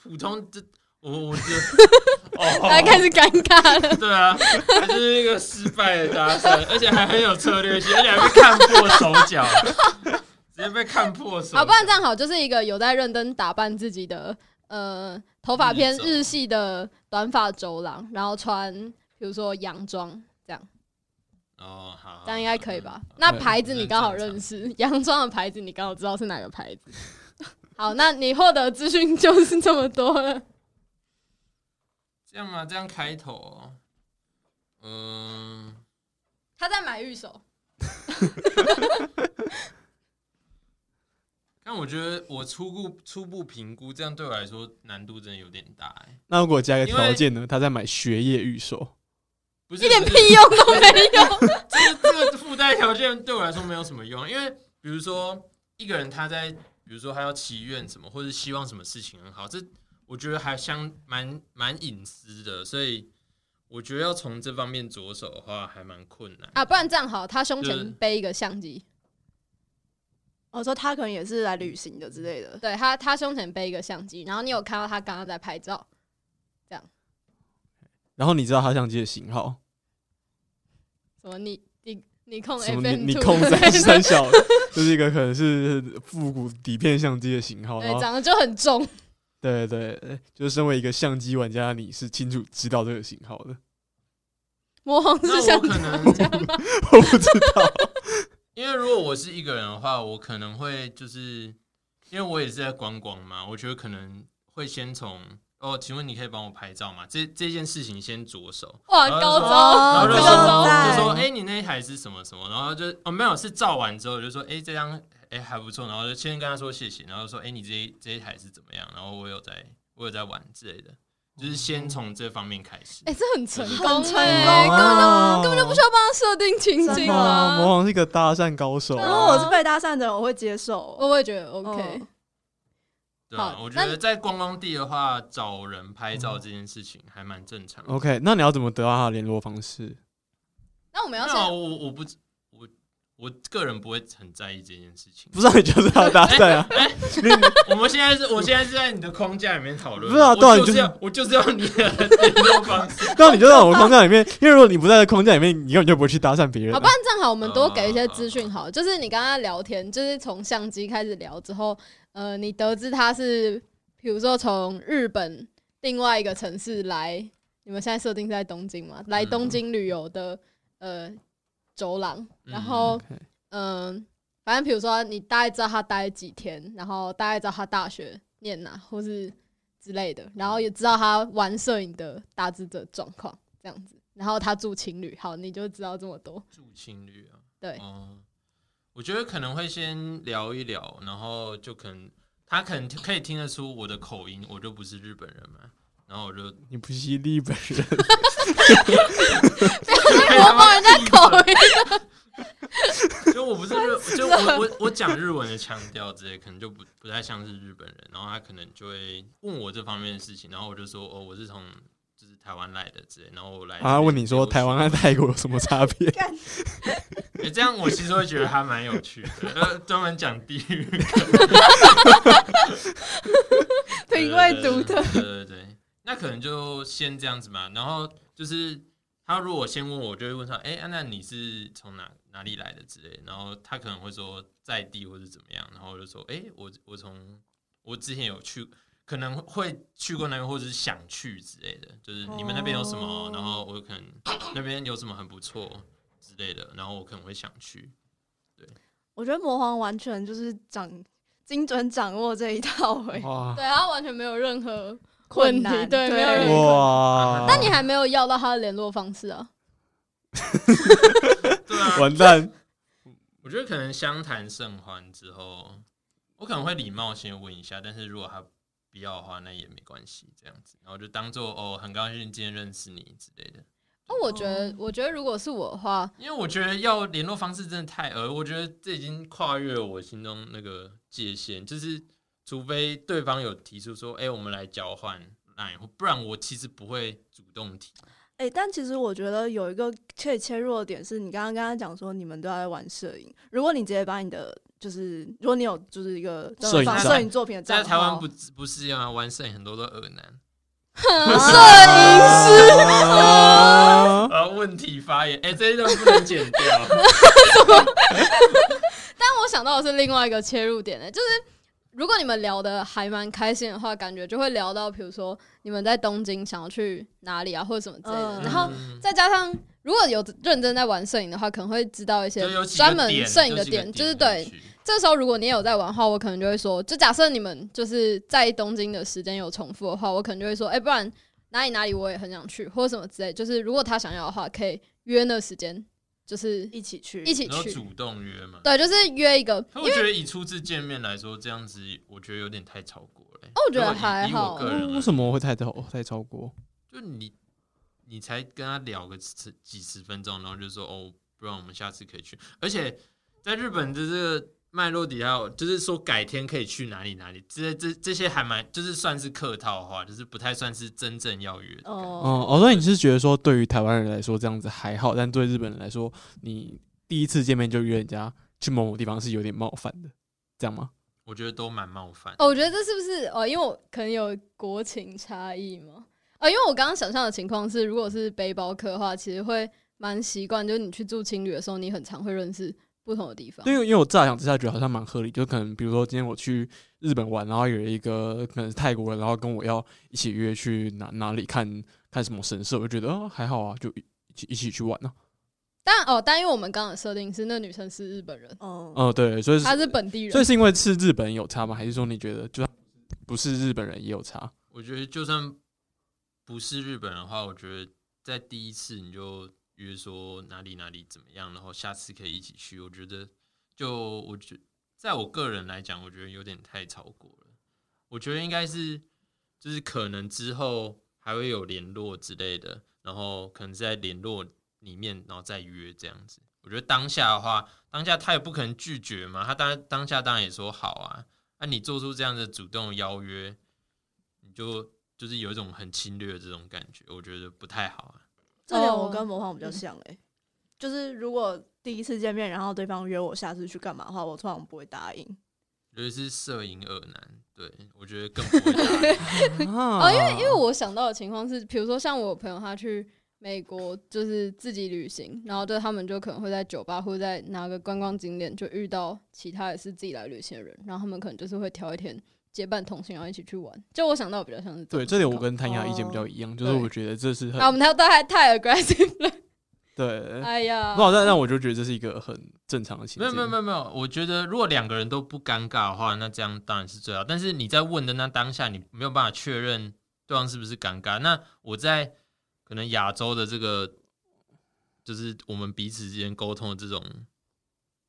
Speaker 3: 普通这我我觉得，
Speaker 4: 大家
Speaker 3: 哦，
Speaker 4: 开始尴尬 了。
Speaker 3: 对啊，他就是一个失败的搭讪，而且还很有策略性，而且还被看破手脚，直接被看破手脚
Speaker 4: 好，不然这样好，就是一个有在认真打扮自己的，呃，头发偏
Speaker 3: 日轴
Speaker 4: 日系的短发走廊，然后穿比如说洋装，
Speaker 3: 哦，好，
Speaker 4: 这样应该可以吧？那
Speaker 1: 对
Speaker 4: 牌子你刚好认识，洋装的牌子你刚好知道是哪个牌子。好，那你获得资讯就是这么多了。
Speaker 3: 这样吗？啊这样开头、哦，嗯、
Speaker 4: 他在买玉手，
Speaker 3: 但我觉得我初步初步评估，这样对我来说难度真的有点大、欸，
Speaker 1: 那如果加一个
Speaker 3: 因为
Speaker 1: 条件呢？他在买学业预售，
Speaker 3: 不是
Speaker 4: 一点
Speaker 3: 不是
Speaker 4: 屁用都没 有。
Speaker 3: 这个这个附带条件对我来说没有什么用，因为比如说一个人他在，比如说他要祈愿什么，或者希望什么事情很好，这我觉得还相蛮蛮隐私的，所以我觉得要从这方面着手的话，还蛮困难。
Speaker 4: 啊，不然这样好，他胸
Speaker 3: 就是
Speaker 4: 前背一个相机，
Speaker 2: 我哦说他可能也是来旅行的之类的，
Speaker 4: 对他，他胸前背一个相机，然后你有看到他刚刚在拍照，
Speaker 1: 然后你知道他相机的型号，
Speaker 4: 什么你你你控
Speaker 1: 什么
Speaker 4: FM
Speaker 1: 你你
Speaker 4: two
Speaker 1: 控
Speaker 4: 之类
Speaker 1: 三
Speaker 4: 的
Speaker 1: 三小，就是一个可能是复古底片相机的型号，然
Speaker 4: 对，
Speaker 1: 后
Speaker 4: 长哎得就很重。
Speaker 1: 对对对，就是身为一个相机玩家，你是清楚知道这个型号 的。
Speaker 4: 魔红是
Speaker 3: 那
Speaker 4: 像
Speaker 3: 我可能
Speaker 4: 这样吗？
Speaker 1: 我不知道，
Speaker 3: 因为如果我是一个人的话，我可能会就是因为我也是在观光嘛，我觉得可能会先从哦，请问你可以帮我拍照吗？这这件事情先着手，
Speaker 4: 哇，
Speaker 3: 然
Speaker 4: 高
Speaker 3: 后
Speaker 4: 招，
Speaker 3: 然后
Speaker 2: 哦
Speaker 3: 就
Speaker 4: 高
Speaker 3: 说
Speaker 4: 招，
Speaker 2: 在
Speaker 3: 就说哎、你那一台是什么什么？然后就哦没有，是照完之后就说哎、这张哎、还不错，然后就先跟他说谢谢，然后说哎、你这一这一台是怎么样？然后我有在我有在玩之类的，就是先从这方面开始。
Speaker 4: 哎，这很成功
Speaker 2: 很
Speaker 4: 欸，
Speaker 2: 成
Speaker 4: 根
Speaker 2: 功
Speaker 4: 本
Speaker 1: 啊
Speaker 4: 就根本就不需要帮他哎设定情
Speaker 2: 真
Speaker 4: 境
Speaker 2: 的
Speaker 1: 哇魔
Speaker 4: 啊。
Speaker 1: 王是一个搭讪高手
Speaker 2: 如
Speaker 1: 啊，
Speaker 2: 果我是被搭讪的人，我会接受。
Speaker 4: 我也觉得哦 OK，
Speaker 2: 嗯
Speaker 3: 对啊，
Speaker 4: 好
Speaker 3: 我觉
Speaker 4: 那
Speaker 3: 得在观光地的话，找人拍照这件事情还蛮正常的。
Speaker 1: OK，那你要怎么得到他的联络方式？
Speaker 4: 那我们要
Speaker 3: 那
Speaker 4: 先
Speaker 3: 我我不知我我个人不会很在意这件事情
Speaker 1: 不。知道你就是要搭讪啊？
Speaker 3: 我们现在是，我现在是在你的框架里面讨论，
Speaker 1: 不是啊
Speaker 3: 我
Speaker 1: 对啊你就
Speaker 3: 就
Speaker 1: 是
Speaker 3: 是要我就是要你的联络方 式。
Speaker 1: 那你就在我的框架里面，因为如果你不在框架里面，你根本就不会去搭讪别人
Speaker 4: 好，
Speaker 1: 啊。
Speaker 4: 不然这样好，我们多给一些资讯好了，就是你跟他聊天，就是从相机开始聊之后，呃，你得知他是，比如说从日本另外一个城市来，你们现在设定在东京嘛，来
Speaker 3: 嗯
Speaker 4: 东京旅游的，呃，走廊，
Speaker 3: 嗯
Speaker 4: 然后，
Speaker 1: OK
Speaker 4: 嗯、反正比如说你大概知道他待几天，然后大概知道他大学念哪，或是之类的，然后也知道他玩摄影的大致的状况，这样子。然后他住情侣，好，你就知道这么多。
Speaker 3: 住情侣啊，
Speaker 4: 对
Speaker 3: 嗯，我觉得可能会先聊一聊，然后就可能他可能可以听得出我的口音，我就不是日本人嘛，然后我就
Speaker 1: 你不是日本人，
Speaker 4: 模仿哎人家口音，
Speaker 3: 就我不是日，就我我我讲日文的腔调之类，可能就不不太像是日本人，然后他可能就会问我这方面的事情，然后我就说哦，我是从就是台湾来的之类，然后我来
Speaker 1: 然啊后问你说台湾和泰国有什么差 别？
Speaker 3: 哎、这样我其实会觉得还蛮有趣的， 呃，专门讲地域，
Speaker 2: 品味独特。
Speaker 3: 对对对，那可能就先这样子嘛。然后就是他如果先问我，我就会问他，哎、啊那你是从哪哪里来的之类的。然后他可能会说在地或是怎么样，然后我就说，哎、我我从我之前有去，可能会去过那边，或者是想去之类的。就是你们那边有什么，
Speaker 2: 哦
Speaker 3: 然后我可能那边有什么很不错之类的，然后我可能会想去。
Speaker 2: 我觉得魔皇完全就是掌精准掌握这一套哎、
Speaker 1: 哇
Speaker 4: 对他完全没有任何
Speaker 2: 困
Speaker 4: 问
Speaker 2: 难
Speaker 4: 题对没有人
Speaker 1: 哇！
Speaker 4: 但你还没有要到他的联络方式啊。
Speaker 3: 对啊，
Speaker 1: 完蛋，
Speaker 3: 我觉得可能相谈甚欢之后，我可能会礼貌先问一下，但是如果他不要的话，那也没关系，这样子，然后就当做哦，很高兴今天认识你之类的。
Speaker 4: 那哦我觉得，我觉得如果是我的 话，
Speaker 3: 因为我觉得要联络方式真的太呃，我觉得这已经跨越我心中那个界限，就是除非对方有提出说，哎、我们来交换 line，不然我其实不会主动提。
Speaker 2: 哎、但其实我觉得有一个可以切入的点是，你刚刚跟他讲说你们都在玩摄影，如果你直接把你的就是如果你有就是一个
Speaker 1: 摄影
Speaker 2: 放
Speaker 1: 照
Speaker 2: 摄影作品的账
Speaker 3: 在
Speaker 2: 号，
Speaker 3: 台湾不不是啊，玩摄影很多都耳男，
Speaker 2: 啊 摄影师。
Speaker 1: 啊
Speaker 3: 呃，问题发言，哎、这一段不能剪掉。
Speaker 4: 但我想到的是另外一个切入点呢、欸就是如果你们聊的还蛮开心的话，感觉就会聊到，比如说你们在东京想要去哪里啊，或者什么之类的。
Speaker 2: 嗯
Speaker 4: 然后
Speaker 3: 嗯
Speaker 4: 再加上如果有认真在玩摄影的话，可能会知道一些
Speaker 3: 就有几个
Speaker 4: 专门
Speaker 3: 点
Speaker 4: 摄影
Speaker 3: 就
Speaker 4: 的
Speaker 3: 几个
Speaker 4: 点，就是
Speaker 3: 可以
Speaker 4: 对。
Speaker 3: 去
Speaker 4: 这时候如果你也有在玩的话，我可能就会说，就假设你们就是在东京的时间有重复的话，我可能就会说，哎、不然哪里哪里我也很想去，或者什么之类。就是如果他想要的话，可以约那时间，就是
Speaker 2: 一起去，
Speaker 4: 一起
Speaker 3: 然后
Speaker 4: 去。
Speaker 3: 主动约嘛。
Speaker 4: 对，就是约一个，
Speaker 3: 可我觉得以初次见面来说，这样子我觉得有点太超过了、欸。
Speaker 4: 哦我觉得
Speaker 3: 如果以
Speaker 4: 还
Speaker 3: 以
Speaker 4: 好
Speaker 3: 我个人
Speaker 1: 为
Speaker 3: 而
Speaker 1: 什么会太超太超过？
Speaker 3: 就你，你才跟他聊个十几十分钟，然后就说哦，不然我们下次可以去。而且在日本的这个脉络底下，就是说改天可以去哪里哪里，这这这些还蛮就是算是客套话，就是不太算是真正要约的感觉。
Speaker 2: 哦
Speaker 1: 哦，哦，所以你是觉得说，对于台湾人来说这样子还好，但对日本人来说，你第一次见面就约人家去某某地方是有点冒犯的，这样吗？
Speaker 3: 我觉得都蛮冒犯。
Speaker 4: 哦，我觉得这是不是哦？因为我可能有国情差异嘛。啊、因为我刚刚想象的情况是，如果是背包客的话，其实会蛮习惯，就是你去住青旅的时候，你很常会认识不同的地方。
Speaker 1: 因为因为我乍想之下觉得好像蛮合理，就可能比如说今天我去日本玩，然后有一个可能是泰国人，然后跟我要一起约去哪哪里看看什么神社，我就觉得哦还好啊，就一起一起去玩啊呢、
Speaker 4: 但哦，但因为我们刚刚的设定是那女生是日本人，
Speaker 2: 哦
Speaker 1: 哦、对，所以是
Speaker 4: 她是本地人，
Speaker 1: 所以是因为是日本人有差吗？还是说你觉得就算不是日本人也有 差？
Speaker 3: 我觉得就算不是日本人的话，我觉得在第一次你就约说哪里哪里怎么样，然后下次可以一起去。我觉得就我觉，在我个人来讲，我觉得有点太超过了。我觉得应该是就是可能之后还会有联络之类的，然后可能在联络里面，然后再约这样子。我觉得当下的话，当下他也不可能拒绝嘛，他当然当下当然也说好啊。那、你做出这样的主动邀约，你就就是有一种很侵略的这种感觉，我觉得不太好啊。
Speaker 2: 这点我
Speaker 4: 哦
Speaker 2: 跟魔方比较像哎、就是如果第一次见面，然后对方约我下次去干嘛的话，我通常不会答应。
Speaker 3: 尤其是摄影耳男，对我觉得更不会搭理
Speaker 1: 哦
Speaker 4: 哦，因为因为我想到的情况是，比如说像我朋友他去美国就是自己旅行，然后就他们就可能会在酒吧或者在哪个观光景点就遇到其他也是自己来旅行的人，然后他们可能就是会挑一天结伴同行，然后一起去玩。就我想到的比较像是
Speaker 1: 对
Speaker 4: 种
Speaker 1: 这里我
Speaker 3: 嗯
Speaker 4: 情况。
Speaker 1: 跟谭雅意见比较一样，就是
Speaker 4: 对
Speaker 1: 我觉得这是
Speaker 4: 啊，我
Speaker 1: 很
Speaker 4: 们太太太 aggressive 了，
Speaker 1: 对。
Speaker 4: 哎呀，
Speaker 1: 那但但我就觉得这是一个很正常的情
Speaker 3: 没有
Speaker 1: 境，
Speaker 3: 没有没有没有，我觉得如果两个人都不尴尬的话，那这样当然是最好。但是你在问的那当下，你没有办法确认对方是不是尴尬。那我在可能亚洲的这个，就是我们彼此之间沟通的这种。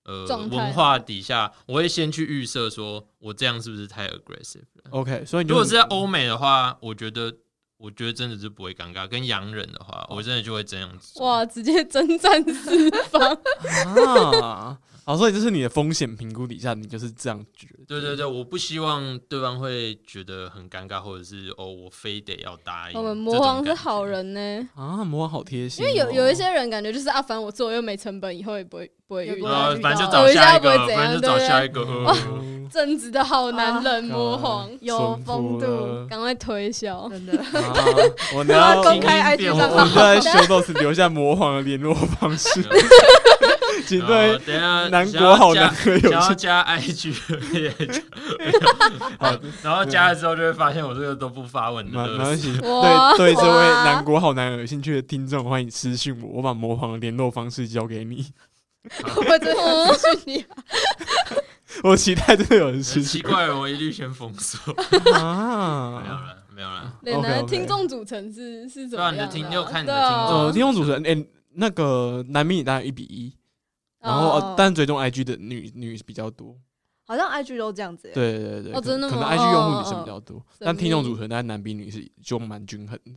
Speaker 3: 呃，
Speaker 4: 状态
Speaker 3: 文化底下，我会先去预设说，我这样是不是太 aggressive 了？
Speaker 1: OK，所以你就
Speaker 3: 如果是在欧美的话，我觉得，我觉得真的是不会尴尬。跟洋人的话，
Speaker 1: 哦
Speaker 3: 我真的就会这样子。
Speaker 4: 哇，直接征战四 方，
Speaker 1: 啊，好，所以这是你的风险评估底下，你就是这样觉得。
Speaker 3: 对对对，我不希望对方会觉得很尴尬，或者是哦，我非得要答应。
Speaker 4: 我们魔王是好，人呢。
Speaker 1: 啊，魔王好贴心哦、
Speaker 4: 因为有有一些人感觉就是啊，反正我做又没成本，以后也不会不会
Speaker 2: 也
Speaker 4: 遇
Speaker 2: 不
Speaker 4: 到
Speaker 2: 会。
Speaker 3: 呃，反正就
Speaker 2: 遇到
Speaker 3: 找下一
Speaker 4: 我一下不
Speaker 3: 个，
Speaker 4: 会怎样
Speaker 3: 反正就找下一个。
Speaker 1: 哦
Speaker 3: 呃
Speaker 4: 正直的好男人，
Speaker 1: 啊
Speaker 4: 魔皇，
Speaker 2: 有风度
Speaker 4: 赶快推销。
Speaker 2: 真的，
Speaker 1: 啊、我们
Speaker 2: 他
Speaker 4: 哦
Speaker 1: 要
Speaker 2: 公
Speaker 1: 我
Speaker 2: 开 IG
Speaker 3: 变
Speaker 2: 账
Speaker 1: 们
Speaker 3: 化
Speaker 2: 号
Speaker 1: 就，在 show notes 留下魔皇的联络方式， 请
Speaker 3: 然后
Speaker 1: 对
Speaker 3: 啊等一下
Speaker 1: 南国好男
Speaker 3: 想
Speaker 1: 和有
Speaker 3: 要加想要
Speaker 1: 趣。
Speaker 3: 加 IG，也就
Speaker 1: 好
Speaker 3: 然后加了之后就会发现我这个都不发文
Speaker 1: 蛮蛮
Speaker 3: 的。
Speaker 1: 关系，
Speaker 4: 哦哇
Speaker 1: 对对，这位
Speaker 2: 哇
Speaker 1: 南国好男儿有兴趣的听众，欢迎私信我，我把魔皇的联络方式交给你。
Speaker 4: 我真的是你，
Speaker 1: 我期待真的有人私
Speaker 3: 奇
Speaker 1: 信
Speaker 3: 怪，我一律先封锁。没有
Speaker 1: 啊！
Speaker 3: 了，没有了。
Speaker 4: 脸男
Speaker 1: OK，OK
Speaker 4: 听众组成是是怎
Speaker 3: 对啊
Speaker 4: 么
Speaker 3: 你的
Speaker 4: 样的啊？
Speaker 3: 听你有看你的
Speaker 4: 对啊
Speaker 3: 听众
Speaker 1: 呃，听众主持人，哎、那个男迷你大概一比一，然后、
Speaker 4: 哦
Speaker 1: 呃、但追踪 IG 的女女比较多。
Speaker 2: 好像 IG 都这样子、欸。
Speaker 1: 对对对，
Speaker 4: 哦真的
Speaker 1: 可能
Speaker 4: 吗
Speaker 1: IG 用户女
Speaker 2: 哦哦
Speaker 1: 生
Speaker 2: 哦
Speaker 1: 比较多，
Speaker 4: 神
Speaker 1: 但听众
Speaker 4: 秘
Speaker 1: 组成，但男比女是就蛮均衡的。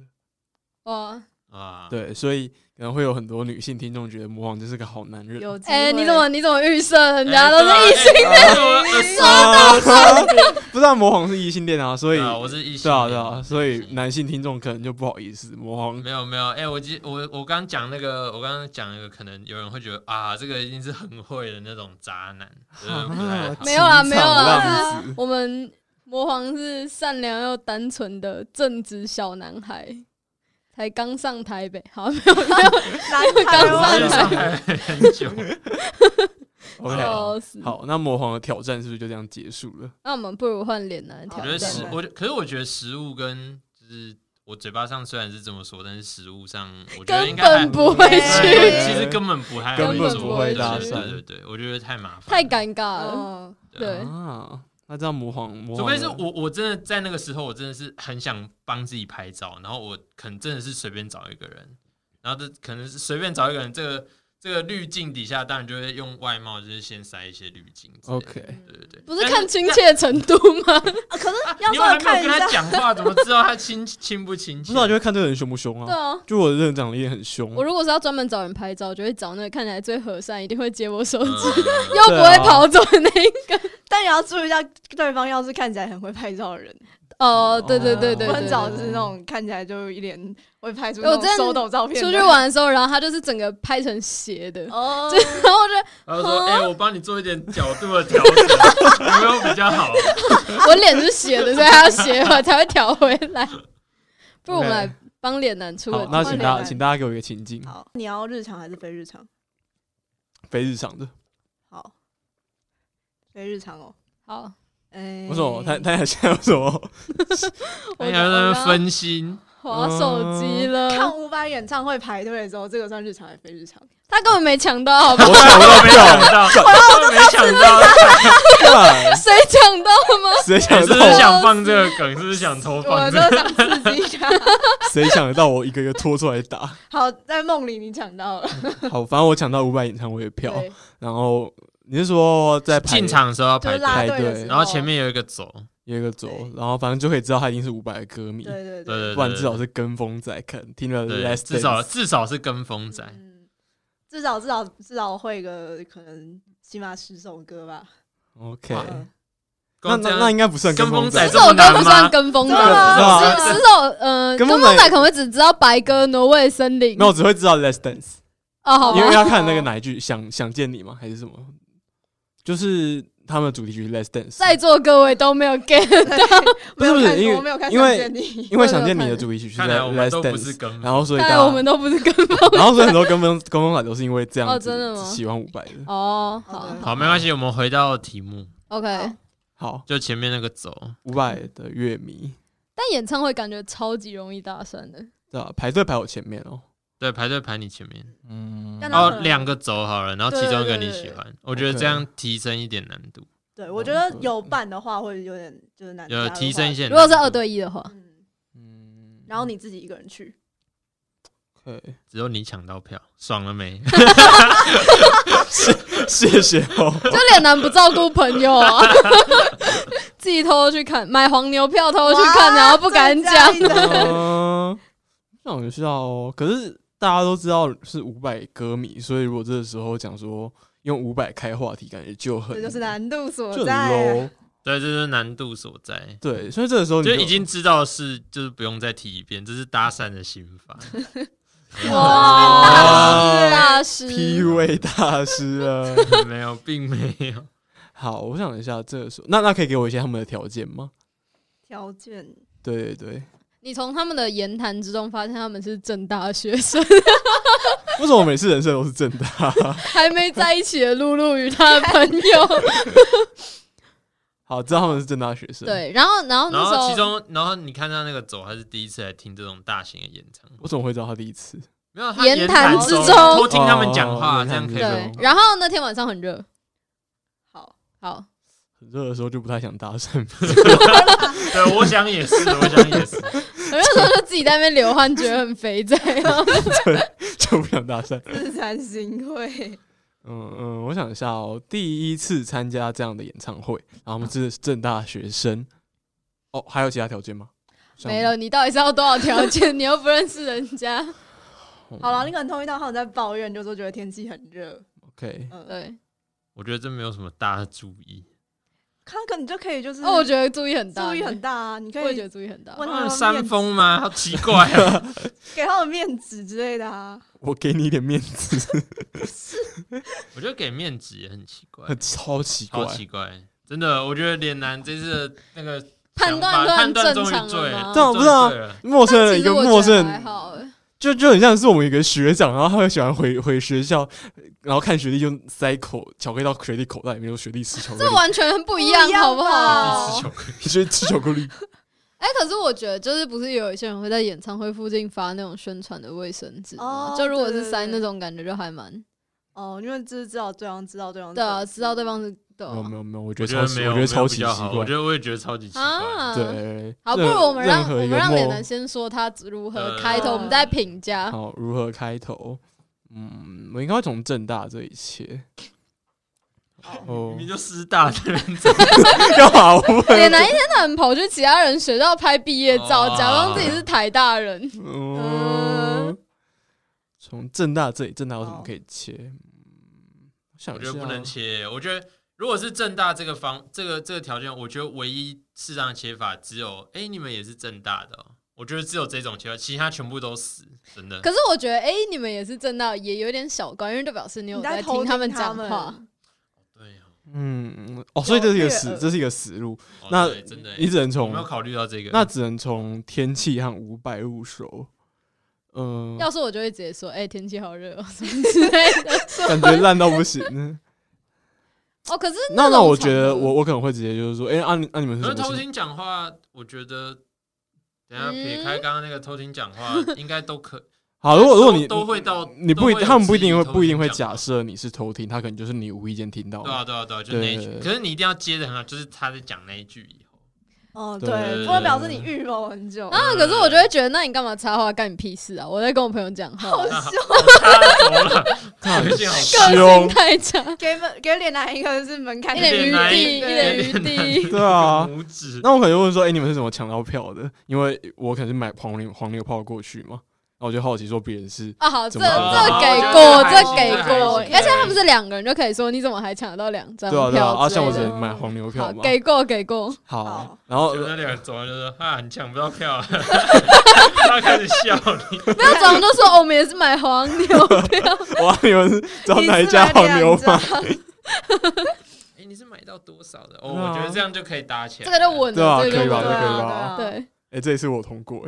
Speaker 4: 哇，
Speaker 3: 啊，，
Speaker 1: 对，所以可能会有很多女性听众觉得魔王真是个好男人。 啊
Speaker 2: 有机
Speaker 4: 哎、
Speaker 2: 会
Speaker 4: 你怎么你怎么预设人
Speaker 3: 人
Speaker 1: 哎
Speaker 4: 家都是异性？
Speaker 3: 哎性恋，
Speaker 1: 啊 不知道魔皇是异性恋啊，所以
Speaker 3: 对啊我是异性
Speaker 1: 对啊
Speaker 3: 恋，
Speaker 1: 对啊，所以
Speaker 3: 异性
Speaker 1: 男性听众可能就不好意思，魔皇
Speaker 3: 没有没有，哎、我记我我刚讲那个，我刚刚讲那个，可能有人会觉得啊，这个一定是很会的那种渣男，呃不太 好
Speaker 4: 没有啦哦没有
Speaker 2: 啦
Speaker 1: 情场浪子
Speaker 4: 我们魔皇是善良又单纯的正直小男孩，才刚上台北，好没有没有
Speaker 2: 难
Speaker 4: 刚
Speaker 2: 台湾啊
Speaker 3: 我也
Speaker 4: 上来
Speaker 3: 上海很久，
Speaker 1: ，OK，
Speaker 4: 笑死。
Speaker 1: 好，那魔皇的挑战是不是就这样结束了？
Speaker 4: 那我们不如换脸男
Speaker 3: 我
Speaker 4: 挑
Speaker 3: 觉得
Speaker 2: 好
Speaker 3: 食
Speaker 4: 战，吧。
Speaker 3: 我觉得可是我觉得食物跟就是我嘴巴上虽然是这么说，但是食物上我觉得应
Speaker 4: 根
Speaker 3: 该还
Speaker 4: 本不会
Speaker 3: 对
Speaker 4: 去，
Speaker 3: 其实根本不太
Speaker 1: 根
Speaker 4: 本
Speaker 3: 做
Speaker 4: 不会
Speaker 3: 对
Speaker 4: 搭
Speaker 3: 对
Speaker 1: 讪
Speaker 3: 对对对，我觉得太麻烦，
Speaker 4: 太尴尬了。
Speaker 2: 嗯，
Speaker 4: 哦对
Speaker 1: 啊，那这样魔皇，魔
Speaker 3: 除
Speaker 1: 皇
Speaker 3: 非是
Speaker 1: 的
Speaker 3: 我，我真的在那个时候，我真的是很想帮自己拍照，然后我可能真的是随便找一个人，然后这可能是随便找一个人，这个这个滤镜底下，当然就会用外貌，就是先塞一些滤镜之类的。
Speaker 1: OK
Speaker 3: 对对对，
Speaker 4: 不是
Speaker 3: 但
Speaker 4: 看亲切程度吗？
Speaker 2: 啊可是
Speaker 3: 啊
Speaker 2: 要
Speaker 3: 你又还
Speaker 2: 稍微看
Speaker 3: 没有
Speaker 2: 一
Speaker 3: 跟他
Speaker 2: 下，
Speaker 3: 讲话，怎么知道他亲亲不亲
Speaker 1: 不
Speaker 3: 切？
Speaker 1: 知道就会看这个人凶不凶
Speaker 4: 对
Speaker 1: 啊？
Speaker 4: 啊，
Speaker 1: 就我的人长得也很凶
Speaker 4: 我，如果是要专门找人拍照，就会找那个看起来最和善，一定会接我手
Speaker 3: 嗯
Speaker 4: 机， 又不
Speaker 1: 啊
Speaker 4: 会跑走的那一个。
Speaker 2: 但也要注意一下对方，要是看起来很会拍照的人，
Speaker 4: 哦，对对对对，
Speaker 2: 不
Speaker 4: 对
Speaker 2: 能
Speaker 4: 对
Speaker 2: 找
Speaker 4: 对哎
Speaker 2: 就是那种看起来就一脸会拍出
Speaker 4: 我
Speaker 2: 那种
Speaker 4: 真的
Speaker 2: 手抖照片的。
Speaker 4: 出去玩的时候，然后他就是整个拍成斜的，
Speaker 2: 哦，
Speaker 4: 就 然后我就
Speaker 3: 然后说：“哎、我帮你做一点角度的调整，有没有比较好？
Speaker 4: 我脸是斜的，所以他要斜我才会调回来。不如我
Speaker 1: OK
Speaker 4: 们来帮脸男出个
Speaker 1: 好，
Speaker 4: 题
Speaker 1: 那
Speaker 2: 换
Speaker 1: 请
Speaker 2: 脸
Speaker 1: 大家
Speaker 2: 男
Speaker 1: 请大家给我一个情境，
Speaker 2: 好，你要日常还是非日常？
Speaker 1: 非日常的。
Speaker 2: 好，非日常哦。
Speaker 4: 好，
Speaker 2: 哎，
Speaker 1: 我说他他现在有什么？
Speaker 4: 我
Speaker 3: 哎呀，在那边分心，
Speaker 4: 划手机
Speaker 1: 嗯
Speaker 4: 了，
Speaker 2: 看伍佰演唱会排队的时候，这个算日常还是非日常？
Speaker 4: 他根本没抢到， 好吧？
Speaker 1: 我想
Speaker 3: 我
Speaker 1: 要
Speaker 3: 没
Speaker 1: 跳
Speaker 3: 想到，我没想到，
Speaker 1: 干
Speaker 4: 谁抢到吗？
Speaker 1: 谁
Speaker 3: 你
Speaker 1: 想
Speaker 3: 哎 是
Speaker 1: 得
Speaker 3: 不是
Speaker 1: 到？
Speaker 3: 想放这个梗？是不是想偷放
Speaker 2: 我
Speaker 3: 这
Speaker 2: 就
Speaker 3: 个？
Speaker 2: 想刺激一下。
Speaker 1: 谁想得到我一个一个拖出来打？
Speaker 2: 好，在梦里你 抢到了，
Speaker 1: 好，反正我抢到五百演唱会的票，
Speaker 4: 对，
Speaker 1: 然后你是说在排
Speaker 3: 进场的时候要
Speaker 2: 就
Speaker 3: 排
Speaker 2: 是
Speaker 3: 队，
Speaker 2: 拉队
Speaker 1: 排
Speaker 2: 的时
Speaker 1: 队
Speaker 2: 候，
Speaker 3: 然后前面有一个走，
Speaker 1: 有一个走
Speaker 2: 对，
Speaker 1: 然后反正就可以知道他一定是伍佰的歌迷
Speaker 2: 对，对
Speaker 3: 对对
Speaker 1: 不然至少是跟风仔，可能听了
Speaker 3: 对
Speaker 1: Less
Speaker 3: 至少至少是跟风仔。
Speaker 2: 嗯，至少至少至少会个可能起码十首歌吧。
Speaker 1: OK，
Speaker 3: 哇
Speaker 2: 嗯
Speaker 1: 那
Speaker 3: 光
Speaker 1: 那
Speaker 3: 这样
Speaker 1: 那应该不算
Speaker 3: 跟
Speaker 1: 风
Speaker 3: 风仔
Speaker 4: 十
Speaker 1: 仔
Speaker 3: 这，
Speaker 4: 首歌不算跟风的，
Speaker 2: 真的吗
Speaker 4: 十十 首呃，
Speaker 1: 跟
Speaker 4: 跟
Speaker 1: 风
Speaker 4: 风仔可能会只知道白鸽、挪威森林
Speaker 1: 没有，只会知道 Less Dance，
Speaker 4: 哦，好
Speaker 1: 因
Speaker 4: 吧
Speaker 1: 为，要看那个哪一句 想想见你吗？还是什么？就是他们的主题曲 Less Dance，
Speaker 4: 在座各位都没有 get，
Speaker 1: 不是不
Speaker 2: 没有看
Speaker 1: 是因
Speaker 2: 我没有
Speaker 1: 为
Speaker 2: 看
Speaker 1: 因
Speaker 2: 想见
Speaker 1: 为
Speaker 2: 你，
Speaker 1: 因为想见你的
Speaker 4: 看
Speaker 1: 主题曲是
Speaker 3: 看
Speaker 1: 在
Speaker 3: 来我们
Speaker 1: Less
Speaker 3: 都不是
Speaker 1: Dance，
Speaker 3: 跟风，
Speaker 1: 然后所以
Speaker 4: 看
Speaker 1: 大
Speaker 4: 来
Speaker 1: 家
Speaker 4: 我们都不是跟风
Speaker 1: 然后所以很多跟风跟风仔都是因为这样
Speaker 4: 哦
Speaker 1: 子、
Speaker 4: 真的吗
Speaker 1: 喜欢伍佰的。
Speaker 4: 哦，好
Speaker 2: 好的
Speaker 3: 好，没关系，我们回到题目，
Speaker 4: ，OK。
Speaker 1: 好，
Speaker 3: 就前面那个走，
Speaker 1: 伍佰的乐迷，
Speaker 4: 但演唱会感觉超级容易搭讪的，
Speaker 1: 对吧？排队排我前面哦。
Speaker 3: 对，排队排你前面，
Speaker 1: 嗯
Speaker 2: 但他
Speaker 3: 哦
Speaker 2: 可，能
Speaker 3: 两个走好了，然后其中一个你喜
Speaker 2: 对对
Speaker 3: 欢，我觉得这样提升一点难度，
Speaker 2: 对我觉得有伴的话会有点就是难，
Speaker 3: 呃，提升一
Speaker 2: 下。
Speaker 3: 些难
Speaker 4: 如
Speaker 3: 度。
Speaker 4: 果是二对一的
Speaker 1: 哦
Speaker 4: 话，
Speaker 2: 嗯，
Speaker 1: 嗯
Speaker 2: 然后你自己一个人去，
Speaker 1: 可以，
Speaker 3: 只有你抢到票，爽了 没？
Speaker 1: 谢谢哦。
Speaker 4: 就脸男不照顾朋 友啊，自己偷偷去看，买黄牛票偷偷去看，
Speaker 2: 哇
Speaker 4: 然后不敢讲。
Speaker 2: 真的
Speaker 1: 嗯，那我就知道哦。可是大家都知道是伍佰歌迷，所以如果这个时候讲说用伍佰开话题，感觉就很
Speaker 2: 这就是难度所
Speaker 1: 就很
Speaker 2: 在啊。
Speaker 1: low。
Speaker 3: 对，这就是难度所在。
Speaker 1: 对，所以这个时候你
Speaker 3: 就已经知道是，就是不用再提一遍，这是搭讪的心法。
Speaker 4: 哇，大师，
Speaker 1: PUA 大师了。
Speaker 3: 没有，并没有。
Speaker 1: 好，我想一下，这个时候那那可以给我一些他们的条件吗？
Speaker 2: 条件
Speaker 1: 对对对，
Speaker 4: 你从他们的言谈之中发现他们是正大学生，
Speaker 1: 为什么我每次人设都是正的啊？
Speaker 4: 还没在一起的露露与他的朋友。
Speaker 1: 好，知道他们是正大学生。，
Speaker 4: 对，然后然后
Speaker 3: 然
Speaker 4: 哦那时
Speaker 3: 后
Speaker 4: 候
Speaker 3: 其中，然后你看到那个走，他是第一次来听这种大型的演唱会，
Speaker 1: 我怎么会知道他第一次？
Speaker 3: 没有他
Speaker 4: 言谈
Speaker 3: 谈
Speaker 2: 之
Speaker 3: 中
Speaker 4: 中
Speaker 3: 偷听他们讲
Speaker 1: 哦
Speaker 3: 话，
Speaker 1: 言
Speaker 3: 这
Speaker 1: 谈
Speaker 3: 样可
Speaker 1: 之
Speaker 3: 以
Speaker 1: 中
Speaker 3: 吗
Speaker 4: 对？，然后那天晚上很热，
Speaker 2: 好，
Speaker 4: 好，
Speaker 1: 很热的时候就不太想搭讪。
Speaker 3: 对，我想也是，我想也 是。
Speaker 4: 我那时候就自己在那边流汗，觉得很肥仔。
Speaker 1: 就不想搭讪。
Speaker 2: 自惭形秽。
Speaker 1: 嗯嗯，我想一下哦，第一次参加这样的演唱会，然后我们是正大学生。哦，还有其他条件吗？像
Speaker 4: 没了，你到底是要多少条件？你又不认识人 家，
Speaker 2: 好了，你可能同一道号在抱怨，就说觉得天气很热，
Speaker 1: ，OK，
Speaker 2: 嗯，，
Speaker 4: 对。
Speaker 3: 我觉得这没有什么大的注 意。
Speaker 2: 他可能就可以就是
Speaker 4: 哦，我觉得注意很大，
Speaker 2: 注意很大啊，你可
Speaker 4: 我也觉得
Speaker 2: 以
Speaker 4: 注意很大。
Speaker 2: 问他
Speaker 3: 啊
Speaker 2: 们
Speaker 3: 山
Speaker 2: 面子
Speaker 3: 峰吗？好奇怪啊！
Speaker 2: 给他们面子之类的啊。
Speaker 1: 我给你一点面子，
Speaker 3: 我觉得给面子也很奇怪，
Speaker 1: 超奇怪
Speaker 3: 超，奇怪。真的，我觉得脸男这次的那个
Speaker 4: 判
Speaker 3: 想法
Speaker 4: 断都
Speaker 3: 判断
Speaker 4: 很正
Speaker 3: 终于
Speaker 4: 常
Speaker 3: 对
Speaker 4: 了
Speaker 3: 了，
Speaker 4: 吗？
Speaker 1: 但我不知道啊
Speaker 3: 终于对了
Speaker 1: 陌生人一
Speaker 4: 其实
Speaker 1: 个
Speaker 4: 我
Speaker 1: 陌
Speaker 4: 觉得
Speaker 1: 生
Speaker 4: 还
Speaker 1: 人，
Speaker 4: 好欸，
Speaker 1: 就就很像是我们一个学长，然后他会喜欢回回学校，然后看学弟就塞口巧克力到学弟口袋里面，说学弟吃巧克
Speaker 4: 这完全不一样
Speaker 2: 不一，样
Speaker 4: 好不
Speaker 2: 吧
Speaker 3: 一？
Speaker 4: 好
Speaker 3: 直求
Speaker 1: 力，学弟吃巧克力，
Speaker 4: 哎、可是我觉得，就是不是有一些人会在演唱会附近发那种宣传的卫生纸吗？
Speaker 2: 哦
Speaker 4: 就如果
Speaker 2: 对
Speaker 4: 是
Speaker 2: 对
Speaker 4: 塞那
Speaker 2: 对
Speaker 4: 种，感觉就还蛮
Speaker 2: 哦，因为就是知道对方知道对方
Speaker 4: 对啊，
Speaker 2: 粉丝
Speaker 4: 知道对方是对
Speaker 1: 没有
Speaker 4: 啊
Speaker 1: 没有没有，我觉
Speaker 3: 我
Speaker 1: 得
Speaker 3: 觉
Speaker 1: 超
Speaker 3: 得
Speaker 1: 级，
Speaker 3: 没
Speaker 1: 我
Speaker 3: 有，
Speaker 1: 觉得超级
Speaker 3: 级
Speaker 1: 奇
Speaker 3: 我
Speaker 1: 怪
Speaker 3: 觉，得我也觉得超级奇怪。
Speaker 4: 啊。，
Speaker 1: 对，
Speaker 4: 好，不
Speaker 1: 任
Speaker 4: 如我们让
Speaker 1: 任何
Speaker 4: 我
Speaker 1: 一
Speaker 4: 们
Speaker 1: 个
Speaker 4: 让脸
Speaker 1: 陌
Speaker 4: 男先说他如何
Speaker 3: 呃
Speaker 4: 开头，我们再评价。
Speaker 1: 好，如何开头？嗯，我应该会从正大这一切。哦
Speaker 3: 明，明就师大的人，
Speaker 1: 干嘛我问？
Speaker 4: 脸男一天到晚跑去其他人学校拍毕业照，
Speaker 3: 哦嗯
Speaker 4: 假装自己是台大人。
Speaker 1: 嗯，从正大这里，正大有什么
Speaker 2: 好
Speaker 1: 可以切？嗯，我想
Speaker 3: 我
Speaker 1: 一
Speaker 3: 觉得不能
Speaker 1: 下
Speaker 3: 切。我觉得如果是正大这个方这个这个条件，我觉得唯一适当的切法只有，哎、你们也是正大的哦、我觉得只有这种切法，其他全部都死，真的。
Speaker 4: 可是我觉得，哎、你们也是正道，也有点小怪，因为就表示你有
Speaker 2: 你在偷
Speaker 4: 听
Speaker 2: 听
Speaker 4: 他们
Speaker 2: 他
Speaker 4: 讲
Speaker 2: 们
Speaker 4: 话。
Speaker 3: 对哦，
Speaker 1: 嗯，哦，所以这是一个
Speaker 2: 有
Speaker 1: 死，
Speaker 4: 呃
Speaker 2: 略
Speaker 1: 这是一个死路，
Speaker 3: 哦
Speaker 1: 那
Speaker 3: 对真的耶，
Speaker 1: 你只能
Speaker 3: 我
Speaker 1: 从
Speaker 3: 没有考虑到这个。
Speaker 1: 那只能从天气和五百入手。嗯，
Speaker 4: 要是我就会直接说，哎、天气好热、哦，什么之类的。
Speaker 1: 感觉烂到不 行。
Speaker 4: 哦，可是
Speaker 1: 那
Speaker 4: 那
Speaker 1: 那
Speaker 4: 种
Speaker 1: 我觉得
Speaker 4: 场合
Speaker 1: 我我可能会直接就是说，哎，按按你们是
Speaker 3: 可
Speaker 1: 什
Speaker 3: 是
Speaker 1: 么
Speaker 3: 偷
Speaker 1: 星？
Speaker 3: 听讲话，我觉得等一下
Speaker 4: 嗯
Speaker 3: 撇开刚刚那个偷听讲话，应该 都可。
Speaker 1: 好，啊如果如果
Speaker 3: 都
Speaker 1: 你
Speaker 3: 都会到，
Speaker 1: 你不一
Speaker 3: 都有
Speaker 1: 他们不一定会
Speaker 3: 质疑
Speaker 1: 不一定会
Speaker 3: 偷听讲
Speaker 1: 假
Speaker 3: 话
Speaker 1: 设你是偷听，他可能就是你无意间听到
Speaker 3: 对
Speaker 1: 的。
Speaker 3: 啊，对啊，对啊，就是那一
Speaker 1: 对
Speaker 3: 句。
Speaker 1: 对对
Speaker 3: 可是你一定要接的很好，就是他在讲那一句以 后，
Speaker 2: 哦，
Speaker 1: 对
Speaker 2: 对，不能表示你预谋很久，
Speaker 4: 啊，可是我就会觉得，那你干嘛插话，干你屁事啊？我在跟我朋友讲 话，
Speaker 2: 好
Speaker 3: 啊
Speaker 2: 凶，
Speaker 3: 他走了，
Speaker 1: 看
Speaker 3: 个性好
Speaker 1: 哦
Speaker 4: 个性
Speaker 1: 凶，
Speaker 4: 太差，
Speaker 2: 给门给脸男一个是门槛
Speaker 4: 一
Speaker 2: 低，
Speaker 4: 点余
Speaker 3: 难
Speaker 4: 地，一点
Speaker 2: 对
Speaker 4: 余地。
Speaker 1: 对啊。
Speaker 3: 拇指。
Speaker 1: 那我可能就问说，哎、你们是怎么抢到票的？因为我可能是买黄牛黄牛票过去嘛，那我就好奇说别人是
Speaker 4: 啊，好，这
Speaker 1: 怎么了
Speaker 4: 这给
Speaker 3: 哦
Speaker 4: 过，
Speaker 3: 这
Speaker 4: 这
Speaker 3: 还
Speaker 4: 给
Speaker 3: 行
Speaker 4: 过，
Speaker 3: 这还行
Speaker 4: 而且他们是两个人就可以说，你怎么还抢得到两张
Speaker 1: 对啊对啊，
Speaker 4: 票
Speaker 1: 啊，
Speaker 4: 之
Speaker 1: 像
Speaker 4: 类
Speaker 1: 我
Speaker 4: 的
Speaker 1: 只能买黄牛票
Speaker 4: 好，
Speaker 1: 嘛。
Speaker 4: 给过给过，
Speaker 1: 好
Speaker 2: 好
Speaker 1: 然后
Speaker 3: 就那两个走完就说啊，你抢不到票啊，他开始笑你。
Speaker 4: 没有，总就说哦我们也是买黄 牛票，
Speaker 1: 哇，你们是知道哪一家黄牛
Speaker 2: 吗
Speaker 1: 吗？？
Speaker 3: 哎，你是买到多少的？哦，
Speaker 1: 对啊
Speaker 3: 我觉得这样就可以搭起来。
Speaker 4: 这个就稳
Speaker 1: 对啊
Speaker 4: 了，这个
Speaker 1: 可以
Speaker 4: 就
Speaker 1: 吧
Speaker 4: 稳
Speaker 1: 这个可以
Speaker 4: 了。
Speaker 1: 吧
Speaker 4: 对，
Speaker 1: 哎、这一次我通过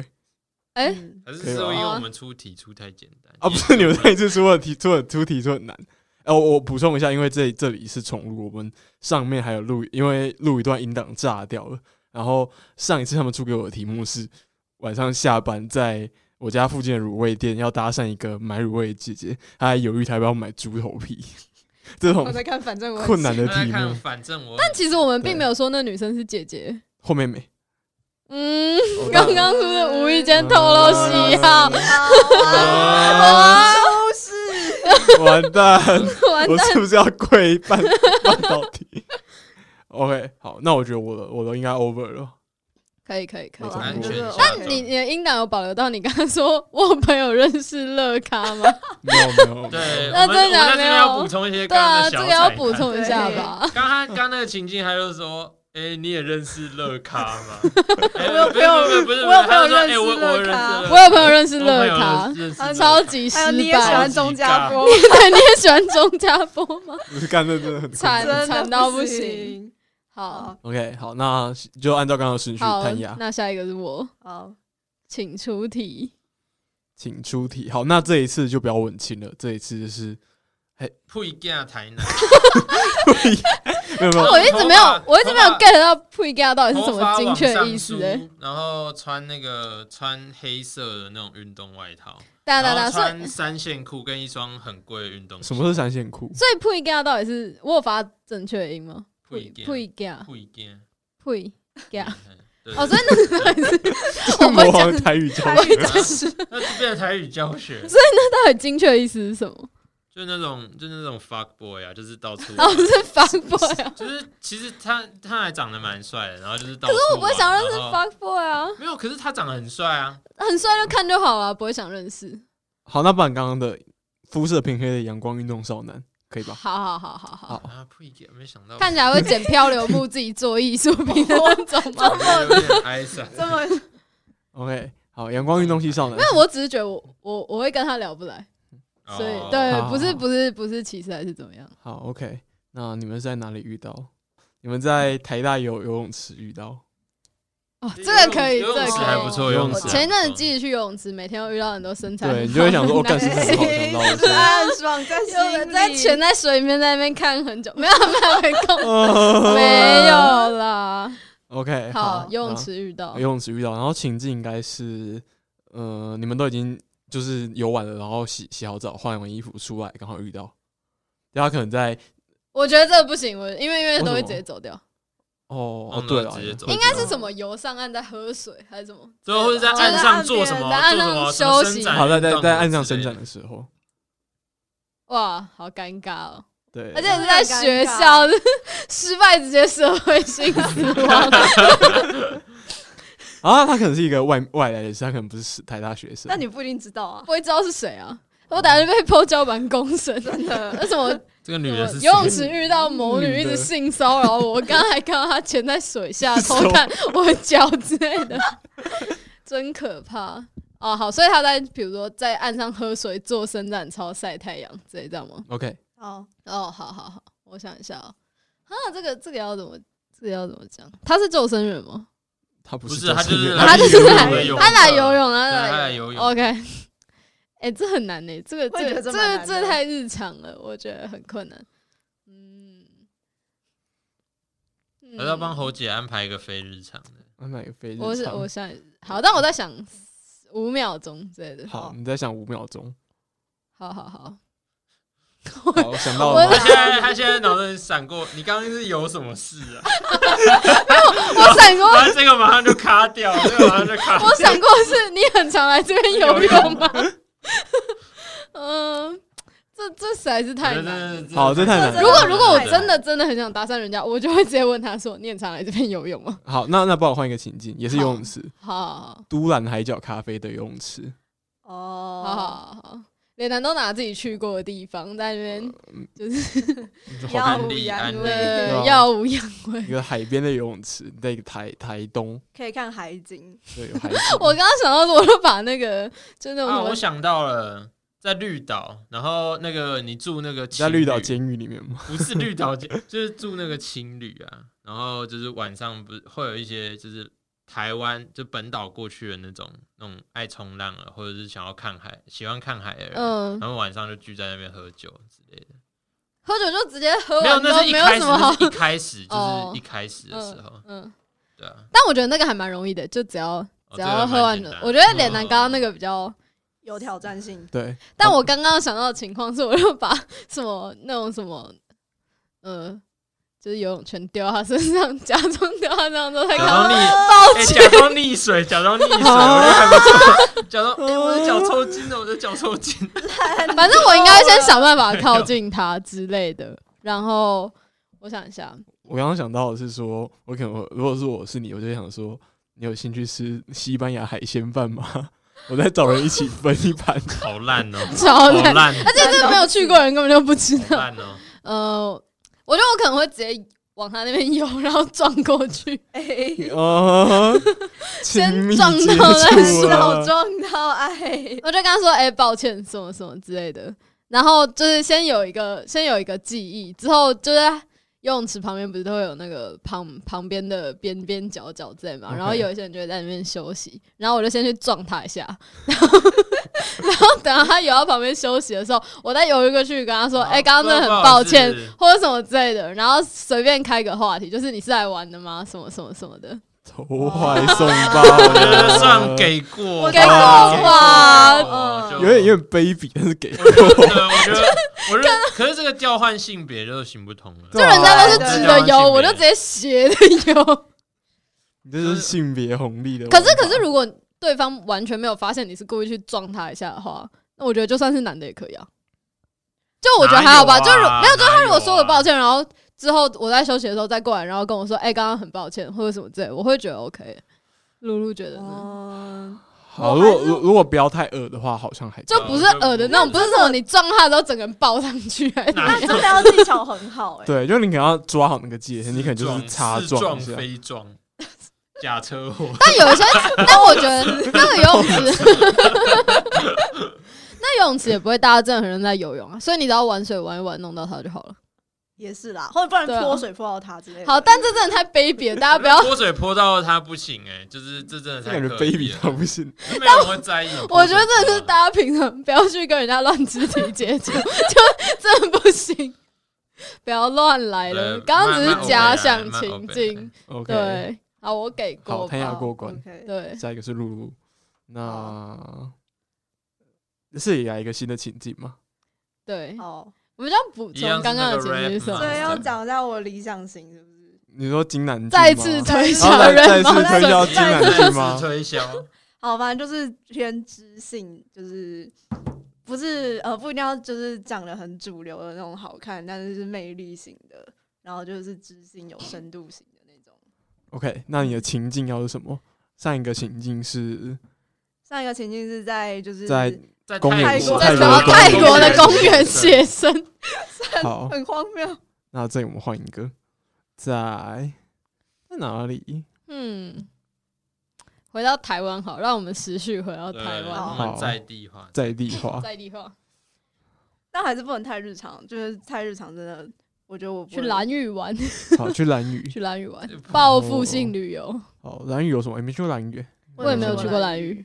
Speaker 1: 哎、
Speaker 4: 哎
Speaker 2: 嗯
Speaker 3: 还是
Speaker 1: 可以
Speaker 3: 是
Speaker 1: 吧
Speaker 3: 因为
Speaker 4: 哦
Speaker 3: 我们出题出太简单
Speaker 1: 啊，不是你们上一次出的题出的出题出很难。哦，我补充一下，因为这这里是重录，我们上面还有录，因为录一段音档炸掉了。然后上一次他们出给我的题目是晚上下班在我家附近的卤味店要搭讪一个买卤味的姐姐，她还犹豫她要不要买猪头皮， 这种
Speaker 2: 我在看，反正我
Speaker 1: 困 难的
Speaker 3: 大家
Speaker 1: 题
Speaker 3: 看，
Speaker 1: 目。
Speaker 3: 反正我
Speaker 4: 但其实我们
Speaker 1: 对
Speaker 4: 并没有说那女生是姐姐，
Speaker 1: 后面没，哦
Speaker 4: 嗯，
Speaker 1: 我
Speaker 4: 刚刚是不是无意
Speaker 1: 嗯
Speaker 4: 间透露喜好？哦
Speaker 1: 啊
Speaker 2: 都 是
Speaker 1: 完蛋，
Speaker 4: 完
Speaker 1: 我
Speaker 4: 蛋，
Speaker 1: 是不是要跪半 半道题？OK，好，那我觉得我的我的应该 over 了。
Speaker 4: 可以可以可以
Speaker 1: 我。
Speaker 3: 安
Speaker 1: 通
Speaker 3: 全
Speaker 1: 过
Speaker 3: 一下。
Speaker 2: 但
Speaker 4: 你你的音档有保留到你刚刚说我朋友认识乐咖吗？
Speaker 1: 没有没有，
Speaker 3: 对，
Speaker 4: 那
Speaker 3: 我们
Speaker 4: 真的
Speaker 3: 我们在这边
Speaker 4: 没
Speaker 3: 要
Speaker 4: 有
Speaker 3: 补充一些
Speaker 4: 对
Speaker 3: 刚刚
Speaker 4: 啊，
Speaker 3: 的
Speaker 4: 这
Speaker 3: 小
Speaker 4: 个要
Speaker 3: 彩
Speaker 4: 补
Speaker 3: 蛋
Speaker 4: 充一下吧。
Speaker 3: 刚他刚那个情境，他就说：“哎、你也认识乐咖 吗？”哎
Speaker 2: 我有
Speaker 3: 不
Speaker 2: 朋友
Speaker 3: 不是不是，
Speaker 2: 我有
Speaker 3: 他就
Speaker 2: 朋友
Speaker 3: 说
Speaker 2: 认
Speaker 3: 哎
Speaker 2: 识
Speaker 3: 我我
Speaker 2: 乐
Speaker 3: 认识
Speaker 2: 咖
Speaker 3: 乐哦
Speaker 4: 我有朋友认识
Speaker 3: 我朋
Speaker 4: 乐
Speaker 3: 友
Speaker 4: 咖，
Speaker 3: 认识
Speaker 2: 啊
Speaker 3: 哎乐
Speaker 4: 超级失
Speaker 2: 还有你也喜
Speaker 4: 败。
Speaker 2: 欢钟家波，
Speaker 4: 对，你也喜欢钟家波 吗？
Speaker 1: 不是干这真的很
Speaker 4: 惨
Speaker 1: 困难
Speaker 2: 真的
Speaker 4: 惨到
Speaker 2: 不
Speaker 4: 不
Speaker 2: 行。
Speaker 4: 好
Speaker 2: 好
Speaker 1: OK，好，那就按照刚刚的顺序，
Speaker 4: 好
Speaker 1: 弹牙，，
Speaker 4: 那下一个是我，
Speaker 2: 好，
Speaker 4: 请出题。
Speaker 1: 请出题。好，那这一次就不要稳清了，这一次就是
Speaker 3: 不一样台南，
Speaker 1: 没有没
Speaker 4: 但
Speaker 1: 有
Speaker 4: 我一直没
Speaker 3: 头发
Speaker 4: 有，我一直没有
Speaker 3: 头发
Speaker 4: get 到 pre get 到底是什
Speaker 3: 头发
Speaker 4: 么精
Speaker 3: 往
Speaker 4: 确
Speaker 3: 上
Speaker 4: 意思
Speaker 3: 梳
Speaker 4: 哎。
Speaker 3: 然后穿那个穿黑色的那种运动外套，
Speaker 4: 哒哒
Speaker 3: 然后
Speaker 4: 哒，所以
Speaker 3: 穿三线裤跟一双很贵的运动鞋。
Speaker 1: 什么是三线裤，
Speaker 4: 所以 pre get 到底是我有发正确的音吗
Speaker 3: 不一样
Speaker 4: ？pre get
Speaker 3: 不一样？
Speaker 4: pre get
Speaker 3: 对
Speaker 4: 哦，所以那到底是
Speaker 1: 这
Speaker 4: 我
Speaker 1: 魔
Speaker 4: 不讲
Speaker 1: 王台语教
Speaker 2: 台语
Speaker 1: 学。
Speaker 3: 那就变成台语教学，
Speaker 4: 到底精确的意思是什么？
Speaker 3: 就那种就那种 fuck boy 啊，就是到处
Speaker 4: 然后是 fuck boy 哦啊，
Speaker 3: 就是其实他他还长得蛮帅的，然后就是到
Speaker 4: 可
Speaker 3: 处
Speaker 4: 是
Speaker 3: 玩。
Speaker 4: 我不会想认识
Speaker 3: 然后
Speaker 4: fuck boy 啊，
Speaker 3: 没有，可是他长得很帅啊。
Speaker 4: 很帅就看就好了，不会想认识。
Speaker 1: 好，那不然刚刚的肤色偏黑的阳光运动少男可以吧？
Speaker 4: 好好好好好，
Speaker 1: 好，
Speaker 3: 啊，不一点没想到，
Speaker 4: 看起来会剪漂流木自己做艺术品的那 种吗？
Speaker 3: 我觉得有点哀伤。
Speaker 2: 这么
Speaker 1: ，OK，好，阳光运动系少男
Speaker 4: 没，有，我只是觉得我我我会跟他聊不来， 所以
Speaker 3: 哦
Speaker 4: 对，
Speaker 1: 好
Speaker 4: 不
Speaker 1: 好
Speaker 4: 是
Speaker 1: 好
Speaker 4: 不是不是歧视还是怎么样？
Speaker 1: 好，OK，那你们是在哪里遇到？你们在台大游游泳池遇到？
Speaker 4: 哦，这个可以，
Speaker 3: 游泳
Speaker 4: 这个
Speaker 3: 池
Speaker 4: 可
Speaker 3: 还
Speaker 4: 以
Speaker 3: 不。错，
Speaker 1: 游
Speaker 3: 游
Speaker 1: 泳
Speaker 3: 泳
Speaker 4: 我
Speaker 1: 池
Speaker 3: 池
Speaker 1: 啊
Speaker 4: 前一阵子自己去游泳池，每天会遇到很多身材很好的
Speaker 1: 对，你就会
Speaker 4: 男生，
Speaker 1: 想说，哦 我干是不是好想到
Speaker 2: 哎
Speaker 1: 的
Speaker 2: 是暗爽在
Speaker 4: 有
Speaker 2: 心
Speaker 4: 人在
Speaker 2: 里
Speaker 4: 潜在水里面在那边看很久，没有没有没 空，
Speaker 1: 呃
Speaker 4: 没有啦。
Speaker 1: ？OK，
Speaker 4: 好，游泳
Speaker 1: 那
Speaker 4: 池遇到
Speaker 1: 哎游，泳池遇到，然后情境应该是，呃，你们都已经就是游完了，然后洗洗好澡，换完衣服出来，刚好遇到，然后他可能在
Speaker 4: 我觉得这个不行，我因为因为
Speaker 1: 为
Speaker 4: 都会
Speaker 1: 什么
Speaker 4: 直接走掉。
Speaker 1: 哦
Speaker 3: 哦
Speaker 1: 哦
Speaker 3: 那
Speaker 1: 对了，
Speaker 3: 直接走
Speaker 1: 会
Speaker 3: 应
Speaker 4: 应该
Speaker 1: 这
Speaker 4: 是
Speaker 1: 样
Speaker 4: 什么游上岸在喝水还是什么？
Speaker 3: 最后或者在岸上做什么，
Speaker 4: 在岸上
Speaker 3: 做什么
Speaker 4: 休息
Speaker 3: 伸展
Speaker 1: 好在在
Speaker 3: 运动
Speaker 1: 在岸上
Speaker 3: 之
Speaker 1: 伸
Speaker 3: 类的
Speaker 1: 展的时候，
Speaker 4: 哇，好尴尬哦！
Speaker 1: 对，
Speaker 4: 而且是在学校，失败直接社会性死亡。
Speaker 1: 啊，他可能是一个外外来的，是他可能不是台大学生，
Speaker 2: 那你不一定知道啊，
Speaker 4: 不会知道是谁啊。我打算被泼胶板 公审，真的。 那什么
Speaker 3: 这个女
Speaker 4: 什
Speaker 3: 人
Speaker 4: 么
Speaker 3: 是
Speaker 4: 游 泳
Speaker 3: 谁
Speaker 4: 池遇到某
Speaker 1: 女
Speaker 4: 女
Speaker 1: 的
Speaker 4: 一直性骚扰我，我刚刚还看到她潜在水下 偷看我的脚之类的，真可怕。哦，好，所以她在比如说在岸上喝水、做伸展操、晒太阳之类，知道吗？
Speaker 1: OK
Speaker 2: 哦，
Speaker 4: 哦，好好好，我想一下哦。啊，这个这个要怎么这个要怎么讲？他是救生员吗？
Speaker 1: 他不
Speaker 3: 不
Speaker 1: 是
Speaker 3: 是
Speaker 1: 教
Speaker 3: 啊他
Speaker 1: 授
Speaker 3: 就是
Speaker 1: 员
Speaker 3: 来
Speaker 4: 他就是
Speaker 3: 游泳
Speaker 4: 来
Speaker 3: 的游
Speaker 4: 他来
Speaker 3: 客
Speaker 4: 游泳啊，
Speaker 3: 对
Speaker 4: 他
Speaker 3: 他来
Speaker 4: 来
Speaker 3: 游泳
Speaker 4: OK，哎、 这很难呢、这个
Speaker 2: 我也
Speaker 4: 这
Speaker 2: 觉
Speaker 4: 个
Speaker 2: 得
Speaker 4: 这
Speaker 2: 这蛮
Speaker 4: 个
Speaker 2: 难
Speaker 4: 这
Speaker 2: 的
Speaker 4: 太日常了，我觉得很困难。嗯，
Speaker 3: 我要帮
Speaker 4: 嗯
Speaker 3: 侯姐安排一个非日 常的。
Speaker 1: 安排个非日
Speaker 4: 我是
Speaker 1: 常
Speaker 4: 我想好，但我在想五秒钟之类的。
Speaker 1: 好，你再想五秒钟，
Speaker 4: 好好好，
Speaker 1: 好想到
Speaker 4: 我
Speaker 1: 了
Speaker 3: 他
Speaker 1: 吗
Speaker 3: 现在他现在脑子里闪过，你刚刚是有什么事啊？
Speaker 4: 我闪过，
Speaker 3: 然后这个马上就卡掉，这个马上就卡掉。
Speaker 4: 我闪过是你很常来这边游
Speaker 3: 游
Speaker 4: 泳吗？嗯，这这实在是太
Speaker 3: 真
Speaker 4: 难了。
Speaker 3: 的是
Speaker 1: 好这太难了
Speaker 4: 如果如果我
Speaker 3: 对
Speaker 4: 真的真的很想搭讪人家，我就会直接问他说：“你很常来这边游泳吗
Speaker 1: 好，那那帮我换一个情境，也是游泳池，？”
Speaker 4: 好
Speaker 1: 都兰海角咖啡的游泳 池，
Speaker 4: 好好
Speaker 2: 哦，
Speaker 4: 好好，连男都拿自己去过的地方，在那边
Speaker 1: 好
Speaker 2: 要
Speaker 3: 安利
Speaker 2: 要
Speaker 3: 安
Speaker 2: 对
Speaker 3: 利，
Speaker 1: 对啊
Speaker 4: 呃耀武扬威
Speaker 1: 一。个海边的游泳池，在台台东，
Speaker 2: 可以看海景，
Speaker 1: 对，有海景
Speaker 4: 我刚刚想到，我就把那个就那
Speaker 3: 啊，我
Speaker 4: 种什么
Speaker 3: 想到了，在绿岛，然后那个你住那个
Speaker 1: 你在绿岛
Speaker 3: 情侣，
Speaker 1: 监狱里面吗？
Speaker 3: 不是绿岛监，就是住那个情侣啊，然后就是晚上不是会有一些就是台湾就本岛过去的那种那种爱冲浪啊，或者是想要看海、喜欢看海的人，
Speaker 4: 嗯，
Speaker 3: 然后晚上就聚在那边喝酒之类的。
Speaker 4: 喝酒就直接喝
Speaker 3: 没有，
Speaker 4: 完之
Speaker 3: 那
Speaker 4: 后
Speaker 3: 是一
Speaker 4: 没有
Speaker 3: 开始，
Speaker 4: 什么
Speaker 3: 那
Speaker 4: 好。
Speaker 3: 是一开 始
Speaker 4: 哦
Speaker 3: 就是一开始的时候，
Speaker 4: 嗯，
Speaker 3: 对啊。
Speaker 4: 但我觉得那个还蛮容易的，就只要
Speaker 3: 哦
Speaker 4: 只
Speaker 3: 这个
Speaker 4: 要
Speaker 3: 蛮
Speaker 4: 喝完
Speaker 3: 简
Speaker 4: 了
Speaker 3: 单，
Speaker 4: 我觉得脸男
Speaker 3: 嗯
Speaker 4: 刚刚那个比较
Speaker 2: 有挑战性，
Speaker 1: 对，
Speaker 4: 但我刚刚想到的情况是，我就把什么那种什么，呃，就是游泳圈丢到他身上， 假装丢到他身上之后，他
Speaker 3: 假
Speaker 4: 看到
Speaker 3: 装溺，哎、假装溺水，假装溺水，我觉
Speaker 4: 哦
Speaker 3: 得还不错。假装，哎、我 的脚抽筋了，我的脚抽筋。
Speaker 4: 反正我应该先想办法靠近他之类的。然后我想一下，
Speaker 1: 我刚刚想到的是说，我可能会如果是我是你，我就会想说，你有兴趣吃西班牙海鲜饭吗？ 我再找人一起分一 盘。
Speaker 3: 好烂哦、
Speaker 4: 超
Speaker 3: 好
Speaker 4: 烂，
Speaker 3: 烂，哦
Speaker 4: 而且这没有去过的人根本就不知
Speaker 3: 好
Speaker 4: 道。
Speaker 3: 烂哦、
Speaker 4: 呃，我觉得我可能会直接往他那边游，然后撞过去，
Speaker 2: 哎，
Speaker 1: 啊，亲密
Speaker 4: 先撞
Speaker 1: 接
Speaker 4: 到再
Speaker 1: 触啊
Speaker 2: 手
Speaker 1: 了。
Speaker 2: 撞到 爱，
Speaker 4: 我就跟他说：“哎、抱歉，什么什么之类的。”然后就是先有一个先有一个记忆，之后就在游泳池旁边不是都会有那个旁旁边的边边角角之类嘛
Speaker 1: OK
Speaker 4: 然后有一些人就会在那边休息，然后我就先去撞他一下， 然后然后等到他游到旁边休息的时候，我再游一个去跟他说：“哎、刚刚真的很抱
Speaker 3: 啊
Speaker 4: 歉
Speaker 3: 不好意思，
Speaker 4: 或者什么之类的。”然后随便开个话题，就是你是来玩的吗？什么什么什么的。
Speaker 1: 投怀送抱啊
Speaker 3: 我觉得
Speaker 1: 了，
Speaker 3: 算给过吧，
Speaker 4: 给过吧
Speaker 3: 给过我就
Speaker 1: 有点有点卑鄙，但是给
Speaker 3: 我觉得，我 觉得，我觉得，可是这个调换性别就行不通了。
Speaker 1: 对
Speaker 4: 就人家都是直的
Speaker 3: 啊对对啊
Speaker 4: 游，我就直接斜的游。
Speaker 1: 你这就是性别红利的玩
Speaker 4: 可
Speaker 1: 法。
Speaker 4: 是可是，如果对方完全没有发现你是故意去撞他一下的话，那我觉得就算是男的也可以啊。就我觉得还好
Speaker 3: 哪
Speaker 4: 吧，
Speaker 3: 有
Speaker 4: 就
Speaker 3: 啊
Speaker 4: 如没有，就
Speaker 3: 哪
Speaker 4: 他如果
Speaker 3: 有
Speaker 4: 说了
Speaker 3: 啊
Speaker 4: 抱歉，然后之后我在休息的时候再过来，然后跟我说，哎、刚刚很抱歉或者什么之类，我会觉得 OK。露露觉得呢？
Speaker 2: 哦，
Speaker 1: 好，
Speaker 2: 我
Speaker 1: 如
Speaker 2: 还
Speaker 1: 果
Speaker 2: 是
Speaker 1: 如如果不要太恶的话，好像还
Speaker 4: 就
Speaker 1: 可以
Speaker 4: 不是
Speaker 3: 就
Speaker 4: 耳的
Speaker 3: 不
Speaker 4: 那种，不是
Speaker 2: 那
Speaker 4: 什么你撞他之后整个人抱上去，哎还是
Speaker 3: 哪
Speaker 2: 那
Speaker 3: 有
Speaker 2: 真的要技巧很好哎、
Speaker 1: 对，就你可能要抓好那个界限，你可能就是
Speaker 3: 撞
Speaker 1: 擦
Speaker 3: 是
Speaker 1: 撞
Speaker 3: 撞
Speaker 1: 一下。
Speaker 3: 非撞，假车祸。
Speaker 4: 但有一些，但我觉得那个游泳池，那游泳池也不会大家真的很认真在游泳啊，所以你只要玩水玩一玩，弄到它就好了。
Speaker 2: 也是啦，或者不然
Speaker 4: 对啊
Speaker 2: 泼水泼到他之类的。
Speaker 4: 好，但这真的太卑鄙了，大家不要。
Speaker 3: 泼水泼到他不行哎、就是这真的
Speaker 1: 这
Speaker 3: 太
Speaker 1: 感觉
Speaker 3: 可啊
Speaker 1: 卑
Speaker 3: 惜
Speaker 1: 鄙
Speaker 3: 了
Speaker 1: 到不行，
Speaker 3: 就没有人会在意。
Speaker 4: 我觉得真的是大家平常不要去跟人家乱肢体接触，就真的不行，不要乱来了。
Speaker 3: 呃
Speaker 4: 刚刚只
Speaker 3: 慢慢
Speaker 4: 是假想
Speaker 3: 慢慢
Speaker 4: 情境，
Speaker 1: OK，
Speaker 4: 对。好，我给过吧，
Speaker 1: 好，谭雅过关。
Speaker 2: OK，
Speaker 4: 对，啊
Speaker 1: 下一个是露露，那是也来一个新的情境吗？
Speaker 4: 对，
Speaker 2: 好，
Speaker 4: 我们就要补
Speaker 3: 一样
Speaker 4: 充
Speaker 3: 是
Speaker 4: 刚
Speaker 3: 那
Speaker 4: 刚的
Speaker 3: 个
Speaker 4: 情境是
Speaker 3: rap
Speaker 4: 什
Speaker 3: 嘛
Speaker 2: 所
Speaker 4: 么
Speaker 2: 以？要讲一下我的理想型是不是？
Speaker 1: 你说金南俊
Speaker 4: 再
Speaker 1: 吗
Speaker 4: 次推
Speaker 1: 然后
Speaker 4: 销
Speaker 1: 再
Speaker 4: 人
Speaker 1: 再
Speaker 4: 毛
Speaker 1: 次推
Speaker 4: 水
Speaker 1: 销金
Speaker 2: 对
Speaker 1: 南
Speaker 3: 再
Speaker 1: 俊
Speaker 3: 次
Speaker 1: 吗？
Speaker 3: 推销，
Speaker 2: 好，反正就是偏知性，就是不是呃不一定要就是长得很主流的那种好看，但是是魅力型的，然后就是知性有深度型的那种。
Speaker 1: OK，那你的情境要是什么？上一个情境是
Speaker 2: 上一个情境是在就是
Speaker 1: 在
Speaker 3: 在
Speaker 1: 公园
Speaker 3: 泰
Speaker 1: 是
Speaker 3: 国
Speaker 1: 泰
Speaker 4: 在什
Speaker 1: 国
Speaker 4: 么
Speaker 1: 的公
Speaker 4: 泰
Speaker 1: 园
Speaker 4: 国的公园
Speaker 3: 对
Speaker 4: 写生？
Speaker 1: 好，
Speaker 2: 很荒谬，
Speaker 1: 那这里我们换一个，在在哪里？
Speaker 4: 嗯，回到台湾好，让我们时序回到
Speaker 3: 对
Speaker 4: 台
Speaker 3: 我
Speaker 4: 湾
Speaker 2: 好，
Speaker 3: 们在地化，
Speaker 1: 在地 化，
Speaker 4: 在地化
Speaker 2: 但还是不能太日常，就是太日常真的，我觉得我不
Speaker 4: 去
Speaker 2: 会
Speaker 4: 蓝屿玩，
Speaker 1: 好去蓝屿。
Speaker 4: 去蓝屿玩
Speaker 3: 不，
Speaker 4: 报复性旅游。
Speaker 1: 好，蓝屿有什么？也没去过蓝屿欸。
Speaker 4: 我也没有去过蓝屿，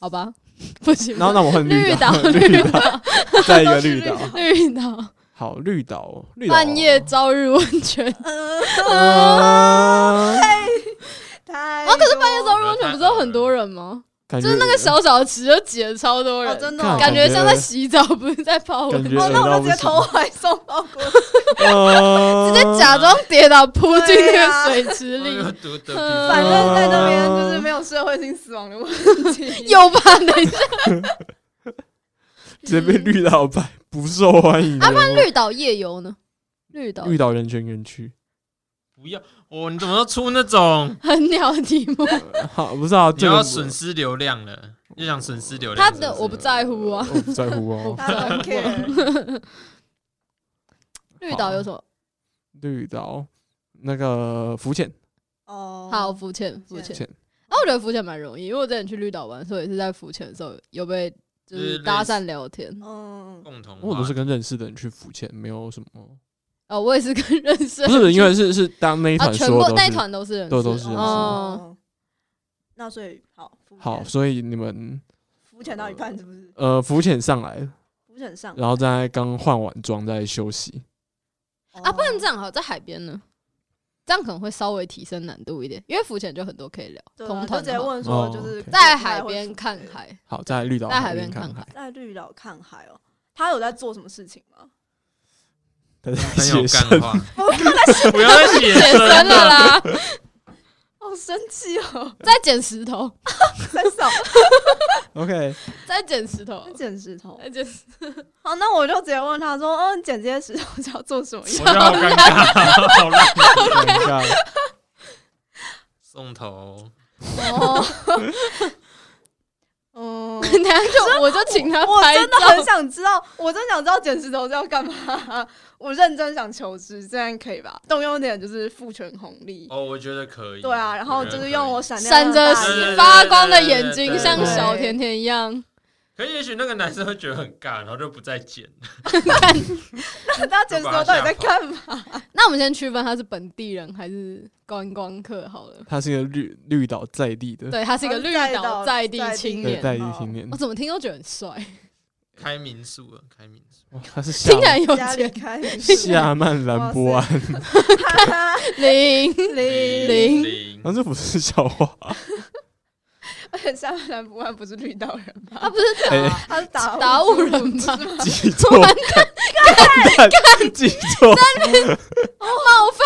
Speaker 4: 好吧，不行。
Speaker 1: 然后那我很
Speaker 4: 绿
Speaker 1: 岛，
Speaker 4: 绿
Speaker 1: 绿岛，
Speaker 4: 岛，
Speaker 1: 再一个绿岛。
Speaker 4: 绿岛，
Speaker 1: 好，绿岛哦，绿岛哦
Speaker 4: 半夜朝日温泉。
Speaker 2: 呃，
Speaker 1: 啊，
Speaker 2: 太
Speaker 4: 哦可是
Speaker 2: 多
Speaker 4: 半夜朝日温泉不是有很多人吗？
Speaker 1: 感
Speaker 4: 就
Speaker 1: 觉
Speaker 4: 是那个小小的池就挤了超多
Speaker 2: 哦，
Speaker 4: 人，
Speaker 2: 真的
Speaker 1: 看
Speaker 2: 哦、
Speaker 4: 感觉像在
Speaker 1: 感觉
Speaker 4: 洗澡，不是在泡温
Speaker 1: 感
Speaker 4: 泉
Speaker 1: 觉，
Speaker 2: 哦，那我就直接
Speaker 1: 觉得
Speaker 2: 投怀送抱过去，
Speaker 1: 呃
Speaker 4: 直接假装跌倒扑进那个水池
Speaker 3: 我
Speaker 4: 里
Speaker 3: 有，读得
Speaker 4: 嗯
Speaker 2: 反
Speaker 3: 皮肤
Speaker 2: 正在那边就是没有社会性死亡的问 题。
Speaker 4: 有吧？等一下，
Speaker 1: 直接被绿岛摆不受欢迎的人物。
Speaker 4: 啊嗯绿岛夜游呢？绿岛
Speaker 1: 绿岛人权园区，
Speaker 3: 不要哦，你怎么都出那种？
Speaker 4: 很鸟的题目，
Speaker 1: 好，不是啊，
Speaker 3: 你
Speaker 1: 这
Speaker 3: 要
Speaker 1: 个
Speaker 3: 损失流量了，又想损失流量
Speaker 4: 他
Speaker 3: 是不是？
Speaker 4: 的我不在乎啊。
Speaker 1: 我不在乎 哦。
Speaker 2: 他 don't care，
Speaker 4: 绿岛有什么？
Speaker 1: 绿岛那个浮潜，
Speaker 3: 嗯
Speaker 2: 哦，
Speaker 4: 好，浮潜，浮
Speaker 1: 浮
Speaker 4: 潜。
Speaker 1: 潜
Speaker 4: 啊，我觉得浮潜蛮容易，因为我之前去绿岛玩，所以是在浮潜的时候有被
Speaker 3: 就
Speaker 4: 就
Speaker 3: 是
Speaker 4: 是
Speaker 3: 类
Speaker 4: 搭
Speaker 3: 似
Speaker 4: 讪聊天。
Speaker 2: 嗯，
Speaker 3: 共同话，
Speaker 1: 我都是跟认识的人去浮潜，没有什么，
Speaker 4: 哦，我也是跟认识的
Speaker 1: 不
Speaker 4: 人去，
Speaker 1: 是因为是是当那一
Speaker 4: 啊，
Speaker 1: 团
Speaker 4: 全
Speaker 1: 说
Speaker 4: 部
Speaker 1: 的
Speaker 4: 那一
Speaker 1: 都是
Speaker 4: 团都是人
Speaker 1: 对
Speaker 4: 士，
Speaker 1: 都是人士
Speaker 4: 哦，
Speaker 2: 哦，那所以好，浮潜
Speaker 1: 好，所以你们
Speaker 2: 浮潜到一半是不是？
Speaker 1: 呃浮潜上来了，
Speaker 2: 浮潜上
Speaker 1: 然后在刚换完妆在休息，
Speaker 2: 哦
Speaker 4: 啊，不能这样好，在海边呢，这样可能会稍微提升难度一点，因为浮潜就很多可以聊，
Speaker 2: 对
Speaker 4: 同
Speaker 2: 啊，就
Speaker 4: 团
Speaker 2: 直接
Speaker 4: 的话
Speaker 2: 问说就
Speaker 1: 哦
Speaker 2: 是
Speaker 1: ，OK
Speaker 4: 在海边看
Speaker 2: 海。
Speaker 4: 海，
Speaker 1: 好在绿岛
Speaker 4: 在海
Speaker 1: 边
Speaker 4: 边看
Speaker 1: 海，
Speaker 4: 海，
Speaker 2: 在绿岛看海哦，他有在做什么事情 吗？
Speaker 1: 他在
Speaker 3: 很有
Speaker 1: 写
Speaker 3: 干
Speaker 1: 生，
Speaker 3: 话， 不要再写
Speaker 4: 写生
Speaker 3: 生
Speaker 4: 了
Speaker 3: 了，
Speaker 4: 啦，
Speaker 2: 好生气哦，
Speaker 4: 在捡石头，
Speaker 2: 在扫
Speaker 1: OK，
Speaker 4: 在捡石头
Speaker 2: 在，捡石头。
Speaker 4: 在捡石
Speaker 2: 好，那我就直接问他说：“嗯、你捡这些石头是要做什么
Speaker 3: 我
Speaker 2: 用
Speaker 3: 觉得好尴尬，好烂。
Speaker 1: 很尬
Speaker 3: 送 头，？”
Speaker 2: 哦，嗯，
Speaker 4: 等一下就我就请他
Speaker 2: 我
Speaker 4: 哦拍
Speaker 2: 真的很
Speaker 4: 照，
Speaker 2: 想知道，我真想知道捡石头是要干嘛。我认真想求知，这样可以吧？动用点就是父权红利。
Speaker 3: 哦，我觉得可以。
Speaker 2: 对啊，然后
Speaker 3: 我觉
Speaker 2: 就是
Speaker 3: 得可以
Speaker 2: 用我闪亮
Speaker 4: 闪
Speaker 2: 的
Speaker 4: 着
Speaker 2: 大
Speaker 3: 对对
Speaker 2: 眼
Speaker 3: 对
Speaker 4: 发光的眼
Speaker 3: 对
Speaker 4: 睛，
Speaker 3: 对
Speaker 4: 像
Speaker 2: 对
Speaker 4: 小甜甜一样，
Speaker 3: 可也许那个男生会觉得很尬，然后就不再剪。
Speaker 2: 那捡石头到底在干 嘛？
Speaker 4: 那我们先区分他是本地人还是观光客好了。
Speaker 1: 他是一个绿绿岛在地的
Speaker 4: 对他哦是一个绿
Speaker 2: 在
Speaker 4: 岛
Speaker 2: 岛
Speaker 4: 在地
Speaker 2: 在地
Speaker 4: 青
Speaker 1: 对
Speaker 4: 年，哦
Speaker 1: 在地青年
Speaker 4: 我，怎么听都觉得很帅，
Speaker 3: 开民宿了，开民宿，
Speaker 1: 哇他是
Speaker 4: 听起来有
Speaker 2: 家里
Speaker 4: 钱。
Speaker 2: 开 啊
Speaker 1: 夏曼兰波安，
Speaker 4: 零
Speaker 2: 零
Speaker 4: 零
Speaker 3: 零
Speaker 1: 哦那这不是笑 话，
Speaker 2: 而且夏曼兰不安不是绿岛人吧？
Speaker 4: 他不是打
Speaker 2: 他是 达，
Speaker 4: 打五人吧？
Speaker 1: 哎记错，干干记错，
Speaker 4: 冒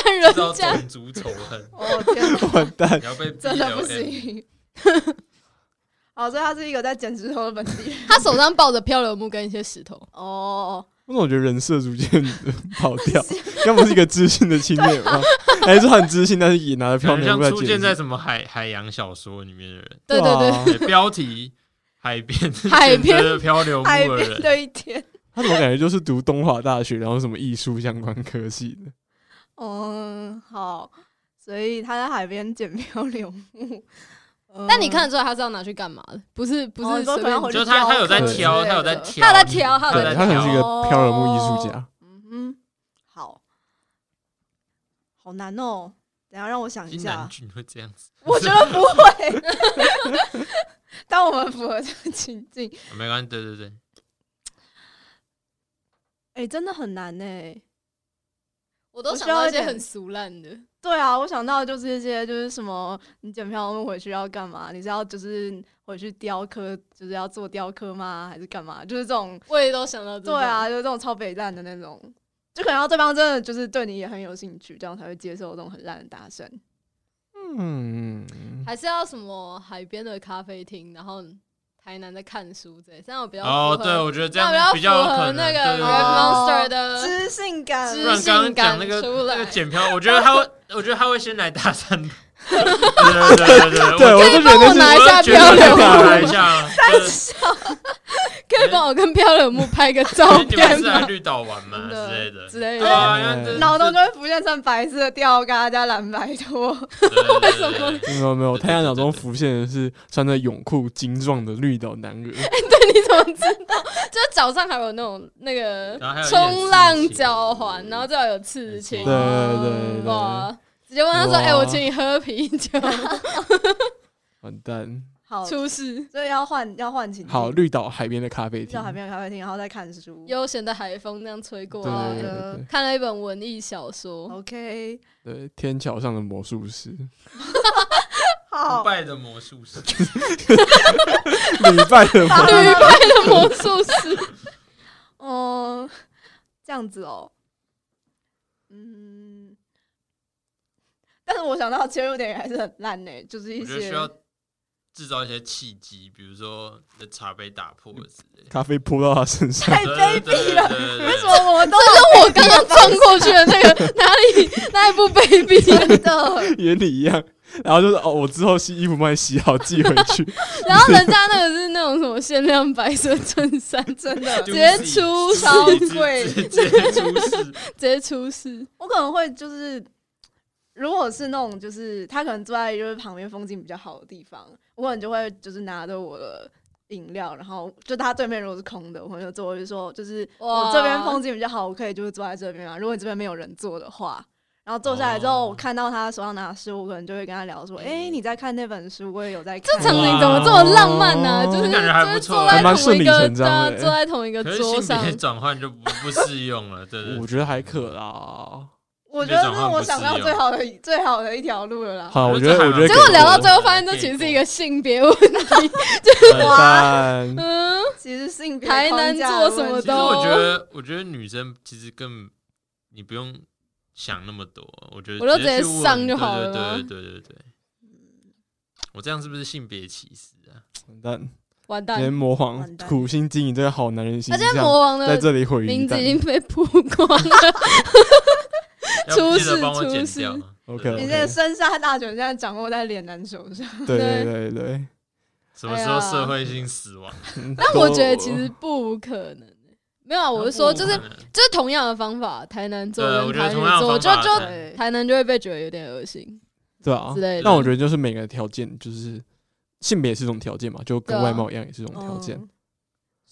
Speaker 4: 犯人
Speaker 3: 制造
Speaker 4: 家，
Speaker 3: 种族仇恨
Speaker 2: 哦天哪，
Speaker 1: 完蛋
Speaker 3: 你，要被欸
Speaker 2: 真的不
Speaker 3: BLM。
Speaker 2: 行。哦好，所以他是一个在捡石头的本地人。
Speaker 4: 他手上抱着漂流木跟一些石头，
Speaker 2: 哦，
Speaker 1: 我总觉得人设逐渐 跑掉，要不是一个知性的青年
Speaker 4: 啊
Speaker 1: 吧，还是很知性，但是也拿着票
Speaker 3: 可能
Speaker 1: 没有
Speaker 3: 像
Speaker 1: 办法
Speaker 3: 出
Speaker 1: 解
Speaker 3: 现在
Speaker 1: 释。
Speaker 3: 什么海海洋小说里面的人，
Speaker 4: 对对
Speaker 1: 对
Speaker 4: 对，
Speaker 1: 啊，
Speaker 3: 对标题海边
Speaker 4: 海边
Speaker 3: 选择漂流木
Speaker 2: 海
Speaker 3: 的
Speaker 2: 边
Speaker 3: 人，
Speaker 2: 的一天。
Speaker 1: 他怎么感觉就是读东华大学，然后什么艺术相关科系的？
Speaker 2: 嗯，好，所以他在海边捡 漂流木。嗯
Speaker 4: 但你看，得出来他是要拿去干嘛的？不是不
Speaker 2: 哦
Speaker 4: 是
Speaker 2: 你说可
Speaker 4: 随便
Speaker 2: 能，回去
Speaker 3: 就是他他有在
Speaker 1: 雕刻
Speaker 2: 之
Speaker 3: 挑，
Speaker 2: 类
Speaker 3: 他有在
Speaker 2: 的
Speaker 3: 挑，
Speaker 4: 他有在挑，他有
Speaker 1: 对
Speaker 4: 在
Speaker 1: 他可能
Speaker 4: 挑
Speaker 1: 是一。个漂流木艺术家。
Speaker 2: 嗯哼，好，好难哦。等一下让我想一
Speaker 3: 金
Speaker 2: 下
Speaker 3: 南，俊会这样子，
Speaker 2: 我觉得不会。当我们符合这个情境，
Speaker 3: 没关系，对对对，
Speaker 2: 哎、真的很难哎、
Speaker 4: 我都
Speaker 2: 我
Speaker 4: 想
Speaker 2: 需要
Speaker 4: 到
Speaker 2: 一
Speaker 4: 一些
Speaker 2: 点
Speaker 4: 很俗烂的，
Speaker 2: 对啊，我想到就是一些就是什么，你捡漂流木回去要干嘛？你是要就是回去雕刻，就是要做雕刻吗？还是干嘛？就是这种，
Speaker 4: 我也都想到这
Speaker 2: 对
Speaker 4: 种。
Speaker 2: 啊，就是这种超北烂的那种，就可能要对方真的就是对你也很有兴趣，这样才会接受这种很烂的搭讪。
Speaker 1: 嗯，
Speaker 4: 还是要什么海边的咖啡厅，然后台南在看书之类，这样我比较
Speaker 3: 哦，
Speaker 4: 符合
Speaker 3: 对，我觉得这
Speaker 4: 这
Speaker 3: 样
Speaker 4: 样
Speaker 3: 比
Speaker 4: 比
Speaker 3: 较
Speaker 4: 较
Speaker 3: 有
Speaker 4: 符合
Speaker 3: 可能，
Speaker 4: 那个
Speaker 2: 人
Speaker 3: 对对对对
Speaker 2: 吗
Speaker 4: Monster 的
Speaker 2: 知性感
Speaker 4: 知
Speaker 3: 不然刚刚讲那个
Speaker 4: 知性感出来
Speaker 3: 那个检票，我觉得他会，我觉得他会先来搭讪。对对对对对，
Speaker 1: 对，
Speaker 3: 我
Speaker 1: 我
Speaker 4: 可
Speaker 1: 就
Speaker 4: 以
Speaker 1: 觉
Speaker 4: 帮
Speaker 1: 得那
Speaker 4: 我拿
Speaker 1: 是
Speaker 4: 一下
Speaker 3: 觉得
Speaker 4: 漂流
Speaker 3: 可以来一
Speaker 4: 木，
Speaker 3: 下，就是
Speaker 4: 可以帮我跟漂流木拍个照
Speaker 3: 你们
Speaker 4: 片
Speaker 3: 是来
Speaker 4: 吗？
Speaker 3: 绿岛玩吗
Speaker 2: 真
Speaker 3: 之
Speaker 2: 的
Speaker 3: 类的
Speaker 4: 之类
Speaker 3: 对
Speaker 4: 的，
Speaker 3: 啊，因为这
Speaker 2: 脑中就会浮现成白色的吊嘎加蓝白拖，
Speaker 3: 对对对对对
Speaker 1: 没有没有，
Speaker 3: 对对
Speaker 1: 太阳
Speaker 3: 对
Speaker 1: 脑
Speaker 3: 对
Speaker 1: 中
Speaker 3: 对
Speaker 1: 浮现的是穿着泳裤精壮的绿岛男儿。
Speaker 4: 你怎么知 道？就是早上还有那种那个
Speaker 3: 哦然后还有一点
Speaker 4: 冲浪
Speaker 3: 刺青
Speaker 4: 脚环，然后就要有刺青
Speaker 1: 对，对对对，
Speaker 4: 哇！直接问他说：“
Speaker 1: 哇
Speaker 4: 哎，我请你喝啤酒。
Speaker 1: 完蛋！
Speaker 2: 好”，
Speaker 4: 出事，
Speaker 2: 所以要换要换情境，
Speaker 1: 好，绿岛海边的咖啡厅
Speaker 2: 到，海边的咖啡厅，然后再看书。
Speaker 4: 悠闲的海风这样吹过
Speaker 1: 对
Speaker 4: 来，
Speaker 1: 对对
Speaker 2: 好的
Speaker 1: 对
Speaker 4: 看了一本文艺小说，
Speaker 2: OK，
Speaker 1: 对对，天桥上的魔术师，
Speaker 2: 好
Speaker 3: 不，败的魔术师，
Speaker 1: 礼拜的魔
Speaker 4: 旅派的魔术 师。
Speaker 2: 嗯， 这样子哦，嗯，但是我想到切入点也还是很烂呢、就是一
Speaker 3: 我觉得
Speaker 2: 些
Speaker 3: 需要制造一些契机，比如说你的茶杯打破之类的。
Speaker 1: 咖啡泼到他身上，
Speaker 2: 太卑鄙了。
Speaker 3: 对
Speaker 2: 为什么我们都
Speaker 4: 跟我刚刚撞过去的那个 哪里那一部卑鄙，啊
Speaker 2: 真的？
Speaker 1: 原理一样。然后就是哦，我之后洗衣服帮你洗好寄回去。
Speaker 4: 然后人家那个是那种什么限量白色衬衫，
Speaker 2: 真的
Speaker 3: 直，
Speaker 4: 接出
Speaker 2: 超贵
Speaker 3: 直接出事。
Speaker 4: 直接出事。
Speaker 2: 我可能会就是，如果是那种就是他可能坐在就是旁边风景比较好的地方，我可能就会就是拿着我的。饮料，然后就他对面如果是空的，我可能就坐过去说，就是
Speaker 4: 哇
Speaker 2: 我这边风景比较好，我可以就是坐在这边啊嘛。如果你这边没有人坐的话，然后坐下来之后，
Speaker 3: 哦
Speaker 2: 我看到他手上拿的书，我可能就会跟他聊说：“哎、你在看那本书，我也有在看。”
Speaker 4: 嗯这场景怎么这么浪漫呢、
Speaker 1: 哇
Speaker 4: 就是就
Speaker 3: 感觉还不
Speaker 4: 是
Speaker 3: 错
Speaker 4: 坐
Speaker 3: 还
Speaker 4: 在
Speaker 1: 蛮顺理
Speaker 4: 同一个
Speaker 1: 成
Speaker 4: 对啊
Speaker 1: 章的
Speaker 4: 坐在同一个
Speaker 3: 可是
Speaker 4: 桌
Speaker 3: 性
Speaker 4: 上
Speaker 3: 别，转换就 不不适用了，对对
Speaker 1: 我觉得还可啦。
Speaker 2: 我觉得这是我想到最好的最好的一条路了啦。
Speaker 1: 好，我
Speaker 3: 我
Speaker 1: 觉
Speaker 3: 觉得
Speaker 1: 得我觉得
Speaker 3: 这
Speaker 4: 结
Speaker 1: 可以
Speaker 3: 还蛮
Speaker 4: 果聊到
Speaker 1: 的
Speaker 4: 最后发现这其实是一个性别 问题。
Speaker 1: 完蛋
Speaker 4: 嗯，
Speaker 2: 其实性别
Speaker 4: 台
Speaker 2: 框
Speaker 4: 南
Speaker 2: 架
Speaker 4: 做什
Speaker 2: 的问
Speaker 4: 么
Speaker 3: 其
Speaker 2: 题
Speaker 3: 实我
Speaker 4: 都
Speaker 3: 觉得，我觉得女生其实更你不用想那么多，我觉得
Speaker 4: 我就
Speaker 3: 直接
Speaker 4: 直接
Speaker 3: 去问
Speaker 4: 上就好了
Speaker 3: 对
Speaker 4: 吗
Speaker 3: 对对对对对，我这样是不是性别歧视 啊？
Speaker 1: 完蛋，
Speaker 4: 完蛋
Speaker 1: 连！魔皇
Speaker 2: 完蛋
Speaker 1: 苦心经营这个好男人形
Speaker 4: 而且
Speaker 1: 象，
Speaker 4: 魔王
Speaker 1: 在
Speaker 4: 的
Speaker 1: 这里毁于一
Speaker 4: 名字
Speaker 1: 旦
Speaker 4: 已。经被曝光了，
Speaker 3: 要不记
Speaker 4: 出
Speaker 3: 得
Speaker 4: 事
Speaker 3: 帮我剪
Speaker 4: 出事
Speaker 3: 掉。
Speaker 1: OK，
Speaker 3: 对
Speaker 2: 你这个生杀大权现在掌握在脸男手上，
Speaker 1: 对对对对。嗯
Speaker 3: 什么时候
Speaker 4: 哎呀
Speaker 3: 社会性死亡？
Speaker 4: 但我觉得其实不无可能。没有啊，我是说，就是
Speaker 3: 不可能
Speaker 4: 就是同样的方法，台南做
Speaker 3: 对
Speaker 4: 跟
Speaker 3: 我觉得
Speaker 4: 台
Speaker 3: 同样
Speaker 4: 语
Speaker 3: 的
Speaker 4: 做，就
Speaker 3: 方法
Speaker 4: 就
Speaker 2: 对
Speaker 4: 台南就会被觉得有点恶心。
Speaker 1: 对啊
Speaker 4: 之类的
Speaker 3: 哦
Speaker 1: 但我觉得就是每个条件，就是性别也是一种条件嘛，就跟
Speaker 4: 对啊
Speaker 1: 外貌一样也是一种条件。
Speaker 2: 嗯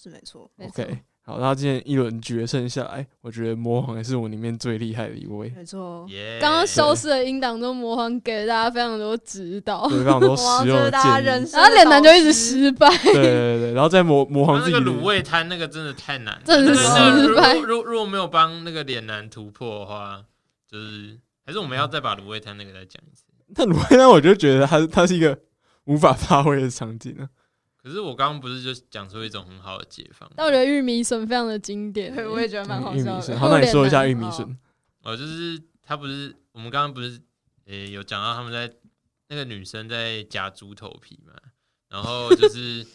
Speaker 2: 是没错。
Speaker 4: 没错
Speaker 1: OK，好，那今天一轮决胜下来，我觉得魔皇也是我里面最厉害的一位，
Speaker 2: 没错，
Speaker 3: 耶
Speaker 4: 刚刚消失的音档中，魔皇给大家非常多指导，
Speaker 1: 对，非常 多
Speaker 2: 哇，
Speaker 1: 实用
Speaker 2: 这
Speaker 1: 的
Speaker 2: 是大家
Speaker 1: 建
Speaker 2: 人
Speaker 1: 议。
Speaker 2: 生，
Speaker 4: 然后脸男就一直。失败。
Speaker 1: 对对对对，然后在魔魔皇
Speaker 3: 刚刚
Speaker 1: 自
Speaker 3: 那
Speaker 1: 己
Speaker 3: 个卤味摊那个真的太难了，
Speaker 4: 真的
Speaker 1: 是
Speaker 3: 那个
Speaker 4: 失败
Speaker 3: 如如如果没有帮那个脸男突破的话，就是还是我们要再把卤味摊那个再讲一次。
Speaker 1: 那卤味呢，我就觉得它它是一个无法发挥的场景啊。
Speaker 3: 可是我刚刚不是就讲出一种很好的解放吗？
Speaker 4: 但我觉得玉米笋非常的 经典，
Speaker 2: 对，我也觉得蛮好
Speaker 1: 嗯玉
Speaker 2: 笑
Speaker 1: 米笋，
Speaker 2: 的。
Speaker 1: 好，那你说一下
Speaker 4: 榴
Speaker 1: 玉
Speaker 2: 莲
Speaker 1: 米
Speaker 2: 哦
Speaker 1: 笋，
Speaker 3: 哦，就是他不是我们刚刚不是呃、有讲到他们在那个女生在夹猪头皮嘛，然 后就是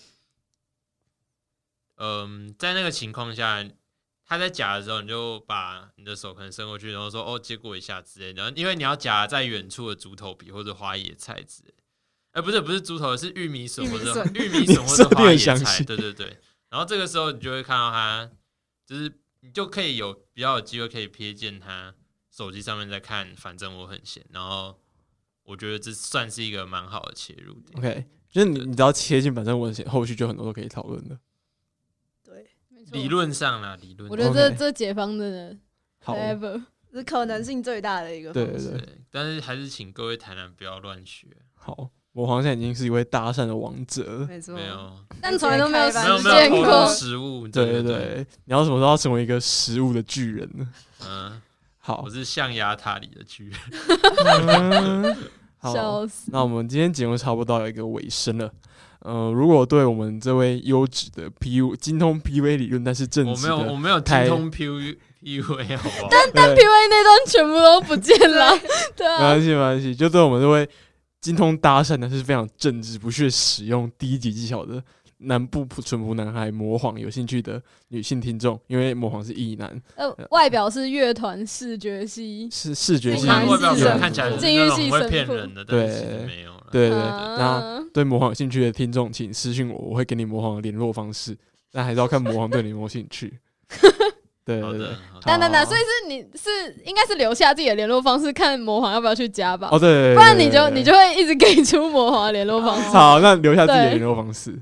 Speaker 3: 嗯、在那个情况下，他在夹的时候，你就把你的手可能伸过去，然后说哦，接过一下之类的。然后因为你要夹在远处的竹头皮或者花野菜之类，哎、不是不是竹头，是玉米笋
Speaker 2: 玉
Speaker 3: 或
Speaker 2: 米
Speaker 3: 者
Speaker 2: 笋
Speaker 3: 玉米笋或者
Speaker 1: 你说得
Speaker 3: 花
Speaker 1: 很
Speaker 3: 野
Speaker 1: 详
Speaker 3: 菜，
Speaker 1: 细
Speaker 3: 对对对。然后这个时候你就会看到他，就是你就可以有比较有机会可以瞥见他手机上面在看，反正我很闲。然后我觉得这算是一个蛮好的切入点。
Speaker 1: OK，就是你你只要切进，反正我的后续就很多都可以讨论的。
Speaker 2: 对，
Speaker 4: 没错
Speaker 3: 理，论上啦，理论
Speaker 4: 我觉得这
Speaker 1: OK
Speaker 4: 这解方真的
Speaker 1: 好，
Speaker 4: forever，
Speaker 2: 是可能性最大的一个方
Speaker 1: 对
Speaker 2: 式。
Speaker 1: 对对，
Speaker 3: 对，但是还是请各位台南不要乱学，
Speaker 1: 好，我好像已经是一位搭讪的王者了。
Speaker 2: 没错，
Speaker 3: 没有
Speaker 4: 但从来都没有实
Speaker 2: 没
Speaker 3: 没有没
Speaker 4: 践
Speaker 3: 有偷
Speaker 4: 过
Speaker 3: 偷。食物，
Speaker 1: 对
Speaker 3: 对
Speaker 1: 对对，你要什么时候要成为一个食物的巨人呢？
Speaker 3: 嗯，
Speaker 1: 好
Speaker 3: 我，是象牙塔里的巨人，
Speaker 1: 嗯好，
Speaker 4: 笑死！
Speaker 1: 那我们今天节目差不多到一个尾声了。呃，如果对我们这位优质的 PU 精通 PV 理论，但是正
Speaker 3: 我
Speaker 1: 直
Speaker 3: 没有我
Speaker 1: 的，
Speaker 3: 没有精
Speaker 1: 台
Speaker 3: 通 PU PUA 好不好？
Speaker 1: 但
Speaker 4: 因为那段全部都不见了， 对
Speaker 1: 没
Speaker 4: 啊
Speaker 1: 关，系没关系，就对我们这位精通搭讪，但是非常正直、不屑使用低级技巧的南部普淳朴男孩模仿有兴趣的女性听众，因为模仿是异男，
Speaker 4: 呃，外表是乐团视觉系，
Speaker 1: 是视觉
Speaker 4: 对
Speaker 1: 系
Speaker 4: 男
Speaker 3: 外表
Speaker 4: 是
Speaker 1: 有
Speaker 4: 神
Speaker 3: 看起来是
Speaker 4: 禁欲
Speaker 3: 那
Speaker 4: 系
Speaker 3: 种会
Speaker 4: 神
Speaker 3: 骗
Speaker 4: 父
Speaker 3: 人的，但是其实
Speaker 1: 对
Speaker 3: 没有了。
Speaker 1: 对对对，那
Speaker 4: 啊，
Speaker 1: 对模仿有兴趣的听众，请私信我，我会给你模仿的联络方式，但还是要看模仿对你有没有兴趣。对
Speaker 3: 好
Speaker 1: 对对
Speaker 3: 的，，好的
Speaker 4: 等等等，
Speaker 1: 好
Speaker 4: 所以是你是应该是留下自己的联络方式，看魔皇要不要去加吧
Speaker 1: 哦，对对，对
Speaker 4: 不然你
Speaker 1: 对
Speaker 4: 就
Speaker 1: 对
Speaker 4: 你就会一直给出魔皇的联 络方式。
Speaker 1: 好，那留下自己的
Speaker 4: 对
Speaker 1: 联络方式，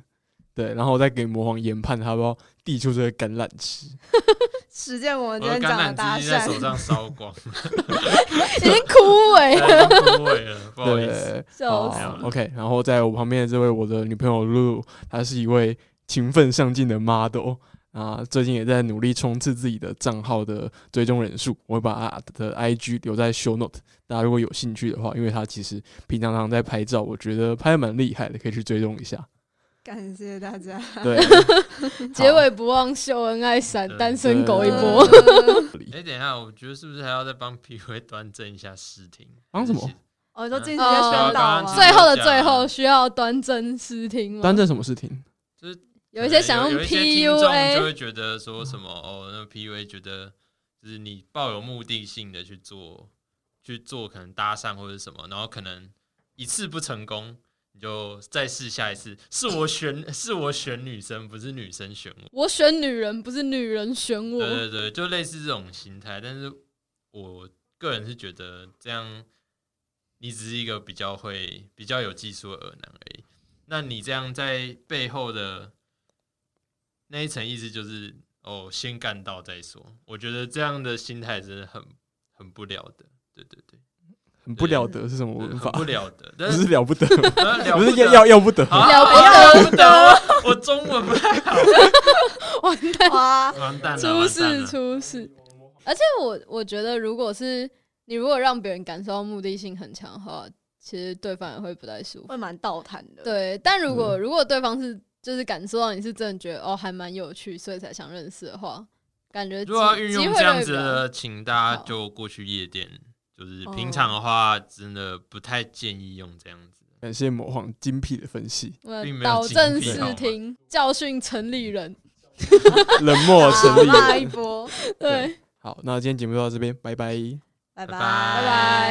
Speaker 1: 对，然后我再给魔皇研判他要不要递出这个橄榄枝。
Speaker 2: 实践我
Speaker 3: 我
Speaker 2: 们今
Speaker 3: 的
Speaker 2: 天
Speaker 3: 橄
Speaker 2: 讲的
Speaker 3: 榄
Speaker 2: 搭
Speaker 3: 枝已经在手
Speaker 2: 讪，
Speaker 3: 上烧光，
Speaker 4: 已经枯萎了，
Speaker 3: 不会 了，不好意思。
Speaker 1: 对，
Speaker 4: 笑死！
Speaker 1: 好，OK。然后在我旁边的这位我的女朋友露露，她是一位勤奋上进的 model 啊，最近也在努力冲刺自己的账号的追踪人数。我会把她的 IG 留在 show note，大家如果有兴趣的话，因为她其实平常常在拍照，我觉得拍的蛮厉害的，可以去追踪一下。
Speaker 2: 感谢大家。
Speaker 1: 对，
Speaker 4: 结尾不忘秀恩爱闪，
Speaker 3: 对
Speaker 4: 单身狗一波。
Speaker 2: 嗯
Speaker 3: 哎，等一下，我觉得是不是还要再帮 PUA 端正一下视听？
Speaker 1: 帮什么
Speaker 3: 还是
Speaker 2: 哦，就进行一个
Speaker 4: 哦
Speaker 2: 宣导
Speaker 3: 刚刚
Speaker 2: 吗？
Speaker 4: 最后的最后，需要端正视听吗？
Speaker 1: 端正什么事情？
Speaker 4: 有一些想
Speaker 3: 有
Speaker 4: 用
Speaker 3: 一些听众就
Speaker 4: PUA，
Speaker 3: 会觉得说什么哦，那 PUA 觉得就是你抱有目的性的去做，去做可能搭讪或者什么，然后可能一次不成功，你就再试下一次。是我选，是我选女生，不是女生选我。
Speaker 4: 我选女人，不是女人选
Speaker 3: 对
Speaker 4: 我。
Speaker 1: 嗯
Speaker 3: 对对，就类似这种心态。但是我个人是觉得这样，你只是一个比较会、比较有技术的耳男而已。那你这样在背后的那一层意思就是，哦，先干到再说。我觉得这样的心态真的很很不了得。对对对，
Speaker 1: 很不了得是什么文
Speaker 3: 很
Speaker 1: 法？
Speaker 3: 不了 得，
Speaker 1: 不
Speaker 3: 但
Speaker 1: 是
Speaker 3: 是
Speaker 1: 了不得，
Speaker 3: 呃了
Speaker 1: 不
Speaker 3: 不
Speaker 1: 是
Speaker 3: 得
Speaker 1: 要要要不得。
Speaker 3: 啊
Speaker 4: 了
Speaker 3: 了
Speaker 4: 不
Speaker 3: 不得，我我中文不太好，
Speaker 4: 完蛋，
Speaker 2: 哇，
Speaker 3: 完蛋了，
Speaker 4: 出
Speaker 3: 完蛋
Speaker 4: 事
Speaker 3: 了
Speaker 4: 出事！而且我我觉得，如果是你如果让别人感受到目的性很强的话，其实对方也会不太舒服。
Speaker 2: 会蛮倒谈的。，
Speaker 4: 对，但如果、
Speaker 1: 嗯
Speaker 4: 如果对方是就是感受到你是真的觉得哦还蛮有趣，所以才想认识的话，感觉
Speaker 3: 如果要
Speaker 4: 机
Speaker 3: 运
Speaker 4: 机
Speaker 3: 用
Speaker 4: 会
Speaker 3: 这样
Speaker 4: 率
Speaker 3: 子
Speaker 4: 比较
Speaker 3: 的，请大家
Speaker 4: 好
Speaker 3: 就过去夜店。就是
Speaker 2: 哦
Speaker 3: 平常的话，真的不太建议用这样子。
Speaker 1: 感谢魔皇精辟的分析，
Speaker 4: 我们
Speaker 3: 并没有
Speaker 4: 呃导
Speaker 3: 警
Speaker 4: 正
Speaker 1: 惕
Speaker 4: 视
Speaker 1: 好
Speaker 3: 吗
Speaker 4: 听，教训城里人。
Speaker 1: 冷漠成
Speaker 2: 骂一
Speaker 1: 立。
Speaker 2: 波，
Speaker 4: 对，
Speaker 1: 好，那今天节目就到这边，拜拜。
Speaker 2: 拜
Speaker 3: 拜
Speaker 2: 拜
Speaker 4: 拜拜。